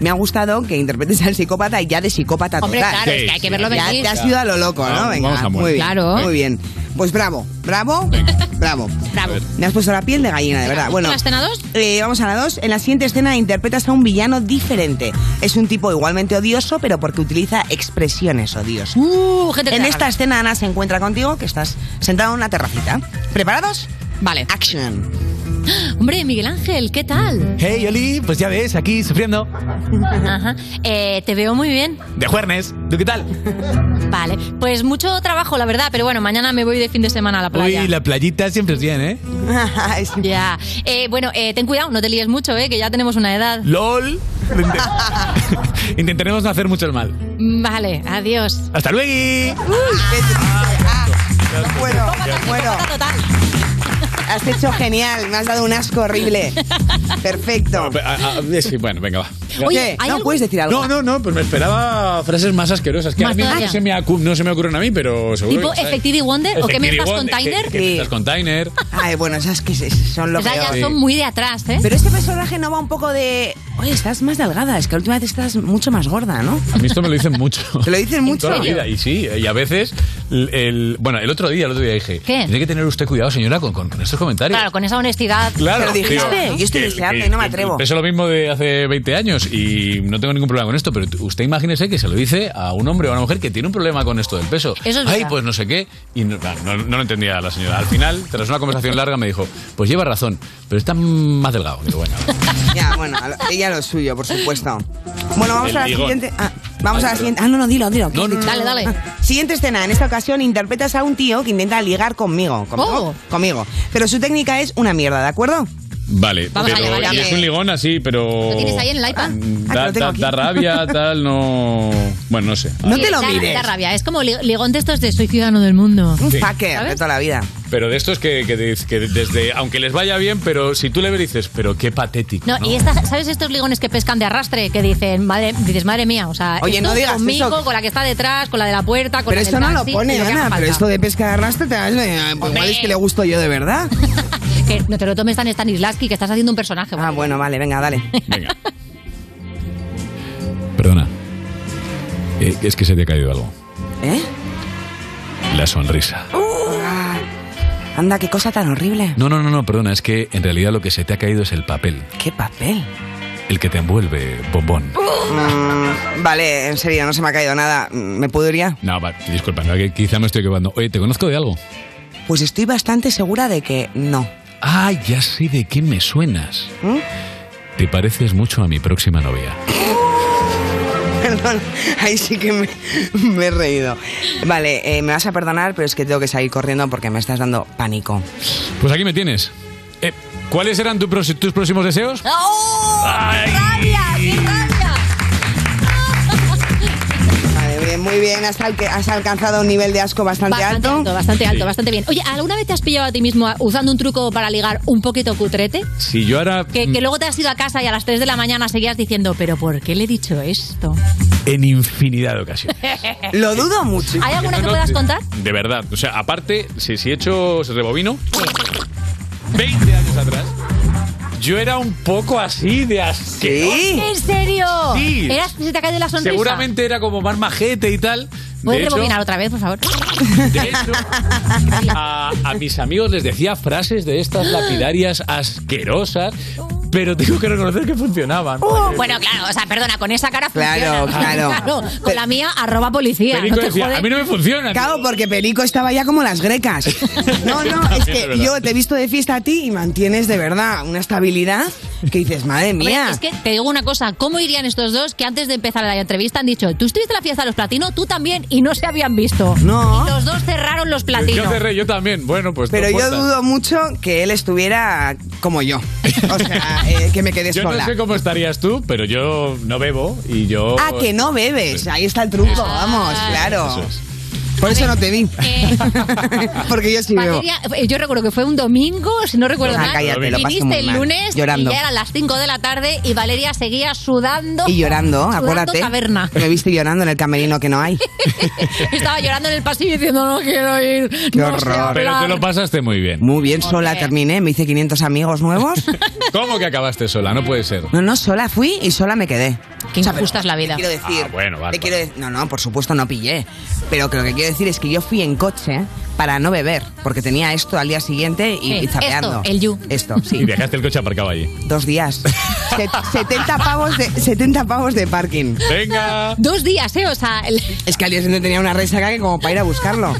me ha gustado que interpretes al psicópata y ya de psicópata
Hombre,
total.
claro, es que hay que verlo
Ya
venir.
te has ido a lo loco, ¿no?
Vamos,
Venga,
vamos a
muy
muerte.
bien,
Claro.
muy bien. Pues bravo, bravo, bravo.
Bravo.
Me has puesto la piel de gallina, de verdad. Bueno,
¿La escena dos?
eh, vamos a la 2. En la siguiente escena interpretas a un villano diferente. Es un tipo igualmente odioso, pero porque utiliza expresiones odiosas.
Uh.
en esta escena Ana se encuentra contigo, que estás sentado en una terracita. ¿Preparados?
Vale.
Action.
Hombre, Miguel Ángel, ¿qué tal?
Hey Oli, pues ya ves, aquí sufriendo.
Ajá. Eh, te veo muy bien.
De juernes, ¿tú qué tal?
Vale, pues mucho trabajo, la verdad, pero bueno, mañana me voy de fin de semana a la playa.
Uy, la playita siempre es bien, ¿eh?
ya. Eh, bueno, eh, ten cuidado, no te líes mucho, eh, que ya tenemos una edad.
LOL. Intentaremos no hacer mucho el mal.
Vale, adiós. Ah,
¡Hasta luego!
Bueno, bueno. Has hecho genial, me has dado un asco horrible. Perfecto.
Ah, ah, sí, bueno, venga, va.
Oye, ¿no puedes decir algo?
No, no, no, pues me esperaba frases más asquerosas. Que
Más
a mí no
todavía.
se, me acu- no se me ocurren a mí, pero seguro.
Tipo
que sabes.
Effectivity Wonder o que me
Effectivity
estás
Wonder,
container.
que- que me estás container.
Ay, bueno, esas que se- son lo
Esas ya
peor.
son muy de atrás, ¿eh?
Pero este personaje no va un poco de. Oye, estás más delgada, es que la última vez estás mucho más gorda, ¿no?
A mí esto me lo dicen mucho.
Te lo dicen mucho.
Toda la
¿En serio?
vida, y sí, y a veces. El, el- bueno, el otro día, el otro día dije.
¿Qué?
Tiene que tener usted cuidado, señora, con, con, con estos comentarios.
Claro, con esa honestidad.
Claro, digo,
yo estoy
que-
deseable
que-
y no me
que-
atrevo.
Eso es lo mismo de hace 20 años y no tengo ningún problema con esto, pero usted imagínese que se lo dice a un hombre o a una mujer que tiene un problema con esto del peso.
Eso es
Ay,
verdad.
pues no sé qué. Y no, no- no lo entendía la señora. Al final, tras una conversación larga, me dijo, pues lleva razón, pero está más delgado. Digo, bueno,
Ya, bueno, a lo- ella lo suyo, por supuesto. Bueno, vamos
El
a la
ligón.
siguiente. ah, vamos a la siguiente. Ah, no, no, dilo, dilo.
No, no, no.
Dale, dale.
Ah, Siguiente escena. En esta ocasión interpretas a un tío que intenta ligar conmigo.
Oh.
¿Conmigo? Conmigo. Pero su técnica es una mierda, ¿de acuerdo?
vale.
Vamos
pero
allá,
y
vale.
es un ligón así, pero...
¿Lo tienes ahí en el iPad?
Ah,
Ah,
Da, da- da rabia, tal, no... Bueno, no sé.
Da- Da rabia. Es como li- ligón de estos de soy ciudadano del mundo.
Un Sí.
fucker de toda la vida.
Pero de estos que, que dices que desde, aunque les vaya bien, pero si tú le ves dices, pero qué patético.
No, y esta- ¿sabes estos ligones que pescan de arrastre? Que dicen, madre, dices, madre mía, o sea,
Oye,
esto
no digas
conmigo,
eso.
con la que está detrás, con la de la puerta, con
Pero
la del
esto no lo
taxi,
pone,
lo que
Ana.
haga
Pero esto
falta.
de pesca de arrastre, te das- eh, pues igual es que le gusto yo de verdad.
Que no te lo tomes tan Islaski, que estás haciendo un personaje.
Ah, bueno, vale, venga, dale.
Perdona. Eh, es que se te ha caído algo.
¿Eh?
La sonrisa.
Ah, Anda, qué cosa tan horrible.
No, no, no, no, perdona, es que en realidad lo que se te ha caído es el papel.
¿Qué papel?
El que te envuelve, bombón.
Mm, vale, en serio, no se me ha caído nada. Mm, ¿Me puedo ir ya?
No, va, disculpa, no, que quizá me estoy equivocando. Oye, ¿te conozco de algo?
Pues estoy bastante segura de que no. ¿Mm?
Ah, ya sé de qué me suenas. Te pareces mucho a mi próxima novia.
Perdón, ahí sí que me, me he reído. Vale, eh, me vas a perdonar, pero es que tengo que salir corriendo porque me estás dando pánico.
Pues aquí me tienes. Eh, ¿Cuáles eran tu pros- tus próximos deseos?
Vale, bien, muy bien, has, alca- has alcanzado un nivel de asco bastante,
Bastante alto, bastante alto,
Sí.
bastante bien. Oye, ¿alguna vez te has pillado a ti mismo usando un truco para ligar un poquito cutrete?
Si yo ahora
Que, que luego te has ido a casa y a las 3 de la mañana seguías diciendo, pero ¿por qué le he dicho esto?
mm, en infinidad de ocasiones.
Lo dudo mucho.
¿Hay alguna
No,
que
no,
puedas
sí.
contar?
De verdad, o sea, aparte, si, si he hecho si rebobino, 20 años atrás, yo era un poco así de así.
¿En serio?
Sí.
Eras- ¿Se te ha caído la sonrisa?
Seguramente era como más majete y tal.
¿Puedes
De hecho,
rebobinar otra vez, por favor?
a, a mis amigos les decía frases de estas lapidarias asquerosas, pero tengo que reconocer que funcionaban.
Uh, Bueno, claro, o sea, perdona, con esa cara
Claro,
funciona.
claro.
con la mía, arroba policía.
Perico
no te
decía,
jode.
a mí no me funciona.
Claro, porque Perico estaba ya como las grecas. No, no, es
También es
que
verdad.
yo te he visto de fiesta a ti y mantienes de verdad una estabilidad que dices, madre
Hombre,
mía.
Es que te digo una cosa, ¿cómo irían estos dos que antes de empezar la entrevista han dicho, tú estuviste en la fiesta de los platinos, tú también, y no se habían visto?
No.
Y los dos cerraron los
Yo
platinos.
cerré, yo también. Bueno, pues.
Pero
no
yo
importa.
dudo mucho que él estuviera como yo. O sea, eh, que me quedé
Yo
sola.
no sé cómo estarías tú, pero yo no bebo y yo.
Ah, que no bebes. Ahí está el truco,
"Ah,
vamos, claro. Por eso no te vi. Porque yo sí bebo.
eh, Valeria, eh, yo recuerdo que fue un domingo, si no recuerdo
Ah,
mal.
cállate, lo pasé
viniste
muy
el
mal,
lunes
llorando.
y ya eran las 5 de la tarde y Valeria seguía sudando.
Y llorando,
sudando
acuérdate.
taberna.
Me viste llorando en el camerino que no hay.
Estaba llorando en el pasillo diciendo, no quiero ir.
Qué
no sé
horror.
hablar".
pasaste muy bien.
Muy bien, sola terminé. Me hice 500 amigos nuevos.
¿Cómo que acabaste sola? No puede ser. Ah,
No, no, sola fui y sola me quedé.
Qué injusta es la vida.
Quiero decir,
bueno,
te quiero de- no, no, por supuesto no pillé. Pero que lo que quiero decir es que yo fui en coche para no beber, porque tenía esto al día siguiente y,
Sí,
y zapeando.
esto, el
you. Esto, sí.
Y dejaste el coche aparcado allí.
Dos días. Se- 70, pavos de, 70 pavos de parking.
Venga.
Dos días, ¿eh? O sea, el-
Es que al día siguiente tenía una resaca que como para ir a buscarlo.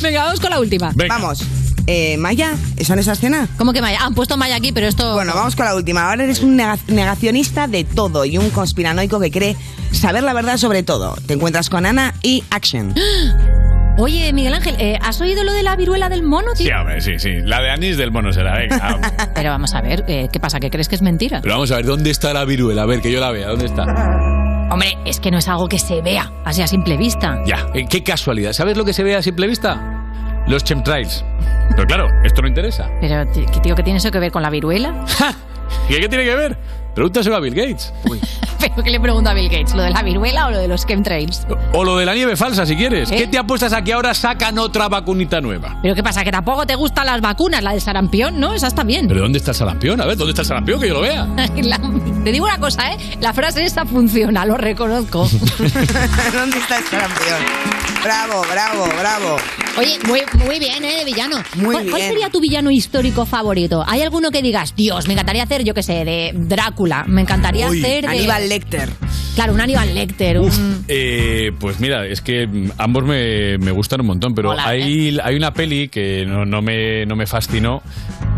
Venga, vamos con la última.
Vamos. Eh, Maya, ¿eso en esa escena?
¿Cómo que Maya? Ah, Han puesto Maya aquí, pero esto...
Bueno, vamos con la última. Ahora eres un nega- negacionista de todo y un conspiranoico que cree saber la verdad sobre todo. Te encuentras con Ana y Action.
Oye, Miguel Ángel, eh, ¿has oído lo de la viruela del mono, tío?
Sí, hombre, sí, sí. La de anís del mono será. Venga. hombre.
Pero vamos a ver, eh, ¿qué pasa? ¿Que crees que es mentira?
Pero vamos a ver, ¿dónde está la viruela? A ver, que yo la vea. ¿Dónde está?
Hombre, es que no es algo que se vea, así a simple vista.
Ya. eh, qué casualidad. ¿Sabes lo que se ve a simple vista?
los chemtrails. Pero claro, esto no interesa.
Pero, ti- que tío, ¿qué tiene eso que ver con la viruela?
¿Y qué tiene que ver? Pregúntaselo a Bill Gates.
¿Pero qué le pregunto a Bill Gates? ¿Lo de la viruela o lo de los chemtrails?
O lo de la nieve falsa, si quieres.
¿Eh?
¿Qué te apuestas a que ahora sacan otra vacunita nueva?
¿Pero qué pasa? ¿Que tampoco te gustan las vacunas? La del sarampión, ¿no? Esa está bien.
¿Pero dónde está el sarampión? A ver, ¿dónde está el sarampión? Que yo lo vea.
La- te digo una cosa, ¿eh? La frase esta funciona, lo reconozco.
¿Dónde está el campeón? Bravo, bravo, bravo.
Oye, muy, muy bien, ¿eh? De villano.
Muy
¿Cuál, cuál
bien.
sería tu villano histórico favorito? ¿Hay alguno que digas, Dios, me encantaría hacer, yo qué sé, de Drácula? Me encantaría
Uy.
hacer de.
Aníbal
Lecter.
Claro, un Aníbal Lecter. un-
Eh, pues mira, es que mm, ambos me, me gustan un montón, pero
Mola, ¿eh?
hay, hay una peli que no, no me, no me fascinó,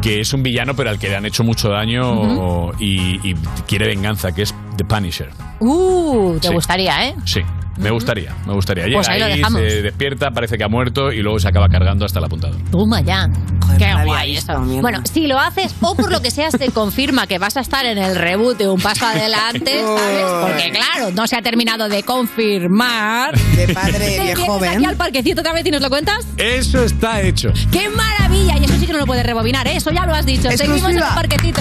que es un villano, pero al que le han hecho mucho daño y, y quiere venganza, que es The Punisher.
Uh, te
Sí.
gustaría, ¿eh?
Sí, me gustaría, me gustaría. Llega
Pues ahí lo
ahí,
dejamos.
se despierta, parece que ha muerto y luego se acaba cargando hasta el apuntador.
Toma ya. Qué
había
guay
visto,
eso.
mierda.
Bueno, si lo haces o por lo que sea se confirma que vas a estar en el reboot de Un Paso Adelante, ¿sabes? Porque claro, no se ha terminado de confirmar. De
padre
y joven. aquí al parquecito otra vez y nos lo cuentas?
Eso está hecho.
¡Qué maravilla! Y eso sí que no lo puedes rebobinar, ¿eh? eso ya lo has dicho. Seguimos en el
Exclusiva.
parquecito.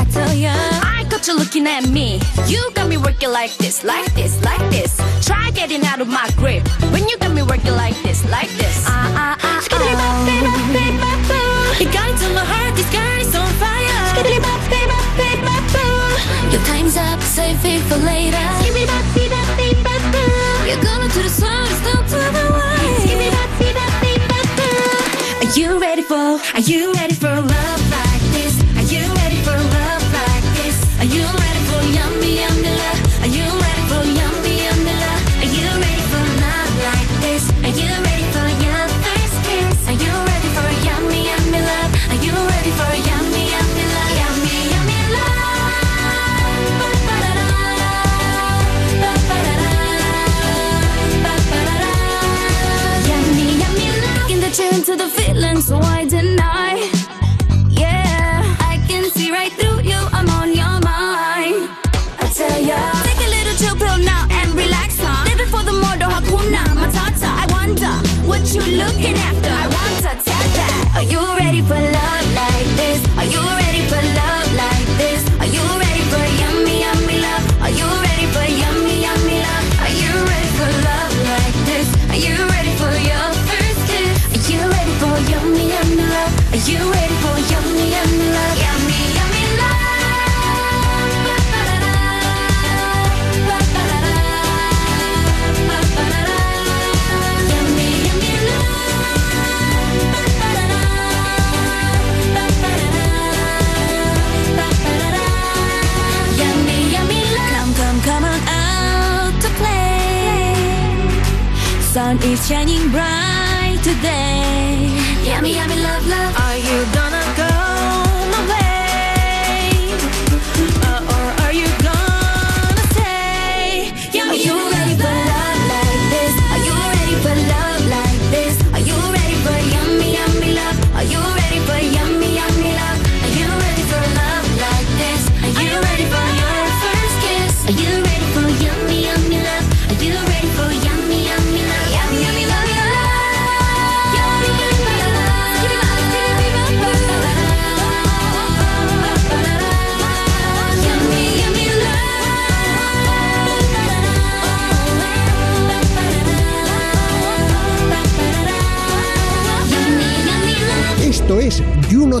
I tell ya. I got you looking at me. You got me working like this, like this, like this. Try getting out of my grip. When you got me working like this, like this. Ah, ah, ah. You got it to my heart. This girl is on fire. Your time's up. Save it for later. You're gonna do the song. It's down to the wire. Are you ready for? Are you ready for love like this? Are you ready for love like this? Are you ready for yummy yummy love? Are you ready for yummy yummy love? Are you ready for love like this? Are you ready for your first kiss? Are you ready for yummy yummy love? Are you ready for yummy yummy love? Yummy yummy love. Yummy, yummy love. In the turn to the feeling, so why deny? Yeah, I can see right through you. I'm on your mind. I tell ya. Take a little chill pill now and relax, huh? Living for the mortal hakuna matata. I wonder what you looking after. I want to tell that. Are you ready for love like this? Are you ready for love like this? Are you ready for yummy yummy love? Are you ready for yummy yummy love? Are you ready for love like this? Are you ready for your first kiss? Are you ready for yummy yummy love? Are you ready for yummy yummy love? Yummy yummy love. Yummy, yummy love. Come, come, come on out to play. Sun is shining bright today. Yummy, yummy love, love. Are you gonna go my way? Uh, or are you gonna stay? Yummy, are you ready for love like this? Are you ready for love like this? Are you ready for yummy, yummy love? Are you ready for yummy, yummy love? Are you ready for love like this? Are you ready for your first kiss? Are you ready for yummy, yummy love? Are you ready for yummy, yummy love? Yummy, yummy love. Yummy, yummy love. Yummy, yummy love.
Esto es You No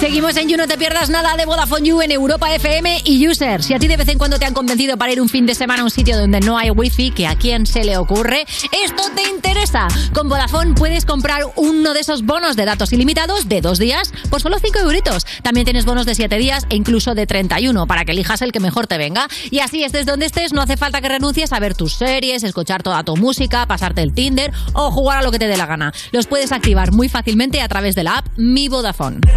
Seguimos en You No Te Pierdas Nada de Vodafone You en Europa FM y User. Si a ti de vez en cuando te han convencido para ir un fin de semana a un sitio donde no hay wifi, que a quién se le ocurre, esto te interesa. Con Vodafone puedes comprar uno de esos bonos de datos ilimitados de dos días por solo 5 euritos. También tienes bonos de 7 días e incluso de 31 para que elijas el que mejor te venga. Y así estés donde estés, no hace falta que renuncies a ver tus series, escuchar toda tu música, pasarte el Tinder o jugar a lo que te dé la gana. Los puedes activar muy fácilmente a través de la app Mi Vodafone.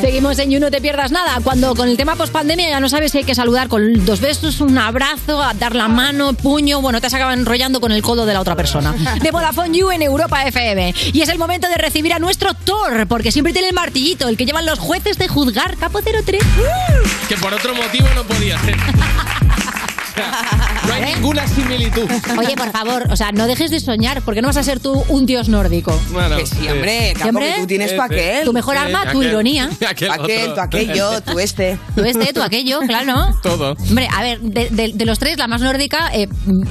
Seguimos en You No Te Pierdas Nada, cuando con el tema pospandemia ya no sabes si hay que saludar con dos besos, un abrazo, a dar la mano, puño, bueno, te has acabado enrollando con el codo de la otra persona. De Vodafone You en Europa FM. Y es el momento de recibir a nuestro Thor, porque siempre tiene el martillito, el que llevan los jueces de juzgar, capo 03.
Que por otro motivo no podía ser. No hay ninguna similitud.
Oye, por favor, o sea, no dejes de soñar, porque no vas a ser tú un dios nórdico.
Bueno, Que sí, hombre,
Sí,
tampoco tú tienes tu aquel.
Tu mejor
Eh,
arma, tu
aquel.
ironía.
Aquel, Aquel, tu aquello, tu este.
Tú este, tú aquello, claro.
Todo.
Hombre, a ver, de, de- de los tres, la más nórdica, eh,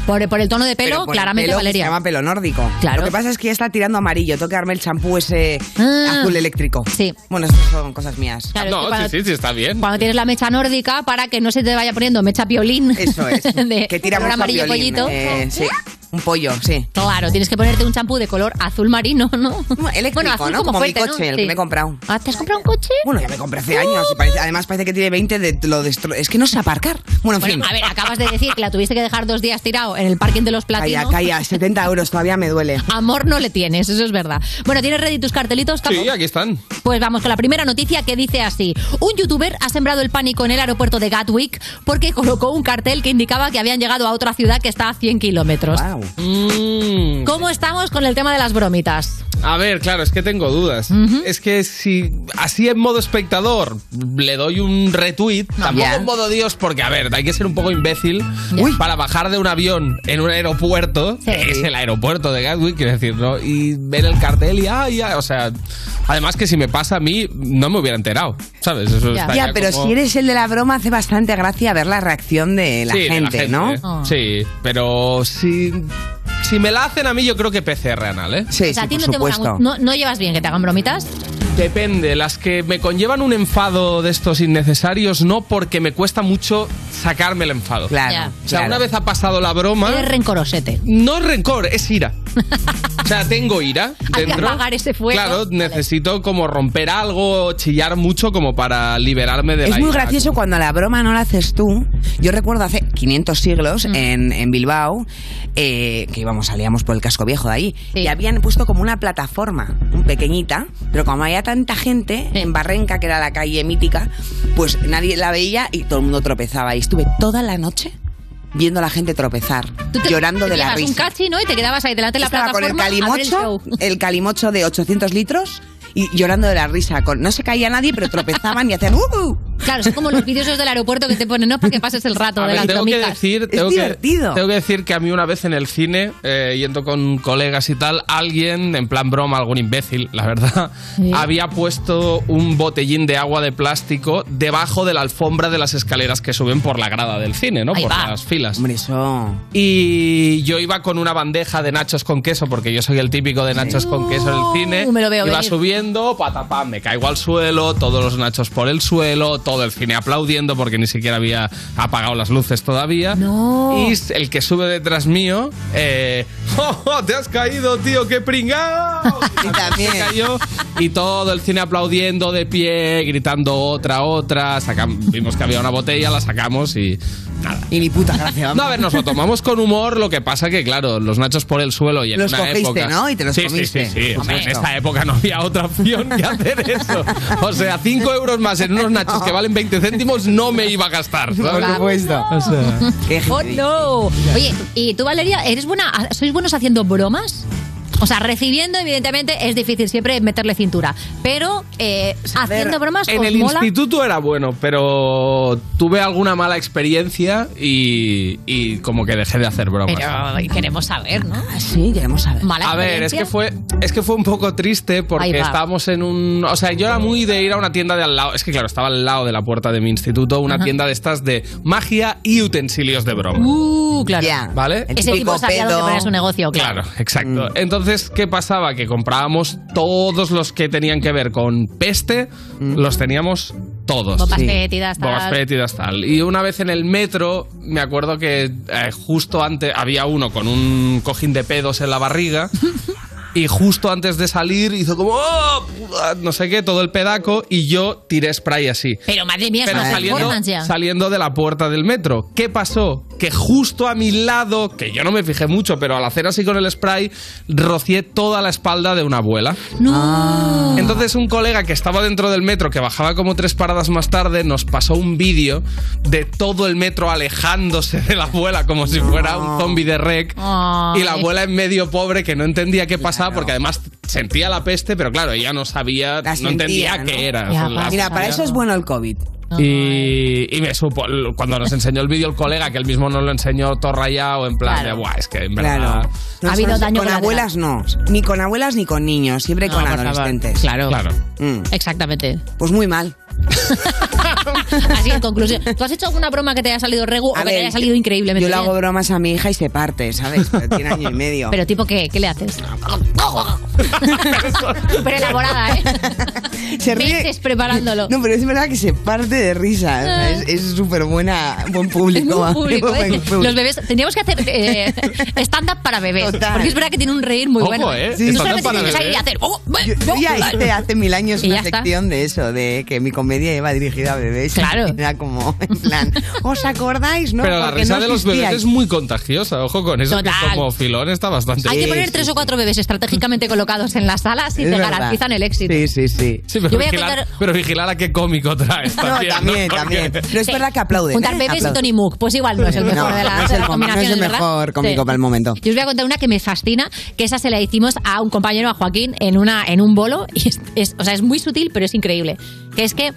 por, por el tono de pelo,
Pero por el
claramente
pelo,
Valeria.
Se llama pelo nórdico.
Claro.
Lo que pasa es que ya está tirando amarillo. Tengo que darme el champú ese
Ah.
azul eléctrico.
Sí.
Bueno, estas son cosas mías.
Claro, es que cuando-
sí, sí, está bien.
Cuando tienes la mecha nórdica para que no se te vaya poniendo mecha piolín.
Eso es.
De
que tira
color
mucho
amarillo
violín,
pollito. Oh.
eh, sí. Un pollo, sí.
Claro, tienes que ponerte un champú de color azul marino, ¿no? bueno, azul
¿no?
como,
Como mi
fuerte, ¿no?
coche, el
Sí.
que me he comprado.
Ah, ¿Te has comprado un coche?
Bueno, ya me compré hace años. y parece- además parece que tiene 20 de lo destro- Es que no sé aparcar. Bueno, en
Bueno,
fin.
a ver, acabas de decir que la tuviste que dejar dos días tirado en el parking de los platinos.
Calla, calla, 70 euros todavía me duele.
Amor no le tienes, eso es verdad. Bueno, ¿tienes ready tus cartelitos, Capo?
Sí, aquí están.
Pues vamos con la primera noticia que dice así. Un youtuber ha sembrado el pánico en el aeropuerto de Gatwick porque colocó un cartel que indicaba que habían llegado a otra ciudad que está a 100 kilómetros.
Mm,
¿Cómo estamos con el tema de las bromitas?
A ver, claro, es que tengo dudas. Es que si así en modo espectador le doy un retweet, tampoco
ya.
en modo Dios, porque a ver, hay que ser un poco imbécil para bajar de un avión en un aeropuerto, que es el aeropuerto de Gatwick, quiero decir, ¿no? Y ver el cartel y ay, ay, o sea, además que si me pasa a mí no me hubiera enterado, ¿sabes? Eso
Ya,
está
Ya,
ya
pero
como-
si eres el de la broma, hace bastante gracia ver la reacción de la,
Sí, de ¿eh?
gente, ¿no?
Ah. Oh.
Sí, pero si, si me la hacen a mí yo creo que PCR anal, ¿eh?
Sí,
O sea, a ti no, te mola mucho. no, no llevas bien que te hagan bromitas.
Depende, las que me conllevan un enfado de estos innecesarios, no porque me cuesta mucho sacarme el enfado.
Claro.
Ya.
O sea,
claro.
una vez ha pasado la broma.
Eres rencorosete.
No es rencor, es ira. O sea, tengo ira
Hay que
dentro.
apagar ese fuego.
Claro, necesito como romper algo, chillar mucho como para liberarme de la
Es muy
ira.
gracioso cuando la broma no la haces tú. Yo recuerdo hace 500 siglos
Mm.
en, en Bilbao, eh, que íbamos, salíamos por el casco viejo de ahí, y habían puesto como una plataforma, un pequeñita, pero como había tanta gente en Barrenca, que era la calle mítica, pues nadie la veía y todo el mundo tropezaba. Y estuve toda la noche viendo a la gente tropezar, llorando
Te
de la
llevas un
risa.
cachi, ¿no? Y te quedabas ahí delante de la
Estaba con
plataforma.
el
a ver el show.
calimocho, el calimocho de 800 litros y llorando de la risa. Con, no se caía nadie, pero tropezaban y hacían ¡uh! uh".
Claro, son como los vídeos esos del aeropuerto que te ponen, ¿no? Para que pases el rato
A
de
ver,
las
tengo que
bromitas.
decir, tengo que- tengo que decir que a mí una vez en el cine, eh, yendo con colegas y tal, alguien, en plan broma, algún imbécil, la verdad, había puesto un botellín de agua de plástico debajo de la alfombra de las escaleras que suben por la grada del cine, ¿no?
Ahí
por
va.
las filas.
Hombre, eso.
Y yo iba con una bandeja de nachos con queso, porque yo soy el típico de nachos con queso en el cine.
Uh, me lo veo
iba
venir.
subiendo, patapam, me caigo al suelo, todos los nachos por el suelo, todo el cine aplaudiendo porque ni siquiera había apagado las luces todavía. Y el que sube detrás mío, eh, ¡Oh, oh, te has caído, tío! ¡Qué pringao! Y también. Se cayó y todo el cine aplaudiendo de pie, gritando otra, otra. Sacam- vimos que había una botella, la sacamos y nada.
Y ni puta gracia.
No, a ver, nos lo tomamos con humor, lo que pasa que, claro, los nachos por el suelo y en
Los
una
cogiste,
época...
¿no? Y te los
sí,
comiste.
Sí, sí, sí.
Por
O sea, en
supuesto.
esta época no había otra opción que hacer eso. O sea, 5 euros más en unos nachos que valen 20 céntimos no me iba a gastar. ¿sabes?
Por supuesto.
O sea,
¡Oh, no! Oye, ¿y tú, Valeria, eres buena? ¿Sois buenos haciendo bromas? O sea, recibiendo, evidentemente, es difícil siempre meterle cintura. Pero eh, haciendo bromas,
En
os
el
mola.
instituto era bueno, pero tuve alguna mala experiencia y, y como que dejé de hacer bromas.
Pero queremos saber, ¿no?
Ah, Sí, queremos saber.
Mala
pues. A ver, es
experiencia.
que fue es que fue un poco triste
Ahí
porque
va.
estábamos en un, o sea, yo era muy de ir a una tienda de al lado, es que claro, estaba al lado de la puerta de mi instituto, una
Ajá.
tienda de estas de magia y utensilios de broma.
Uh, claro.
¿Vale?
Ese tipo sabía lo que ponía su negocio, claro. Mm.
exacto. Entonces, ¿qué pasaba? Que comprábamos todos los que tenían que ver con peste, los teníamos todos.
Bombas Mm. Sí. fétidas, tal.
Bombas fétidas, tal. Y una vez en el metro, me acuerdo que eh, justo antes había uno con un cojín de pedos en la barriga. Y justo antes de salir hizo como ¡Oh! no sé qué, todo el pedaco y yo tiré spray así.
Pero madre mía,
Pero
esa
saliendo,
performance ya.
saliendo de la puerta del metro. ¿Qué pasó? Que justo a mi lado, que yo no me fijé mucho, pero al hacer así con el spray, rocié toda la espalda de una abuela. Entonces un colega que estaba dentro del metro, que bajaba como tres paradas más tarde, nos pasó un vídeo de todo el metro alejándose de la abuela como si fuera un zombie de rec. Y la abuela en medio pobre que no entendía qué pasaba porque además sentía la peste, pero claro, ella no sabía, no entendía
Sentía, ¿no?
qué era. La-
Mira, para eso es bueno el COVID.
y, y me supo, cuando nos enseñó el vídeo el colega, que él mismo nos lo enseñó todo rayado, en plan
Claro.
de, Buah, es que en verdad...
Claro.
Ha habido
Nosotros
daño
Con
colateral.
abuelas no. Ni con abuelas ni con niños. Siempre
No,
con
por favor.
adolescentes.
Claro. Claro.
Mm.
Exactamente.
Pues muy mal.
Así en conclusión. ¿Tú has hecho alguna broma que te haya salido regu o que te haya salido increíblemente
Yo le
bien?
hago bromas a mi hija y se parte, ¿sabes? Pero tiene año y medio.
Pero tipo, ¿qué? ¿Qué le haces? Súper elaborada, ¿eh?
se ríe.
Meses preparándolo.
No, pero es verdad que se parte de risa. O sea, Es es súper buena, buen público.
Un público,
Buen
¿eh?
público.
Los bebés, teníamos que hacer eh, stand-up para bebés. Porque es verdad que tiene un reír muy
Ojo,
bueno.
¿eh?
Tú
Stand-up
solamente
para
tienes que salir y
bebés.
hacer. "Oh, bueno,
Yo este
no,
ya
vale".
hice hace mil años
Y ya
una
está.
sección de eso, de que mi comedia iba dirigida a bebés. Claro. Era como, en plan, ¿os acordáis? No,
Pero la
Porque
risa
no
de los bebés
existíais.
es muy contagiosa, ojo con eso,
Total.
que como filón está bastante...
Hay que poner tres o cuatro bebés estratégicamente colocados en las salas y
Es
te
verdad.
garantizan el éxito.
Sí, sí, sí.
Sí, pero,
Yo voy a
vigilar,
contar-
pero vigilar a qué cómico traes
No, también,
también.
también. Pero es verdad que aplauden,
Juntar
¿eh?
bebés
Aplauden.
y Tony Mook. Pues igual no es el
No,
mejor de la,
no es
de
el,
la
mom- no es
combinación,
el
¿verdad?
mejor cómico
Sí.
para el momento.
Yo os voy a contar una que me fascina, que esa se la hicimos a un compañero, a Joaquín, en, una, en un bolo. Y es, es- o sea, es muy sutil, pero es increíble. Que es que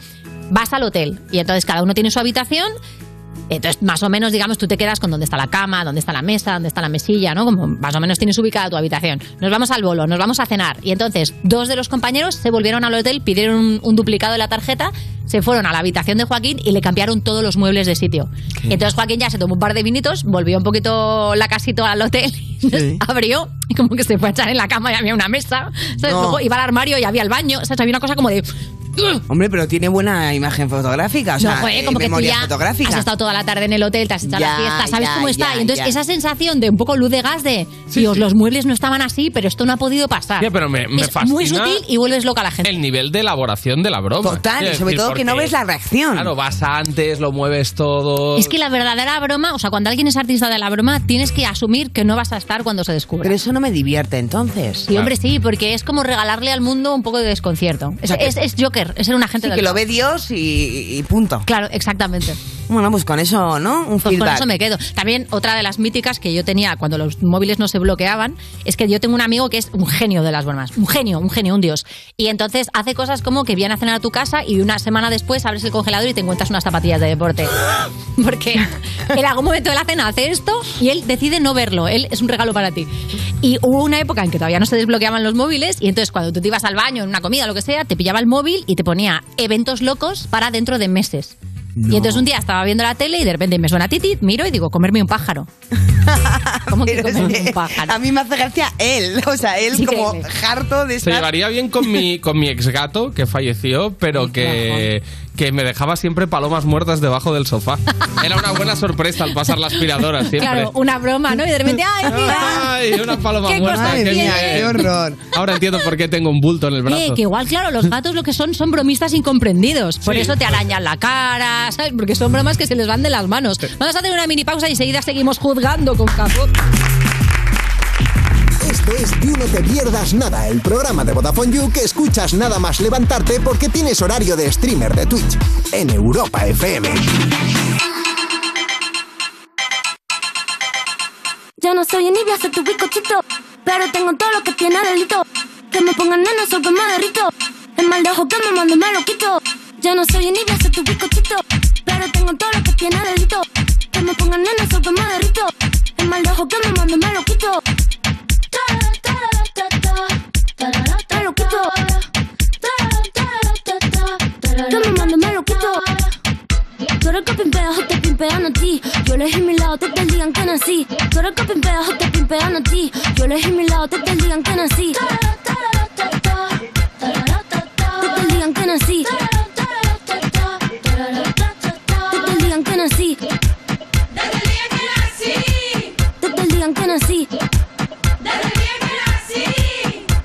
vas al hotel y entonces cada uno tiene su habitación. Entonces, más o menos, digamos, tú te quedas con dónde está la cama, dónde está la mesa, dónde está la mesilla, ¿no? Como más o menos tienes ubicada tu habitación. Nos vamos al bolo, nos vamos a cenar. Y entonces, dos de los compañeros se volvieron al hotel, pidieron un, un duplicado de la tarjeta, se fueron a la habitación de Joaquín y le cambiaron todos los muebles de sitio. Y entonces Joaquín ya se tomó un par de vinitos, volvió un poquito la casito al hotel, entonces abrió y como que se fue a echar en la cama y había una mesa. ¿sabes?
No.
Luego iba al armario y había el baño. O sea, había una cosa como de...
Hombre, pero tiene buena imagen fotográfica, o sea,
no, joder,
eh,
como que tú
memoria
ya
fotográfica.
has estado toda la tarde en el hotel, te has echado
Ya,
la fiesta, sabes
ya,
cómo está.
ya,
y entonces
ya.
esa sensación de un poco luz de gas de, Dios, los muebles no estaban así, pero esto no ha podido pasar.
Ya, pero me, me
es
fascina
muy sutil y vuelves loca a la gente.
el nivel de elaboración de la broma.
Total,
Quiero
y sobre todo que no
porque-
ves la reacción.
Claro, vas antes, lo mueves todo...
Es que la verdadera broma, o sea, cuando alguien es artista de la broma, tienes que asumir que no vas a estar cuando se descubre.
Pero eso no me divierte entonces.
Sí, hombre, sí, porque es como regalarle al mundo un poco de desconcierto. Es,
sea, que-
es, es Joker, es ser un agente
Sí,
del
que lo
mal.
ve Dios y, y punto.
Claro, exactamente.
Bueno, pues con eso, ¿no? Un
Pues con
feedback.
eso me quedo. También otra de las míticas que yo tenía cuando los móviles no se bloqueaban es que yo tengo un amigo que es un genio de las bromas. Un genio, un genio, un dios. Y entonces hace cosas como que viene a cenar a tu casa y una semana después abres el congelador y te encuentras unas zapatillas de deporte. Porque en algún momento de la cena hace esto y él decide no verlo. Él es un regalo para ti. Y hubo una época en que todavía no se desbloqueaban los móviles y entonces cuando tú te ibas al baño, en una comida, lo que sea, te pillaba el móvil y te ponía eventos locos para dentro de meses. Y entonces un día estaba viendo la tele y de repente me suena titi, miro y digo, comerme un pájaro. ¿Cómo que
Pero es
comerme
que
un pájaro?
A mí me hace gracia él, o sea, él como harto de
Se
estar...
llevaría bien con mi, con mi ex gato, que falleció, pero que, que me dejaba siempre palomas muertas debajo del sofá. Era una buena sorpresa al pasar la aspiradora siempre.
Claro, una broma, ¿no? Y de repente, ¡ay, mira!
Ay, una paloma
¿Qué
muerta.
cosas
qué eh.
tiene?
bien.
Qué
horror.
Ahora entiendo por qué tengo un bulto en el brazo.
Eh, que igual, claro, los gatos lo que son son bromistas incomprendidos. Por
Sí.
eso te arañan la cara, ¿sabes? Porque son bromas que se les van de las manos. Vamos a hacer una mini pausa y enseguida seguimos juzgando con Cafú.
Este es You No Te Pierdas Nada, el programa de Vodafone You que escuchas nada más levantarte porque tienes horario de streamer de Twitch en Europa FM.
Yo no soy envidia, soy tu bizcochito. Pero
tengo todo lo que tiene delito. Que me pongan nenas o que me derrito. El mal de ojo que me mando me lo quito. Yo no soy envidia, soy tu bizcochito. Pero tengo todo lo que tiene delito. Que me pongan nenas o que me derrito. El mal de ojo que me mando me lo quito. Todo, todo, todo, todo, todo, me lo quito. Todo, todo, todo, todo, todo, que me mando me lo quito. Tú eres que pimpeas o te pimpean a ti. Yo elegí mi lado, te te digan que nací. Tú eres que pimpeas o te pimpean a ti. Yo elegí mi lado, te te digan que nací. Te te digan que nací. Te te digan que nací. Te te digan que nací.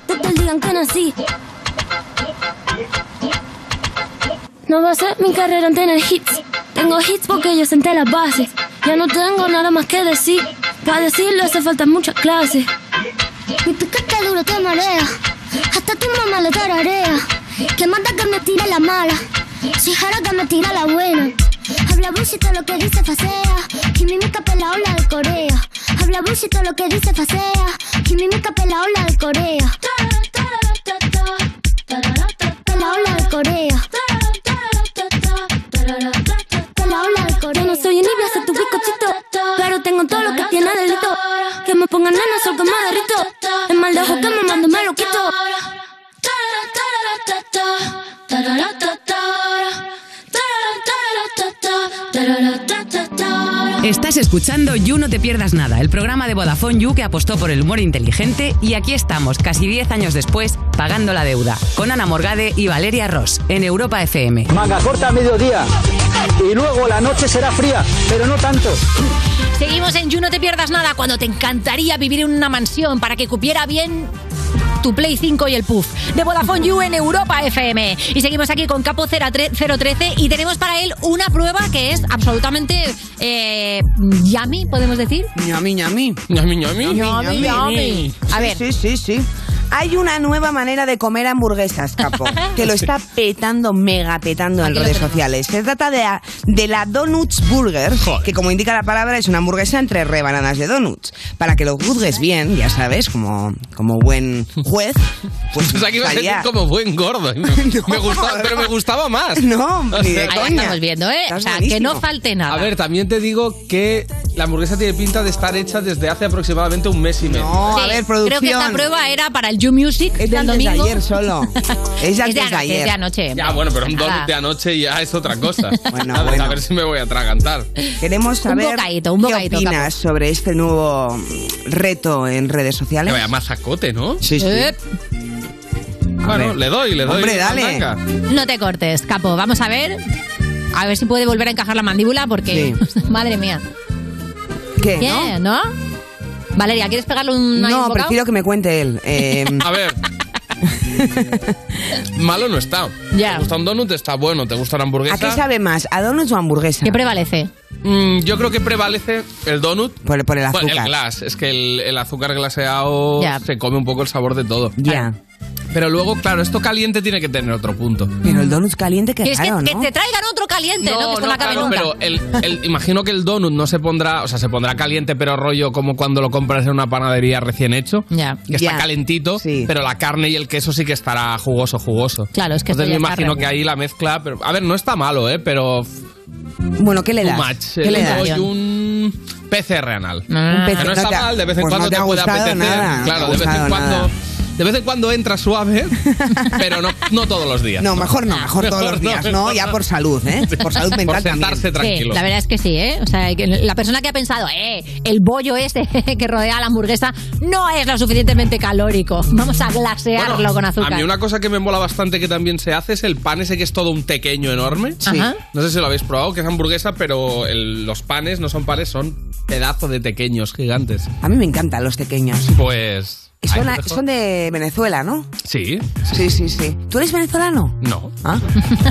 Te te digan que nací. No va a ser mi carrera en tener hits. Tengo hits porque yo senté las bases. Ya no tengo nada más que decir. Para decirlo hace falta muchas clases. Mi piquete duro te marea. Hasta tu mamá le tararea. Que manda que me tira la mala. Si jara que me tira la buena. Habla bullshit todo lo que dice facea. Que mímica pela ola de Corea. Habla bullshit todo lo que dice facea. Que mímica pela ola de Corea. Pela ola de Corea. Pela ola de Corea. Yo no soy envidia, soy tu bizcochito. Pero tengo todo lo que tiene delito. Que me pongan nana, sol que me derrito. El mal de ojo que me mando me lo quito.
Estás escuchando You No Te Pierdas Nada, el programa de Vodafone You que apostó por el humor inteligente y aquí estamos, casi 10 años después, pagando la deuda, con Ana Morgade y Valeria Ross, en Europa FM.
Manga corta a mediodía y luego la noche será fría, pero no tanto.
Seguimos en You, no te pierdas nada cuando te encantaría vivir en una mansión para que cupiera bien tu Play 5 y el puff. De Vodafone You en Europa FM. Y seguimos aquí con Capo 013 y tenemos para él una prueba que es absolutamente eh, yummy, podemos decir.
Ñami, ñami.
Ñami, ñami.
Ñami, ñami. A ver. Sí, sí, sí. Hay una nueva manera de comer hamburguesas, capo, que lo está petando, mega petando en
Aquí lo
redes
tenemos.
sociales. Se trata de, la- de la Donuts Burger, que como indica la palabra es una hamburguesa entre rebanadas de donuts. Para que lo juzgues bien, ya sabes, como, como buen juez, pues
Pues aquí iba a
estaría-
decir como buen gordo. me gustaba, pero me gustaba más.
No,
Ahí estamos viendo, ¿eh? O sea, que no falte nada.
A ver, también te digo que la hamburguesa tiene pinta de estar hecha desde hace aproximadamente un mes y medio.
No, a
Sí,
ver,
Creo que esta
producción.
prueba era para el You Music
de
del domingo.
ayer solo. Es de
Es de
antes de
anoche, es de
ayer.
anoche. Ah.
Ya, bueno, pero un
Nada.
donut de anoche ya es otra cosa.
Bueno,
a, ver,
bueno.
a ver si me voy a atragantar.
Queremos
Un
saber
bocadito, un bocadito,
qué opinas sobre este nuevo mm, reto en redes sociales.
Vaya masacote, Este, ¿no?
Sí, sí.
Eh,
Bueno,
ver.
le doy, le doy.
Hombre, dale.
Arranca.
No te cortes, capo. Vamos a ver. A ver si puede volver a encajar la mandíbula porque. Madre mía.
¿Qué?
Bien, ¿no? Valeria, ¿quieres pegarle un. ahí un
No,
bocado?
prefiero que me cuente él. Eh,
A ver. Malo no está.
Ya.
¿Te gusta un donut? Está bueno. ¿Te gusta una hamburguesa?
¿A qué sabe más? ¿A donuts o hamburguesa? ¿Qué
prevalece?
Mm, yo creo que prevalece el donut.
Por, por el
Bueno,
azúcar.
el glass. Es que el, el azúcar glaseado
Ya.
se come un poco el sabor de todo.
Ya.
Pero luego, claro, esto caliente tiene que tener otro punto.
Pero el donut caliente que
¿Quieres que,
raro,
que
¿no?
te traigan otro caliente? No, que esto no, acabe
claro,
nunca.
pero el, el- imagino que el donut no se pondrá, o sea, se pondrá caliente, pero rollo como cuando lo compras en una panadería recién hecho,
Ya.
que está
Ya.
calentito, pero la carne y el queso sí que estará jugoso, jugoso.
Claro, es que
Entonces
esto
Pues me
ya está
imagino
regular.
que ahí la mezcla, pero a ver, no está malo, ¿eh? Pero
Bueno, ¿qué le
too
das?
much.
¿Qué le das?
doy un PCR anal.
Ah. Un PCR,
que no
no
está
te ha-
mal, de vez en
pues no
cuando
te
te,
ha
puede
gustado
apetecer.
nada, no te
claro,
ha
de vez en
gustado
cuando
nada.
de vez en cuando entra suave, pero no, no todos los días.
No, mejor no, mejor todos los días, ¿no? Ya por salud, ¿eh? Por salud mental
Por
también.
sentarse tranquilo.
Sí, la verdad es que sí, ¿eh? O sea, que la persona que ha pensado, eh, el bollo este que rodea la hamburguesa no es lo suficientemente calórico. Vamos a glasearlo
Bueno,
con azúcar.
A mí una cosa que me mola bastante que también se hace es el pan ese que es todo un pequeño enorme.
Sí. Ajá.
No sé si lo habéis probado, que es hamburguesa, pero el- los panes no son panes, son pedazos de pequeños gigantes.
A mí me encantan los pequeños.
Pues...
Y Son,
ay,
a- son de Venezuela, ¿no?
Sí.
Sí, sí, sí. ¿Tú eres venezolano?
No.
¿Ah?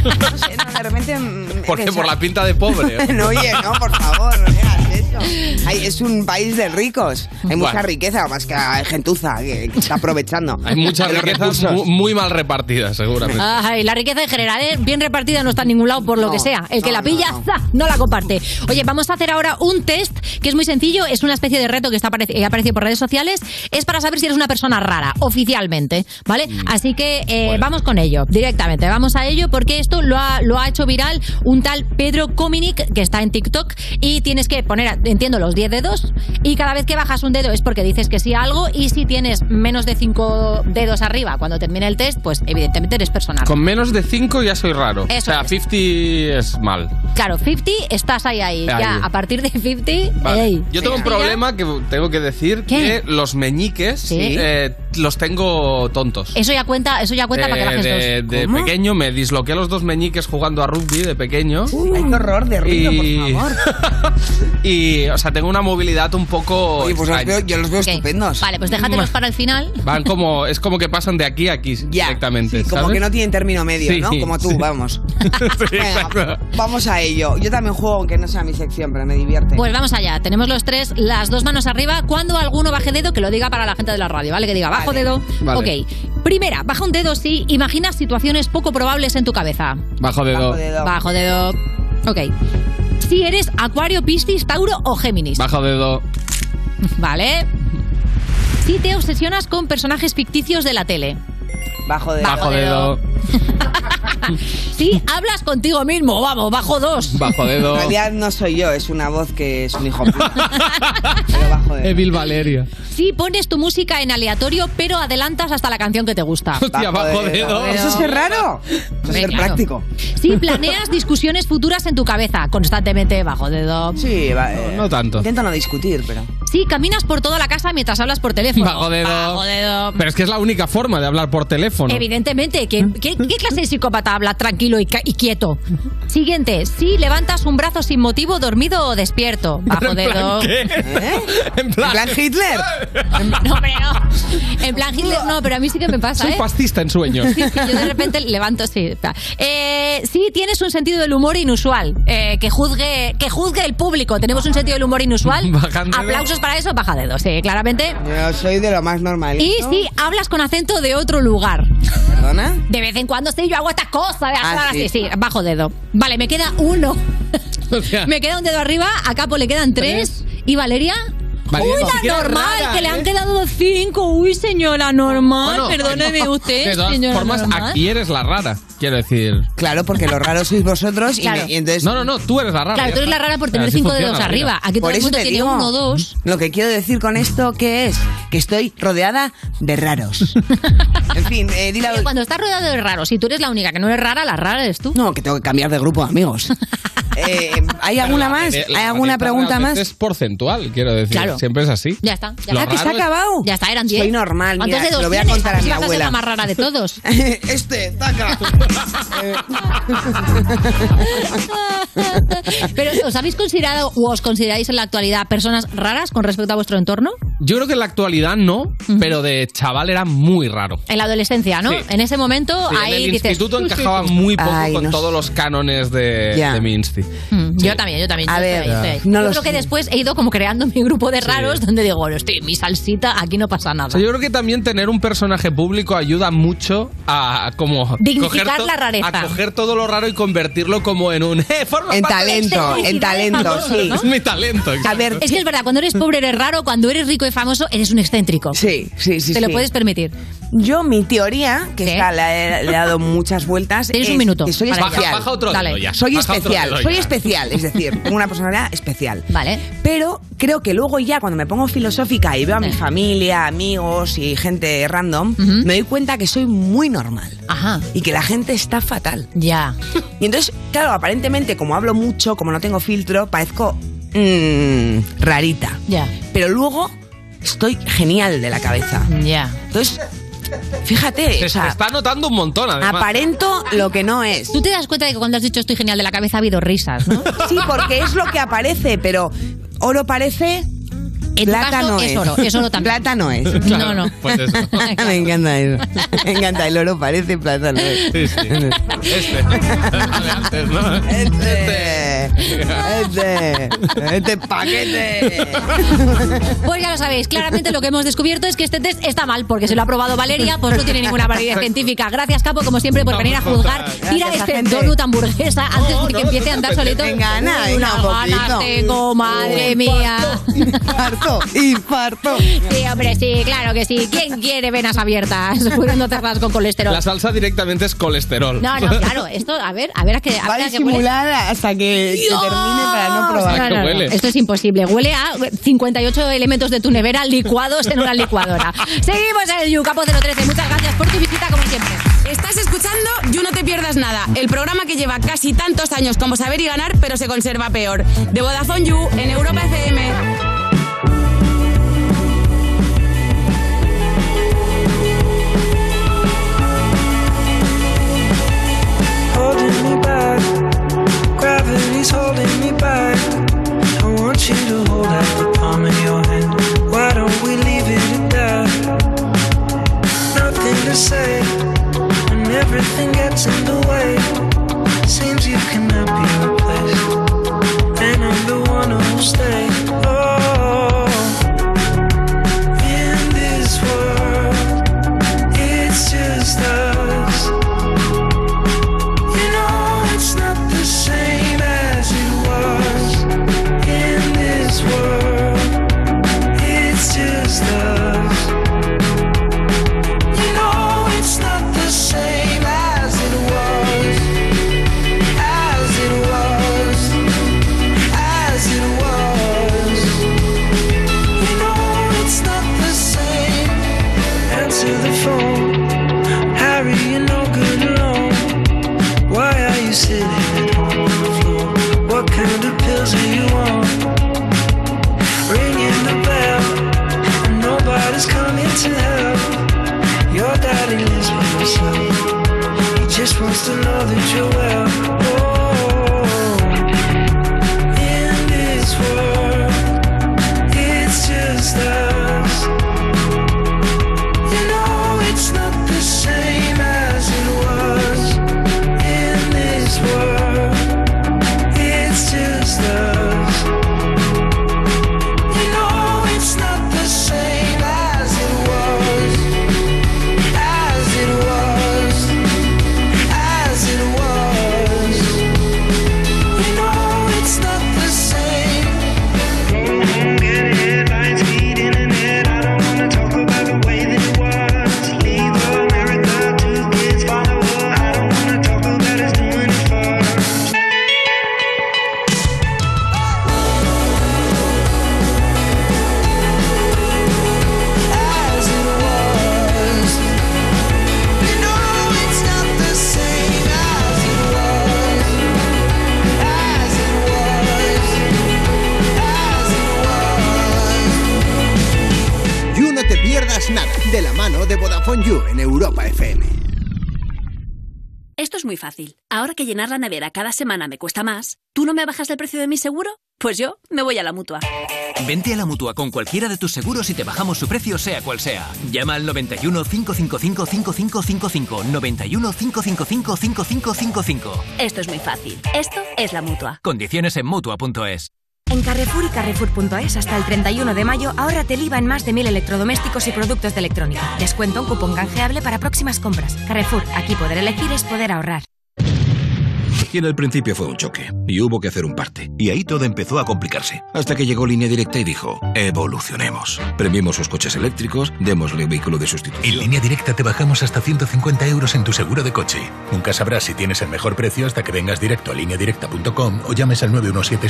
No sé, no, de repente... mm, he
¿Por qué?
pensado-
Por la pinta de pobre.
no, oye, no, por favor, no digas eso. Ay, es un país de ricos. Hay
Bueno.
mucha riqueza, más que hay gentuza que, que está aprovechando.
Hay muchas
Los
riquezas
recursos.
mu- muy mal repartidas,
Ah.
seguramente.
Ay, la riqueza en general eh, bien repartida no está en ningún lado por lo que sea. El que la pilla, ¡za! no. la comparte. Oye, vamos a hacer ahora un test que es muy sencillo, es una especie de reto que está apare- eh, ha aparecido por redes sociales, es para saber si eres una persona rara oficialmente, ¿vale? Así que eh, vamos con ello, directamente, vamos a ello porque esto lo ha, lo ha hecho viral un tal Pedro Cominic que está en TikTok y tienes que poner, entiendo, los 10 dedos y cada vez que bajas un dedo es porque dices que sí a algo y si tienes menos de 5 dedos arriba cuando termine el test, pues evidentemente eres persona rara.
Con menos de 5 ya soy raro.
Eso
o sea, 50 es mal.
Claro, 50, estás ahí, ahí. Ya,
Ahí.
a partir de 50,
Vale.
ey.
Yo tengo un
Mira.
problema que tengo que decir que los meñiques
Sí.
eh, los tengo tontos.
Eso ya cuenta, eso ya cuenta para que
Eh,
bajes
de,
dos.
de
¿Cómo?
pequeño me disloqué los dos meñiques jugando a rugby de pequeño. ¡Ay, qué horror de
rico,
por favor! y, o sea, tengo una movilidad un poco. extraña.
pues Yo los veo
Ok.
estupendos.
Vale, pues déjatelos para el final.
Van como. Es como que pasan de aquí a aquí directamente.
Como
¿sabes?
que no tienen término medio,
Sí,
¿no? Como tú,
sí.
vamos.
Sí, exacto.
Vamos a ello. Yo también juego, aunque no sea mi sección, pero me divierte.
Pues vamos allá, tenemos los tres, las dos manos arriba. Cuando alguno baje dedo, que lo diga para la gente de la radio, ¿vale? Que diga, bajo dedo.
Vale.
Ok. Primera, baja un dedo si imaginas situaciones poco probables en tu cabeza.
Bajo dedo.
Bajo dedo. Ok. Si eres Acuario, Piscis, Tauro o Géminis.
Bajo dedo.
Vale. Si te obsesionas con personajes ficticios de la tele.
Bajo
dedo.
Bajo dedo.
Si hablas contigo mismo, vamos, bajo dos.
Bajo
En realidad no soy yo, es una voz que es un hijo. mío.
Evil Valeria.
Si pones tu música en aleatorio, pero adelantas hasta la canción que te gusta.
Hostia, bajo dedo.
Eso es ser raro. Eso es
Hombre,
ser
claro.
práctico.
Si planeas discusiones futuras en tu cabeza, constantemente bajo dedo.
Sí, va, eh.
No tanto.
Intento no discutir, pero.
Si caminas por toda la casa mientras hablas por teléfono.
Bajo dedo.
Bajo dedo.
Pero es que es la única forma de hablar por teléfono.
Evidentemente, ¿qué,
¿Mm?
qué, qué clase de psicópata habla tranquilo y, ca- y quieto? Siguiente, si levantas un brazo sin motivo, dormido o despierto, bajo
¿En plan
dedo.
qué?
¿En
plan,
Hitler?
No, hombre, no. En plan Hitler, no, pero a mí sí que me pasa,
Soy
¿eh?
pastista en sueños.
Sí, sí, yo de repente levanto, sí. espera. Eh, sí, tienes un sentido del humor inusual. eh, que juzgue que juzgue el público. Tenemos un sentido del humor inusual.
Bajan dedo.
Aplausos para eso, baja dedo, sí, claramente.
Yo soy de lo más normal.
Y sí, hablas con acento de otro lugar.
¿Perdona?
De vez en cuando sí, yo hago estas cosas.
Ah,
sí.
sí.
sí, bajo dedo. Vale, me queda uno. me queda un dedo arriba, a Capo le quedan tres. ¿Y Valeria?
Valeria,
Uy,
ni
la
siquiera es
normal,
rara,
que le
¿eh?
han quedado cinco. Uy, señora normal,
Bueno,
perdóneme usted.
De todas
señora
formas,
normal.
aquí eres la rara, quiero decir.
Claro, porque lo raro sois vosotros
y Claro. me- y
entonces.
No, no, no, tú eres la rara.
Claro, tú eres la rara por tener
Así
cinco
funciona,
dedos
mira.
arriba. Aquí todo
Por
el
eso
mundo
te
tiene
digo,
uno o dos.
Lo que quiero decir con esto que es que estoy rodeada de raros. En fin, eh, di la-
Pero cuando estás rodeado de raros y tú eres la única que no eres rara, la rara eres tú.
No, que tengo que cambiar de grupo, amigos. Eh, ¿Hay alguna más?
Eh, la
¿Hay alguna
rareza
pregunta
realmente
más?
Es porcentual, quiero decir.
Claro.
Siempre es así.
Ya está. Ya
Lo
está.
raro es-
acabado?
Ya está, eran diez.
Soy normal,
¿Cuántos
mira,
dedos
lo voy a
tienes?
contar a
Así
mi
vas ser
abuela.
la más rara de todos.
este, taca.
Pero, ¿os habéis considerado o os consideráis en la actualidad personas raras con respecto a vuestro entorno?
Yo creo que en la actualidad no, pero de chaval era muy raro.
En la adolescencia, ¿no?
Sí.
En ese momento,
Sí,
ahí
en el
dices.
instituto
"Sí, sí,
encajaba
sí".
muy poco
Ay,
con
no
todos los cánones de,
Ya.
de mi insti.
Mm, Yo también, yo también.
A
yo
ver,
estoy ahí, estoy ahí.
no
yo
lo
creo que
sé.
después he ido como creando mi grupo de raros donde digo, bueno, estoy en mi salsita, aquí no pasa nada.
O sea, yo creo que también tener un personaje público ayuda mucho a como
Dignificar
to-
la rareza.
a coger todo lo raro y convertirlo como en un eh, forma
En
parte del
talento,
equipo".
en talento, sí.
Es mi talento.
A ver, es que es verdad, cuando eres pobre eres raro, cuando eres rico y famoso eres un excéntrico.
Sí, sí, sí.
Te lo
sí.
puedes permitir.
Yo, mi teoría, que está, le, he, le he dado muchas vueltas.
Tienes
es
un minuto
Que soy
para
especial.
ello. Baja- baja otro dedo Dale. ya,
Soy
baja otro
especial,
dedo ya.
soy especial, es decir, tengo una personalidad especial.
Vale.
Pero creo que luego ya, cuando me pongo filosófica y veo a mi familia, amigos y gente random, me doy cuenta que soy muy normal.
Ajá.
Y que la gente está fatal.
Ya.
Y entonces, claro, aparentemente, como hablo mucho, como no tengo filtro, parezco mm, rarita.
Ya.
Pero luego estoy genial de la cabeza.
Ya.
Entonces, fíjate,
Se,
o
se
sea,
está notando un montón, además.
aparento lo que no es.
Tú te das cuenta de que cuando has dicho estoy genial de la cabeza ha habido risas, ¿no?
Sí, porque es lo que aparece, pero oro parece.
En tu
plata
caso,
no
es
es.
oro, es oro también.
Plata no es.
Claro, No, no.
pues eso.
Me encanta eso. Me encanta, el oro parece, plata no es.
Sí, sí. Este. El de antes, ¿no?
Este. este, este paquete.
Pues ya lo sabéis, claramente lo que hemos descubierto es que este test está mal, porque se lo ha probado Valeria, pues no tiene ninguna validez científica. Gracias, Capo, como siempre, por venir a juzgar. Tira
Gracias,
este
gente.
donut hamburguesa antes de que empiece a andar solito.
Venga, Ana,
Uy,
venga,
unas
un
ganas
poquito.
tengo, madre mía.
eh, Infarto, infarto.
Sí, hombre, sí, claro que sí. ¿Quién quiere venas abiertas? Pudiendo hacerlas con colesterol.
La salsa directamente es colesterol.
No, no, claro, esto, a ver, a ver a qué. a
Va
ver a qué huele.
disimulada hasta que, que termine para no probar.
Hasta que huele.
Esto es imposible. Huele a 58 elementos de tu nevera licuados en una licuadora. Seguimos en el Yucapo 013. Muchas gracias por tu visita, como siempre.
Estás escuchando You No Te Pierdas Nada, el programa que lleva casi tantos años como saber y ganar, pero se conserva peor. De Vodafone You en Europa FM.
holding me back. Gravity's holding me back. I want you to hold out the palm of your hand. Why don't we leave it at that? Nothing to say, and everything gets in the way. Seems you cannot be replaced, and I'm the one who'll stay. Oh, in this world, it's just us. You know it's not the same as it was in this world. It's just us. You know it's not the same as it was, as it was, as it was. You know it's not the same. Answer the phone, Harry. You're no good alone. Why are you sitting at home on the floor? What kind of pills are you on? Ringing the bell, and nobody's coming to help. Your daddy lives by himself. He just wants to know that you're well. Oh, in this world, it's just us. You know it's not the same as it was in this world. It's just us. You know it's not the same as it was, as it was, as it was. You know it's not the same. Go home, get a headlines, feed in and out. I don't wanna talk about the way that it was. Leave America, two kids, father. I don't wanna talk about us doing it first. As it was, you know it's not the same as it was, as it was, as it
You No Te Pierdas Nada, de la mano de Vodafone You en Europa FM.
Esto es muy fácil. Ahora que llenar la nevera cada semana me cuesta más, ¿tú no me bajas el precio de mi seguro? Pues yo me voy a la mutua.
Vente a la mutua con cualquiera de tus seguros y te bajamos su precio, sea cual sea. Llama al 91 555 5555. 91 555 5555.
Esto es muy fácil. Esto es la mutua.
Condiciones en mutua.es.
En Carrefour y Carrefour.es hasta el 31 de mayo, ahórrate el IVA en más de 1.000 electrodomésticos y productos de electrónica. Descuento un cupón canjeable para próximas compras. Carrefour, aquí poder elegir es poder ahorrar.
Y en el principio fue un choque, y hubo que hacer un parte. Y ahí todo empezó a complicarse, hasta que llegó Línea Directa y dijo, evolucionemos. Premiemos sus coches eléctricos, démosle vehículo de sustitución.
En línea directa te bajamos hasta 150 euros en tu seguro de coche. Nunca sabrás si tienes el mejor precio hasta que vengas directo a lineadirecta.com o llames al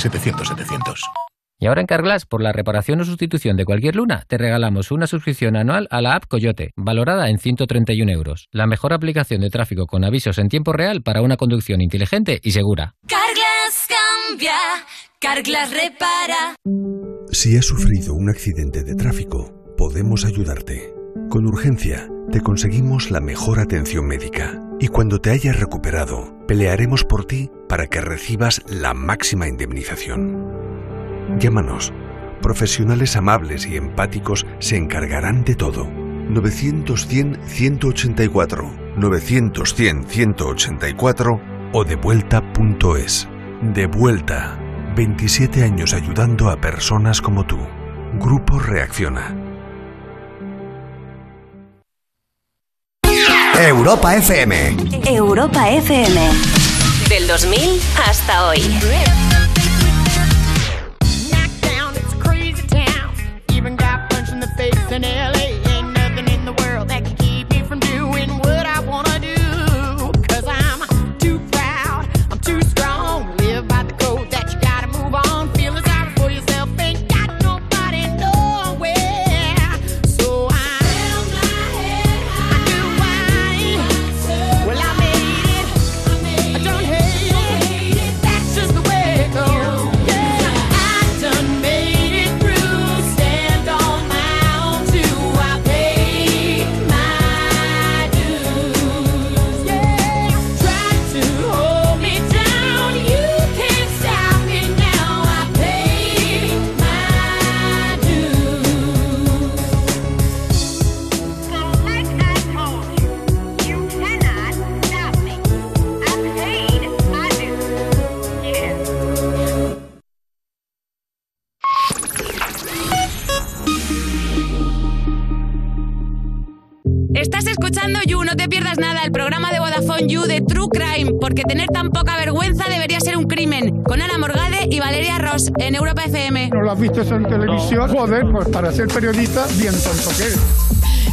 917-700-700.
Y ahora en Carglass, por la reparación o sustitución de cualquier luna, te regalamos una suscripción anual a la app Coyote, valorada en 131 euros. La mejor aplicación de tráfico con avisos en tiempo real para una conducción inteligente y segura.
Carglas cambia, Carglas repara.
Si has sufrido un accidente de tráfico, podemos ayudarte. Con urgencia, te conseguimos la mejor atención médica. Y cuando te hayas recuperado, pelearemos por ti para que recibas la máxima indemnización. Llámanos. Profesionales amables y empáticos se encargarán de todo. 900-100-184, 900-100-184 o devuelta.es.
De vuelta. 27 años ayudando a personas como tú. Grupo Reacciona.
Europa FM.
Europa FM. Del 2000 hasta hoy.
down, it's a crazy town. Even got punched in the face in LA. Ain't nothing in the world that can keep me from doing what I wanna do. Cause I'm too proud, I'm too strong. Live by the code that you gotta move on. Feeling sorry for yourself, ain't got nobody nowhere. So I held my head high. I knew I, well, I made it. I don't hate it. That's just the way it goes. I done made it through. Stand on my own too. I paid my dues. Yeah. Try to hold me down. You can't stop me now. I paid my dues. So like I told you, you cannot stop me. I paid my dues. Yeah.
Estás escuchando You, no te pierdas nada, el programa de Vodafone You de True Crime, porque tener tan poca vergüenza debería ser un crimen, con Ana Morgade y Valeria Ross en Europa FM.
¿No lo has visto eso en televisión? Joder, pues para ser periodista, bien tonto que eres.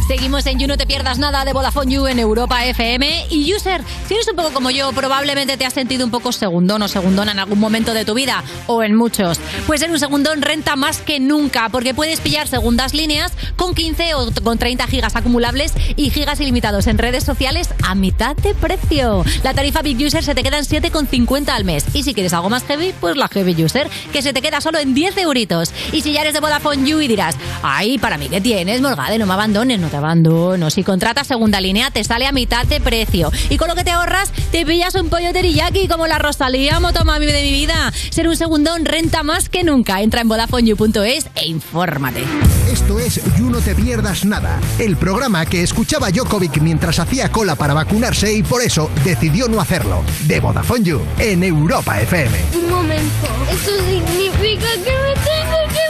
Seguimos en You No Te Pierdas Nada de Vodafone You en Europa FM. Y User, si eres un poco como yo, probablemente te has sentido un poco segundón o segundona en algún momento de tu vida, o en muchos. Pues ser un segundón renta más que nunca, porque puedes pillar segundas líneas con 15 o con 30 gigas acumulables y gigas ilimitados en redes sociales a mitad de precio. La tarifa Big User se te queda en 7,50 al mes. Y si quieres algo más heavy, pues la Heavy User, que se te queda solo en 10 euritos. Y si ya eres de Vodafone You y dirás, ay, para mí que tienes, Morgade, no me abandones, no te abandono. Si contratas segunda línea, te sale a mitad de precio. Y con lo que te ahorras, te pillas un pollo teriyaki como la Rosalía Motomami de mi vida. Ser un segundón renta más que nunca. Entra en VodafoneYou.es e infórmate.
Este. Esto es You No Te Pierdas Nada, el programa que escuchaba Jokovic mientras hacía cola para vacunarse y por eso decidió no hacerlo. De Vodafone You, en Europa FM.
Un momento. Eso significa que me tengo que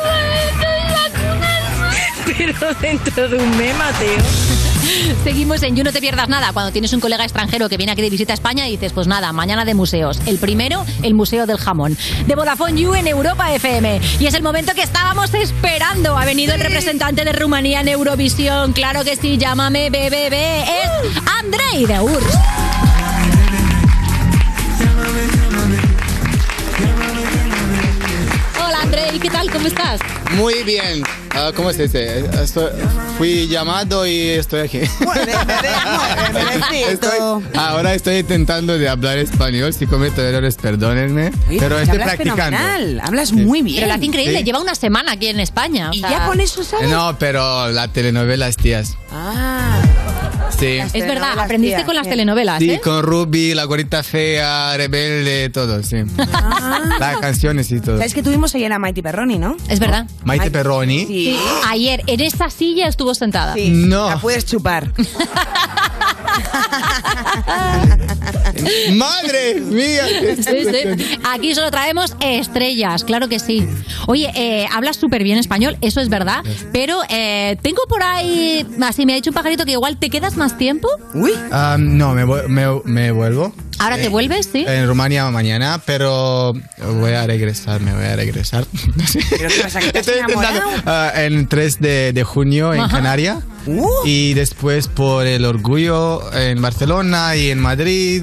Pero dentro de un meme, Mateo. Seguimos en You No Te Pierdas Nada. Cuando tienes un colega extranjero que viene aquí de visita a España y dices, pues nada, mañana de museos. El primero, el Museo del Jamón. De Vodafone You en Europa FM. Y es el momento que estábamos esperando. Ha venido el representante de Rumanía en Eurovisión. Claro que sí, llámame BBB. Es Andrei de Urs. Hola Andrei, ¿qué tal? ¿Cómo estás?
Muy bien. Ah, ¿Cómo se dice? Estoy- fui llamado y estoy aquí. Estoy- ahora estoy intentando de hablar español. Si cometo errores, perdónenme. pero
pues
estoy
hablas
practicando.
fenomenal, hablas muy bien.
Pero lo hace increíble,
Sí. Eh,
lleva una semana aquí en España. y ya
con eso
No, pero la telenovela Las Tías.
Ah,
Sí.
Es verdad, aprendiste con las telenovelas,
Sí,
¿eh?
con Ruby, La Gorita Fea, Rebelde, todo, sí. Las canciones y todo.
Sabes que tuvimos ayer a Mighty Perroni, ¿no?
Es verdad.
Maite Perroni.
Sí. Ayer en esta silla estuvo sentada.
No.
La puedes chupar.
¡Madre mía!
Sí, sí. Aquí solo traemos estrellas, claro que sí. Oye, eh, hablas súper bien español, eso es verdad, pero eh, tengo por ahí, así me ha dicho un pajarito que igual te quedas más tiempo.
Uy. Ah, no, me, vu- me- me vuelvo.
Ahora te
Eh,
vuelves, ¿sí?
En Rumanía mañana, pero voy a regresar, me voy a regresar. Estoy intentando, ah, en 3 de, de junio en
Ajá.
Canarias. Y después por el orgullo en Barcelona y en Madrid.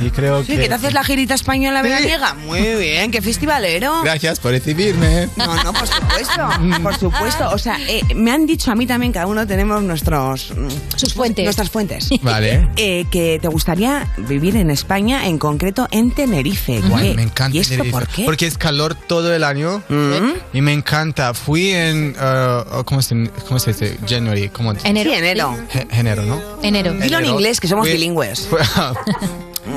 Y creo
Sí,
que.
que te haces la girita española veraniega. Muy bien, qué festivalero.
Gracias por recibirme.
No, no, por supuesto.
Mm.
Por supuesto. O sea, eh, me han dicho a mí también, cada uno tenemos nuestros.
Sus fuentes.
Nuestras fuentes.
Vale.
Eh, que te gustaría vivir en España, en concreto en Tenerife.
Guay,
¿Qué?
me encanta.
¿Y esto
Tenerife,
por qué?
Porque es calor todo el año ¿eh? y me encanta. Fui en. ah, ah, ¿cómo, se, ¿Cómo se dice? January. ¿cómo dice?
Enero. Sí, enero.
Ge- Enero, ¿no?
Enero.
Enero. Fui- fui-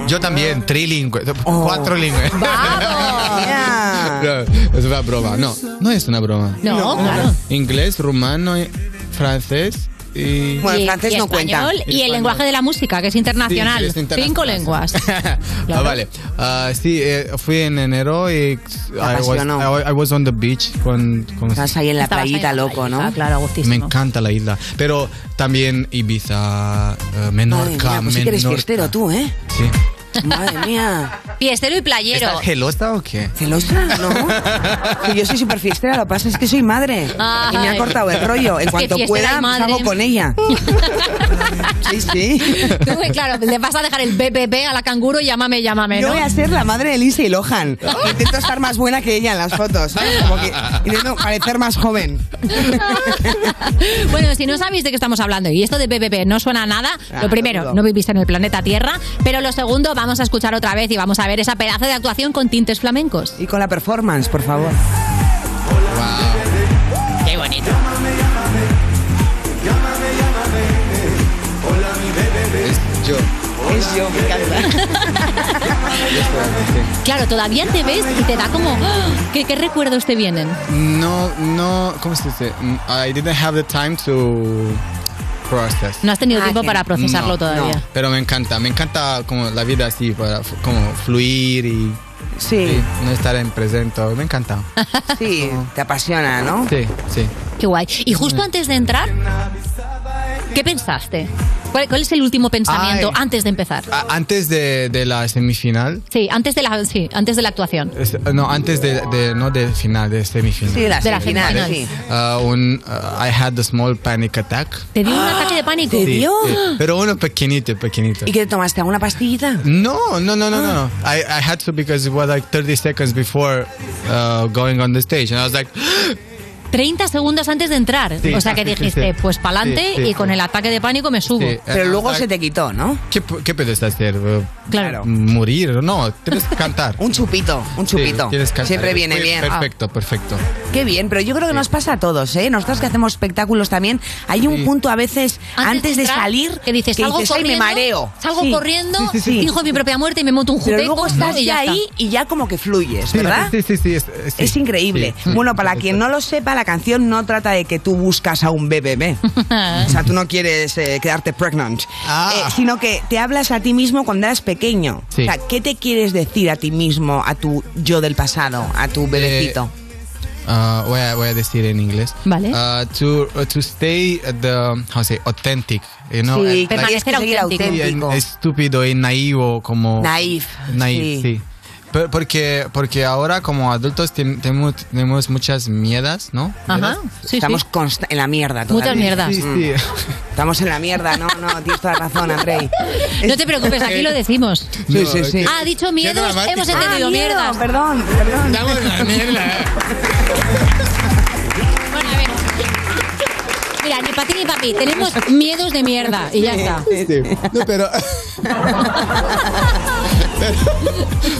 Yo también, trilingüe.
Oh.
Cuatro lingües. No, es una broma. No, no es una broma.
No, claro.
Inglés, rumano, francés y...
Bueno, el
y-
francés
y
no cuenta.
español, Y el lenguaje de la música, que es internacional.
Sí, es internacional.
Cinco lenguas.
Ah, vale. Ah, sí, eh, fui en enero y eh, I was,
apasionó.
I- I was on the beach con, con-
Estás ahí en la
Estabas ahí en
playita,
la
loco, ¿no?
Ah, claro,
Me
gustísimo.
encanta la isla, pero también Ibiza, eh,
Madre
Menorca,
mía, pues sí que eres
Menorca.
fiestero tú, ¿eh?
Sí.
Madre mía.
Fiestero y playero.
¿Estás gelosa o qué?
¿Celosa? No. Que yo soy súper fiestera, lo que pasa es que soy madre. Y me ha
Ay.
cortado el rollo. En
Qué
cuanto
fiestera
pueda,
y madre.
salgo con ella. Sí, sí.
Tú, eh, claro, le vas a dejar el BBB a la canguro, llámame, llámame,
Yo
¿no?
voy a ser la madre de Lindsay Lohan. Intento estar más buena que ella en las fotos. ¿sabes? Como que intento parecer más joven.
Bueno, si no sabéis de qué estamos hablando y esto de BBB no suena a nada,
Ah,
lo primero,
seguro.
no vivís en el planeta Tierra, pero lo segundo, vamos a escuchar otra vez y vamos a ver esa pedazo de actuación con tintes flamencos.
Y con la performance, por favor.
Qué bonito.
Es yo.
Es yo, me
Claro, todavía te ves y te da como, ¡ah! ¿qué, qué recuerdos te vienen?
No, no, ¿cómo se dice? Mm, I didn't have the time to process.
No has
Ah,
tenido tiempo para procesarlo
No,
todavía.
no, pero me encanta, me encanta como la vida así, para, f- como fluir y,
Sí.
y no estar en presente, me encanta.
Sí, te apasiona, ¿no?
Sí, sí.
Qué guay. Y justo antes de entrar, ¿qué pensaste? ¿Cuál, cuál es el último pensamiento antes de empezar?
A- Antes de, de la semifinal,
Sí, antes de la, sí, antes de la actuación.
es- no, antes de, de- no del final, de semifinal.
Sí, la De la semifinal,
Vale.
sí.
Ah, un, ah, I had a small panic attack.
¿Te dio un ataque de pánico?
Sí, sí, Pero uno pequeñito, pequeñito.
¿Y qué Ah. te tomaste? ¿Alguna pastillita?
No, no, no, no, no. I, I had to because it was like 30 seconds before uh, going on the stage. And I was like,
30 segundos antes de entrar.
Sí,
o sea que
sí, sí,
dijiste,
sí.
pues pa'lante
Sí, sí,
y con
sí.
el ataque de pánico me subo.
Sí, Pero eh, luego o sea- se
te quitó, ¿no?
¿qué, pu- qué puedes hacer? Uh,
Claro.
Morir, no, tienes que cantar.
un chupito, un chupito. Siempre viene bien. Ah.
Perfecto, perfecto.
Qué bien, pero yo creo que nos pasa a todos, ¿eh? Nosotros que hacemos espectáculos también, hay un punto a veces antes, de,
entrar,
salir que dices,
salgo
"Ay, me
corriendo,
mareo.
salgo corriendo,
Sí, sí, sí.
finjo mi propia muerte y me monto un
Pero
juguete.
luego estás ya ahí y ya como que fluyes,
Sí,
¿verdad?
Sí, sí, sí. Es, es- sí.
Es increíble.
Sí.
Bueno, para quien no lo sepa, la canción no trata de que tú buscas a un bebé. O sea, tú no quieres eh, quedarte pregnant. Eh, sino que te hablas a ti mismo cuando eras pequeño.
Ah. Sí.
O sea, ¿qué te quieres decir a ti mismo, a tu yo del pasado, a
Eh,
tu bebecito?
Uh, voy, a, voy a decir en inglés.
Vale.
Uh, to, uh, to stay at the, how say, authentic. You know,
Sí,
and, like-
tienes que seguir
Sí,
auténtico.
en- estúpido y naivo como...
Naif,
Naif,
sí.
sí. Pero- Porque, porque ahora como adultos ten- tenemos, tenemos muchas miedas, ¿no?
Ajá,
Miedas.
sí,
Estamos consta- en la mierda.
Muchas
totalmente.
mierdas. Sí,
Mm.
sí.
Estamos en la mierda, no, no, tienes toda la razón, Andrei.
No te preocupes, aquí lo decimos.
Sí, sí, sí.
Ah, ha dicho miedos,
dramático.
hemos entendido
Ah, miedo,
mierdas.
Perdón, perdón.
Estamos en la mierda.
Mira, ni para ti ni para mí, tenemos miedos de mierda y ya está.
Este, No, pero...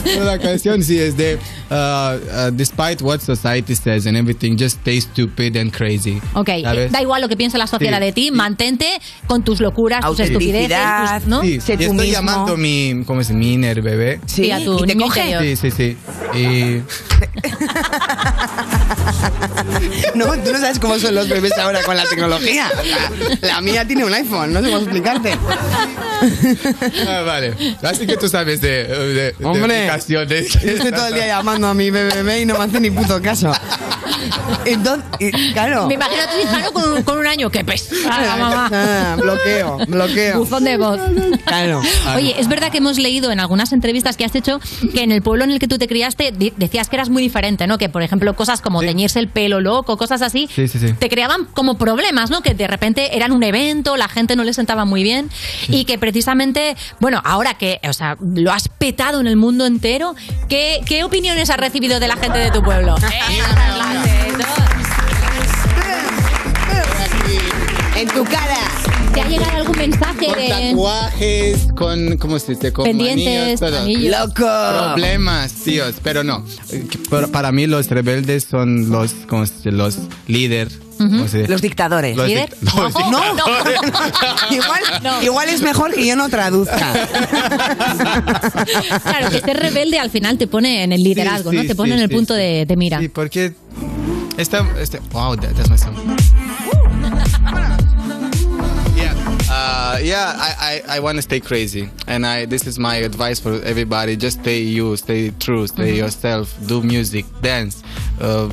Pero la canción sí es de uh, uh, despite what society says and everything just stay stupid and crazy
Ok, eh,
¿sabes?
da igual lo que piensa la sociedad
Sí,
de ti, mantente con tus locuras, tus estupideces, tus- ¿no?
Sí, y estoy llamando mi, ¿cómo se dice? Mi inner bebé.
Sí, a tu ¿Y te niño coge? interior.
Sí, sí, sí. Y
No, tú no sabes cómo son los bebés ahora con la tecnología. La, la mía tiene un iPhone, no sé cómo explicarte.
Ah, vale. Así que tú sabes de, de, de
Hombre,
aplicaciones.
Yo estoy todo el día llamando a mi bebé y no me hace ni puto caso. Entonces, y, claro.
Me imagino a tu hijano con, un- con un año, qué pesada, mamá.
Ah, bloqueo, bloqueo.
Buzón de voz.
Claro.
Ah,
Oye, es verdad que hemos leído en algunas entrevistas que has hecho que en el pueblo en el que tú te criaste di- decías que eras muy diferente, ¿no? Que, por ejemplo, cosas como teñirse el pelo loco, cosas así,
Sí, sí, sí.
te creaban como problemas, ¿no? Que de repente eran un evento, la gente no le sentaba muy bien y que precisamente, bueno, ahora que, o sea, lo has petado en el mundo entero, ¿qué, qué opiniones has recibido de la gente de tu pueblo?
En tu cara.
¿Te ha llegado algún mensaje
Con
de...?
tatuajes, con, ¿cómo se dice? Con
Pendientes,
todo.
anillos. ¡Loco!
Problemas, tíos. Pero no. Pero para mí los rebeldes son los, ¿cómo se dice? Los líder.
Ujú.
¿cómo se dice?
Los dictadores.
Los
¿Líder?
dic- los
No,
dictadores.
igual, igual es mejor que yo no traduzca.
Claro, que ser rebelde al final te pone en el liderazgo,
Sí,
¿no?
sí,
Te pone
sí,
en el
sí,
punto
sí.
de, de mira.
Sí, porque esta, este- wow, that- that's my song. Uh, yeah, I, I, I want to stay crazy, and I this is my advice for everybody: just stay you, stay true, stay
Mm-hmm.
Mhm.
yourself, do music, dance. Uh,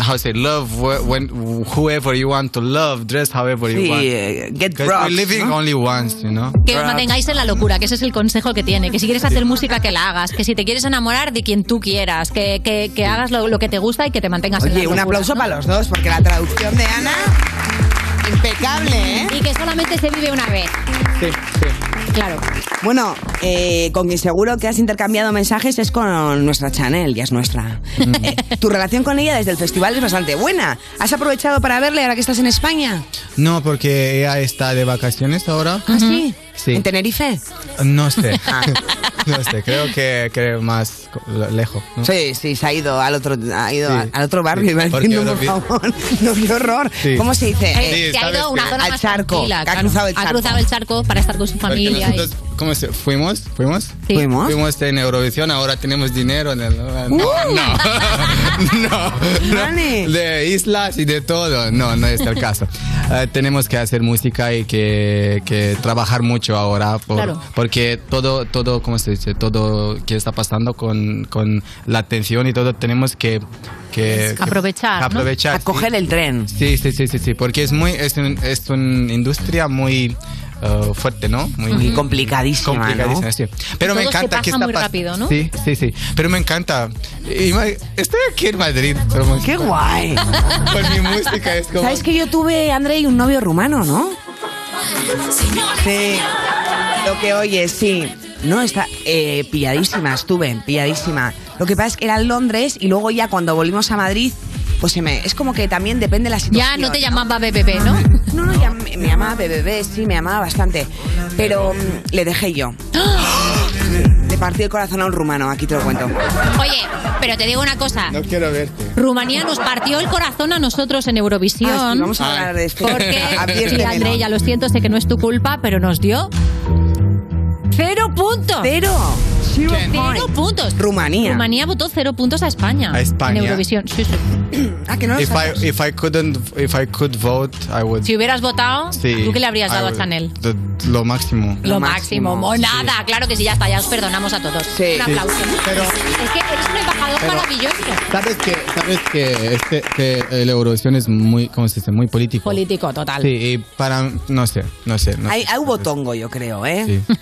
how to say love wh- when whoever you want to love, dress however you
Sí,
want.
eh, get
'Cause
props,
We're living
¿no?
only once, you know.
Que os mantengáis en la locura, que ese es el consejo que tiene. Que si quieres hacer música, que la hagas. Que si te quieres enamorar de quien tú quieras. Que, que, que hagas lo, lo que te gusta y que te mantengas en la
Oye, un
locura.
aplauso para los dos, porque la traducción de Ana, impecable, ¿eh?
Y que solamente se vive una vez. Claro.
Bueno, eh, con quien seguro que has intercambiado mensajes es con nuestra Chanel, ya es nuestra.
Mm.
Eh, tu relación con ella desde el festival es bastante buena. ¿Has aprovechado para verle ahora que estás en España?
No, porque ella está de vacaciones ahora.
¿Ah, sí?
Sí.
¿En Tenerife?
No sé. no sé, creo que, creo más co- lejos. ¿no?
Sí, sí, se ha ido al otro, ha ido
Sí.
al otro barrio.
Sí,
iba
porque
diciendo, por
ahora
favor. No, qué horror.
Sí.
¿Cómo se dice?
Eh,
Sí,
se ha
¿sabes
ido a una
qué?
zona
Al
más
charco,
tranquila,
ha
claro.
cruzado el
Ha
charco.
cruzado el charco para estar con su
Porque
familia. y-
nosotros, ¿cómo se? ¿Fuimos? ¿Fuimos?
Sí. Fuimos. ¡Uh!
Fuimos en Eurovisión, ahora tenemos dinero. en el- No, no. no, no. De islas y de todo. No, no es el caso. Eh, tenemos que hacer música y que, que trabajar mucho ahora. por-
Claro.
Porque todo, todo, ¿cómo se dice? Todo que está pasando con, con la atención y todo, tenemos que... que que-
Ah,
Aprovechar. ¿no?
aprovechar. coger el tren. Sí, sí, sí, sí, sí, porque es muy es un, es una industria muy eh, fuerte, ¿no? Muy
Y complicadísima, ¿no?
sí. Pero
Y
me
todo se
encanta
pasa
que está
muy
pas-
rápido, ¿no?
Sí, sí, sí. Pero me encanta. Ima- Estoy aquí en Madrid.
Qué guay.
Con mi música es como
¿Sabes que yo tuve, Andrei, un novio rumano, no? Sí. Lo que oyes, sí. No, está eh, pilladísima, estuve pilladísima. Lo que pasa es que era en Londres y luego ya cuando volvimos a Madrid, pues se me, es como que también depende la situación.
Ya no te llamaba BBB, ¿no?
No, no, ya me, me amaba BBB, sí, me amaba bastante. Pero mm, le dejé yo. Le partí el corazón a un rumano, aquí te lo cuento.
Oye, pero te digo una cosa.
No quiero verte.
Rumanía nos partió el corazón a nosotros en Eurovisión.
Ah, sí, vamos a hablar de esto. este
Porque, sí,
Abriéndemelo.
André, ya lo siento, sé que no es tu culpa, pero nos dio cero puntos.
Cero. Zero
Cero puntos.
Rumanía.
Rumanía votó cero puntos a España.
A España.
En Eurovisión. Sí, sí.
ah, que no
if I if I couldn't if I could vote, I would
Si hubieras votado,
Sí,
¿tú qué le habrías
I
dado a
would-
Chanel?
the- lo máximo.
Lo máximo, mo- nada, claro que sí, ya está, ya os perdonamos a todos. Un
Sí.
aplauso.
Pero-
es que eres un embajador
Pero-
maravilloso.
Sabes que sabes que este que la Eurovisión es muy ¿cómo se dice? muy político.
Político, total.
Sí, y para no sé, no sé, no sé.
Ahí, ahí hubo tongo, yo creo, ¿eh?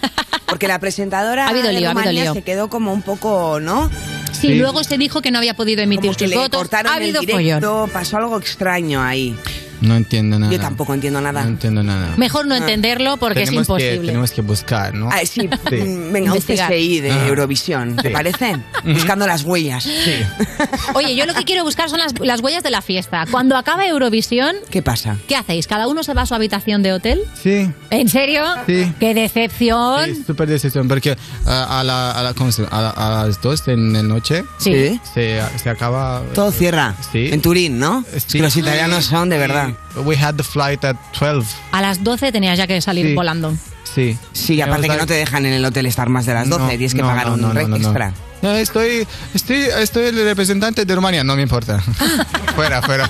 Porque la presentadora
Ha habido
de
lío, ha habido
Rumanía
lío.
se quedó como un poco, ¿no?
Sí,
Sí.
luego se dijo que no había podido emitir
Que
sus
le
votos.
cortaron
ha habido
el
follón.
directo, pasó algo extraño ahí.
No entiendo nada.
Yo tampoco entiendo nada.
No entiendo nada.
Mejor no entenderlo porque es
Tenemos que-
imposible.
tenemos que buscar, ¿no?
Ah, sí,
Sí.
mm, venga, un
Investigar.
CSI de
Ah.
Eurovisión, ¿te
Sí.
parece? Buscando las huellas.
Oye, yo lo que quiero buscar son las, las huellas de la fiesta. Cuando acaba Eurovisión,
¿Qué pasa?
¿qué hacéis? ¿Cada uno se va a su habitación de hotel?
Sí.
¿En serio?
Sí.
¡Qué decepción!
Sí, súper decepción, porque ah, a, la, a, la- ¿cómo se llama? a, la- a las 2 de la noche
Sí.
se, se acaba... eh,
Todo cierra.
Sí.
En Turín, ¿no? Es que los italianos son de verdad.
We had the flight at 12.
A las 12 tenías ya que salir
Sí.
volando.
Sí.
Sí, aparte que no te dejan en el hotel estar más de las 12, tienes que pagar un re- extra.
No, estoy, estoy, estoy el representante de Rumania, no me importa.
Ah.
fuera, fuera.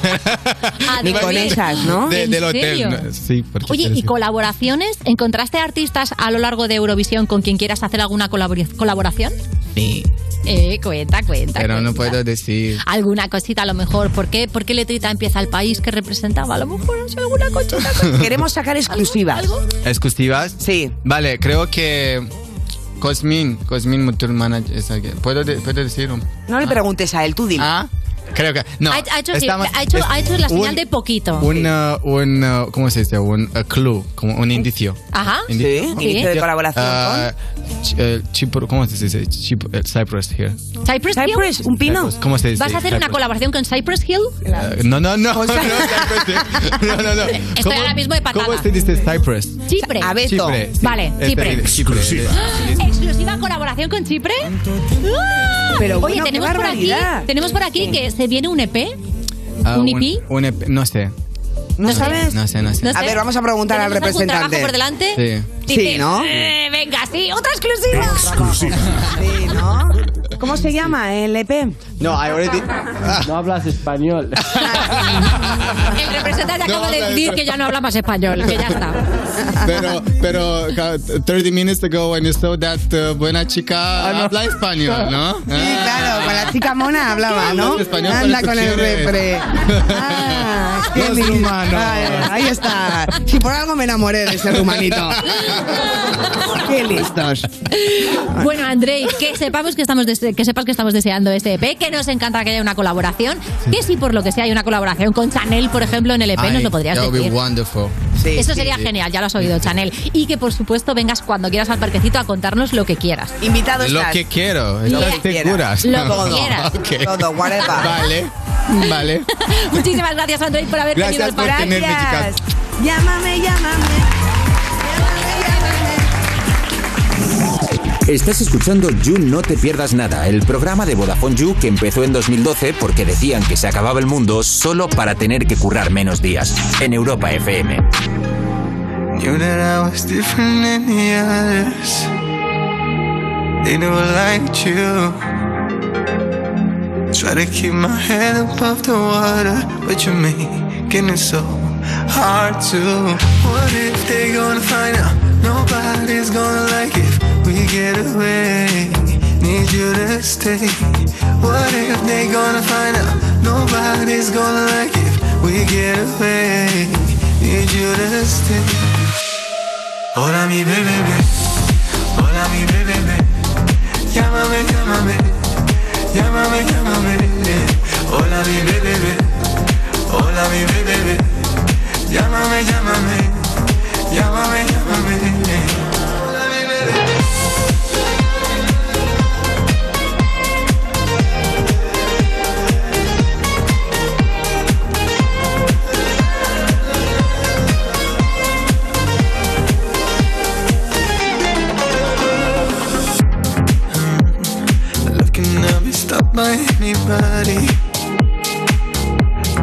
Ni de- con esas, ¿no?
De-
¿En
del hotel.
serio?
no, Sí, porque
Oye, ¿y colaboraciones? ¿Encontraste artistas a lo largo de Eurovisión con quien quieras hacer alguna colabor- colaboración?
Sí,
Eh, cuenta, cuenta.
pero no
cuenta.
puedo decir.
Alguna cosita a lo mejor. ¿Por qué? ¿Por qué letrita empieza el país que representaba? A lo mejor no sé, alguna cosita.
Queremos sacar exclusivas.
¿Exclusivas?
Sí.
Vale, creo que Cosmin, Cosmin Mutual Manager. es alguien. ¿Puedo, de- puedo decir un-
No le preguntes a él, tú dile.
Ah, creo que. No.
ha, ha hecho,
estamos-
ha hecho-
es
ha hecho la señal
un-
de poquito.
Un, uh, un, uh, ¿cómo se dice? Un uh, clue, como un indicio.
Ajá.
Indicio.
Ah. Sí.
Indicio de colaboración
Ah, Ch- eh, Chipre- ¿cómo se dice? Chip- eh, Cyprus here.
Cypress, Hill?
Cypress, un pino.
Cypress, ¿cómo se dice?
¿Vas a hacer una
Cypress.
colaboración con Cypress Hill?
Eh, no, no, no. No, Cyprus, eh. no, no, no.
Estoy
¿Cómo-
ahora mismo de patada.
¿Cómo se dice Cyprus?
Chipre.
Abeto. Chipre, sí.
Vale,
Este,
Chipre.
Chipre. Exclusiva.
Exclusiva colaboración con Chipre. ¡Ah!
Pero
Oye,
bueno, qué
tenemos por aquí,
barbaridad.
tenemos por aquí que se viene un E EP.
Ah,
¿Un EP?
Un EP, no sé.
¿No
sé,
sabes?
No sé, no sé.
No sé.
A ver, vamos a preguntar al
¿Tenemos algún trabajo
representante.
por delante?
Sí.
Dices,
Sí, ¿no?
"Eh, venga, sí, otra exclusiva.
Sí, ¿no? ¿Cómo se llama el E EP?
No, I already.
No hablas español.
El representante acaba de decir que ya no habla más español, que ya está.
Pero, pero ca- 30 minutes ago when you saw that uh, buena chica habla español, ¿no? Ah,
Ah, Claro, con la chica mona hablaba, ¿no?
Hablas español,
Anda
por
con
eso
el
quieres.
refre. Ah, qué lindo. Ay, Ahí está. Si por algo me enamoré de ese rumanito. Qué listos.
Bueno, Andrei, que sepamos que estamos dese- que sepas que estamos deseando este EP, que nos encanta que haya una colaboración, que si por lo que sea hay una colaboración con Chanel, por ejemplo, en el EP, nos lo podrías
that would
decir.
be wonderful.
Eso sería genial, ya lo has oído, Chanel. Y que por supuesto vengas cuando quieras al parquecito a contarnos lo que quieras.
Invitado
Lo que quiero, ¿estás segura?
Lo que quieras.
Ok.
Todo, whatever.
Vale, vale.
Muchísimas gracias, Andrei, por haber
Gracias
venido al
por tenerme,
Parque.
chicas.
Llámame, llámame.
Estás escuchando You No Te Pierdas Nada, el programa de Vodafone You que empezó en 2012 porque decían que se acababa el mundo solo para tener que currar menos días. En Europa FM.
Knew that I was different than the others. They never liked you. Try to keep my head above the water, but you're making it so hard to. What if they gonna find out? Nobody's gonna like it. We get away. Need you to stay. What if they gonna find out? Nobody's gonna like it. We get away. Need you to stay. Hola mi bebé, bebé. hola mi bebé, bebé. llámame, llámame, llámame, llámame. Hola mi bebé, bebé. hola mi bebé, bebé. llámame, llámame, llámame, llámame. Hola mi bebé. Love can never be stopped by anybody.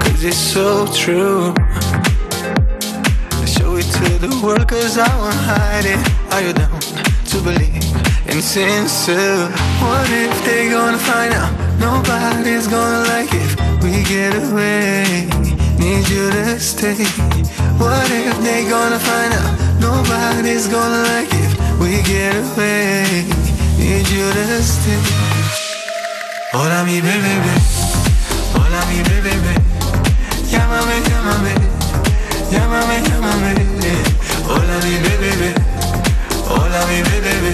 Cause it's so true. I show it to the world cause I won't hide it. Are you down to believe in sincere? What if they gonna find out? Nobody's gonna like it. We get away. Need you to stay. What if they gonna find out? Nobody's gonna like it. We get away. Need you to stay. Hola mi bebé, bebé. hola mi bebé, bebé. llámame, llámame, llámame, llámame, hola mi bebé, bebé. hola mi bebé, bebé.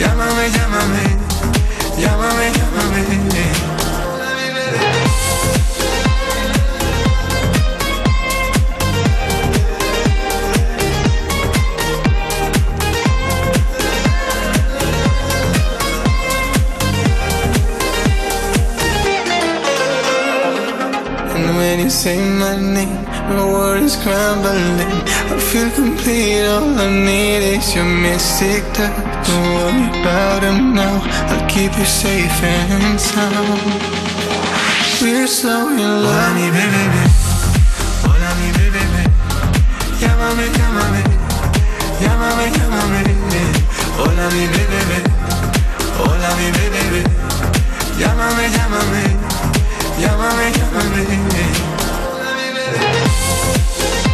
llámame, llámame, llámame, llámame, hola mi bebé. And when you say my name, my world is crumbling. I feel complete, all I need is your mystic touch. Don't worry about him now, I'll keep you safe and sound. We're so in love. Hola, mi bebé, bebé. Hola, mi bebé, bebé. Llámame, llámame. Llámame, llámame. Hola, mi bebé, bebé. Hola, mi bebé, bebé. Llámame, llámame. Llámame, llámame. Hola, mi bebé.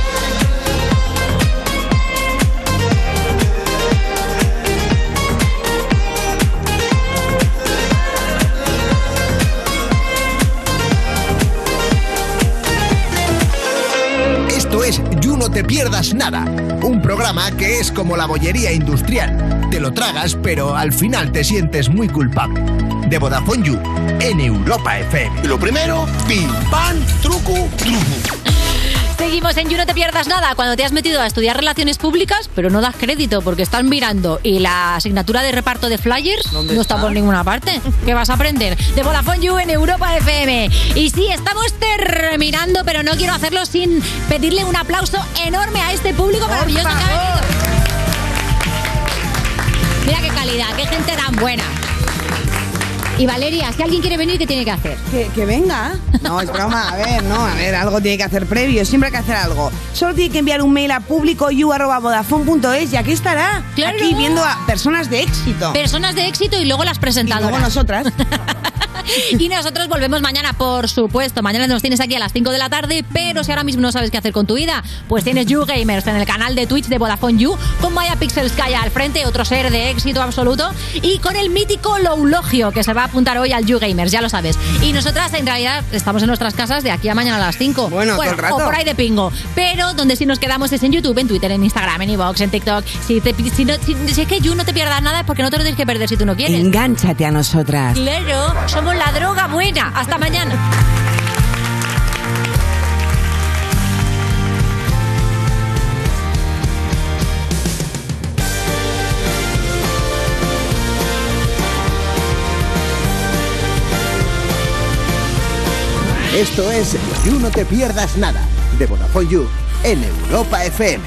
Esto es You No Te Pierdas Nada, un programa que es como la bollería industrial. Te lo tragas, pero al final te sientes muy culpable. De Vodafone You, en Europa FM. Lo primero, pim, pan, truco, truco.
Seguimos en You, no te pierdas nada. Cuando te has metido a estudiar relaciones públicas, pero no das crédito porque están mirando y la asignatura de reparto de flyers no
¿Dónde
está?
está?
por ninguna parte. ¿Qué vas a aprender? De Vodafone You en Europa FM. Y sí, estamos terminando, pero no quiero hacerlo sin pedirle un aplauso enorme a este público maravilloso que ha venido. Mira qué calidad, qué gente tan buena. Y Valeria, si alguien quiere venir, ¿qué tiene que hacer?
Que, que venga. No, es broma. A ver, no, a ver, algo tiene que hacer previo. Siempre hay que hacer algo. Solo tiene que enviar un mail a publicoyu.vodafone.es y aquí estará. Aquí viendo a personas de éxito.
Personas de éxito y luego las presentadoras.
nosotras.
Y nosotros volvemos mañana, por supuesto. Mañana nos tienes aquí a las 5 de la tarde, pero si ahora mismo no sabes qué hacer con tu vida, pues tienes You Gamers en el canal de Twitch de Vodafone You, con Maya Pixel Sky al frente, otro ser de éxito absoluto, y con el mítico Loulogio, que se va a apuntar hoy al You Gamers, ya lo sabes. Y nosotras, en realidad, estamos en nuestras casas de aquí a mañana a las 5. Bueno,
todo el rato.
o por ahí de pingo. Pero donde sí nos quedamos es en YouTube, en Twitter, en Instagram, en Evox, en TikTok. Si, te- si no- si- si es que You no te pierdas nada, es porque no te lo tienes que perder si tú no quieres.
Engánchate a nosotras.
Claro, somos la droga buena. Hasta mañana.
Esto es You No Te Pierdas Nada de Vodafone You en Europa FM.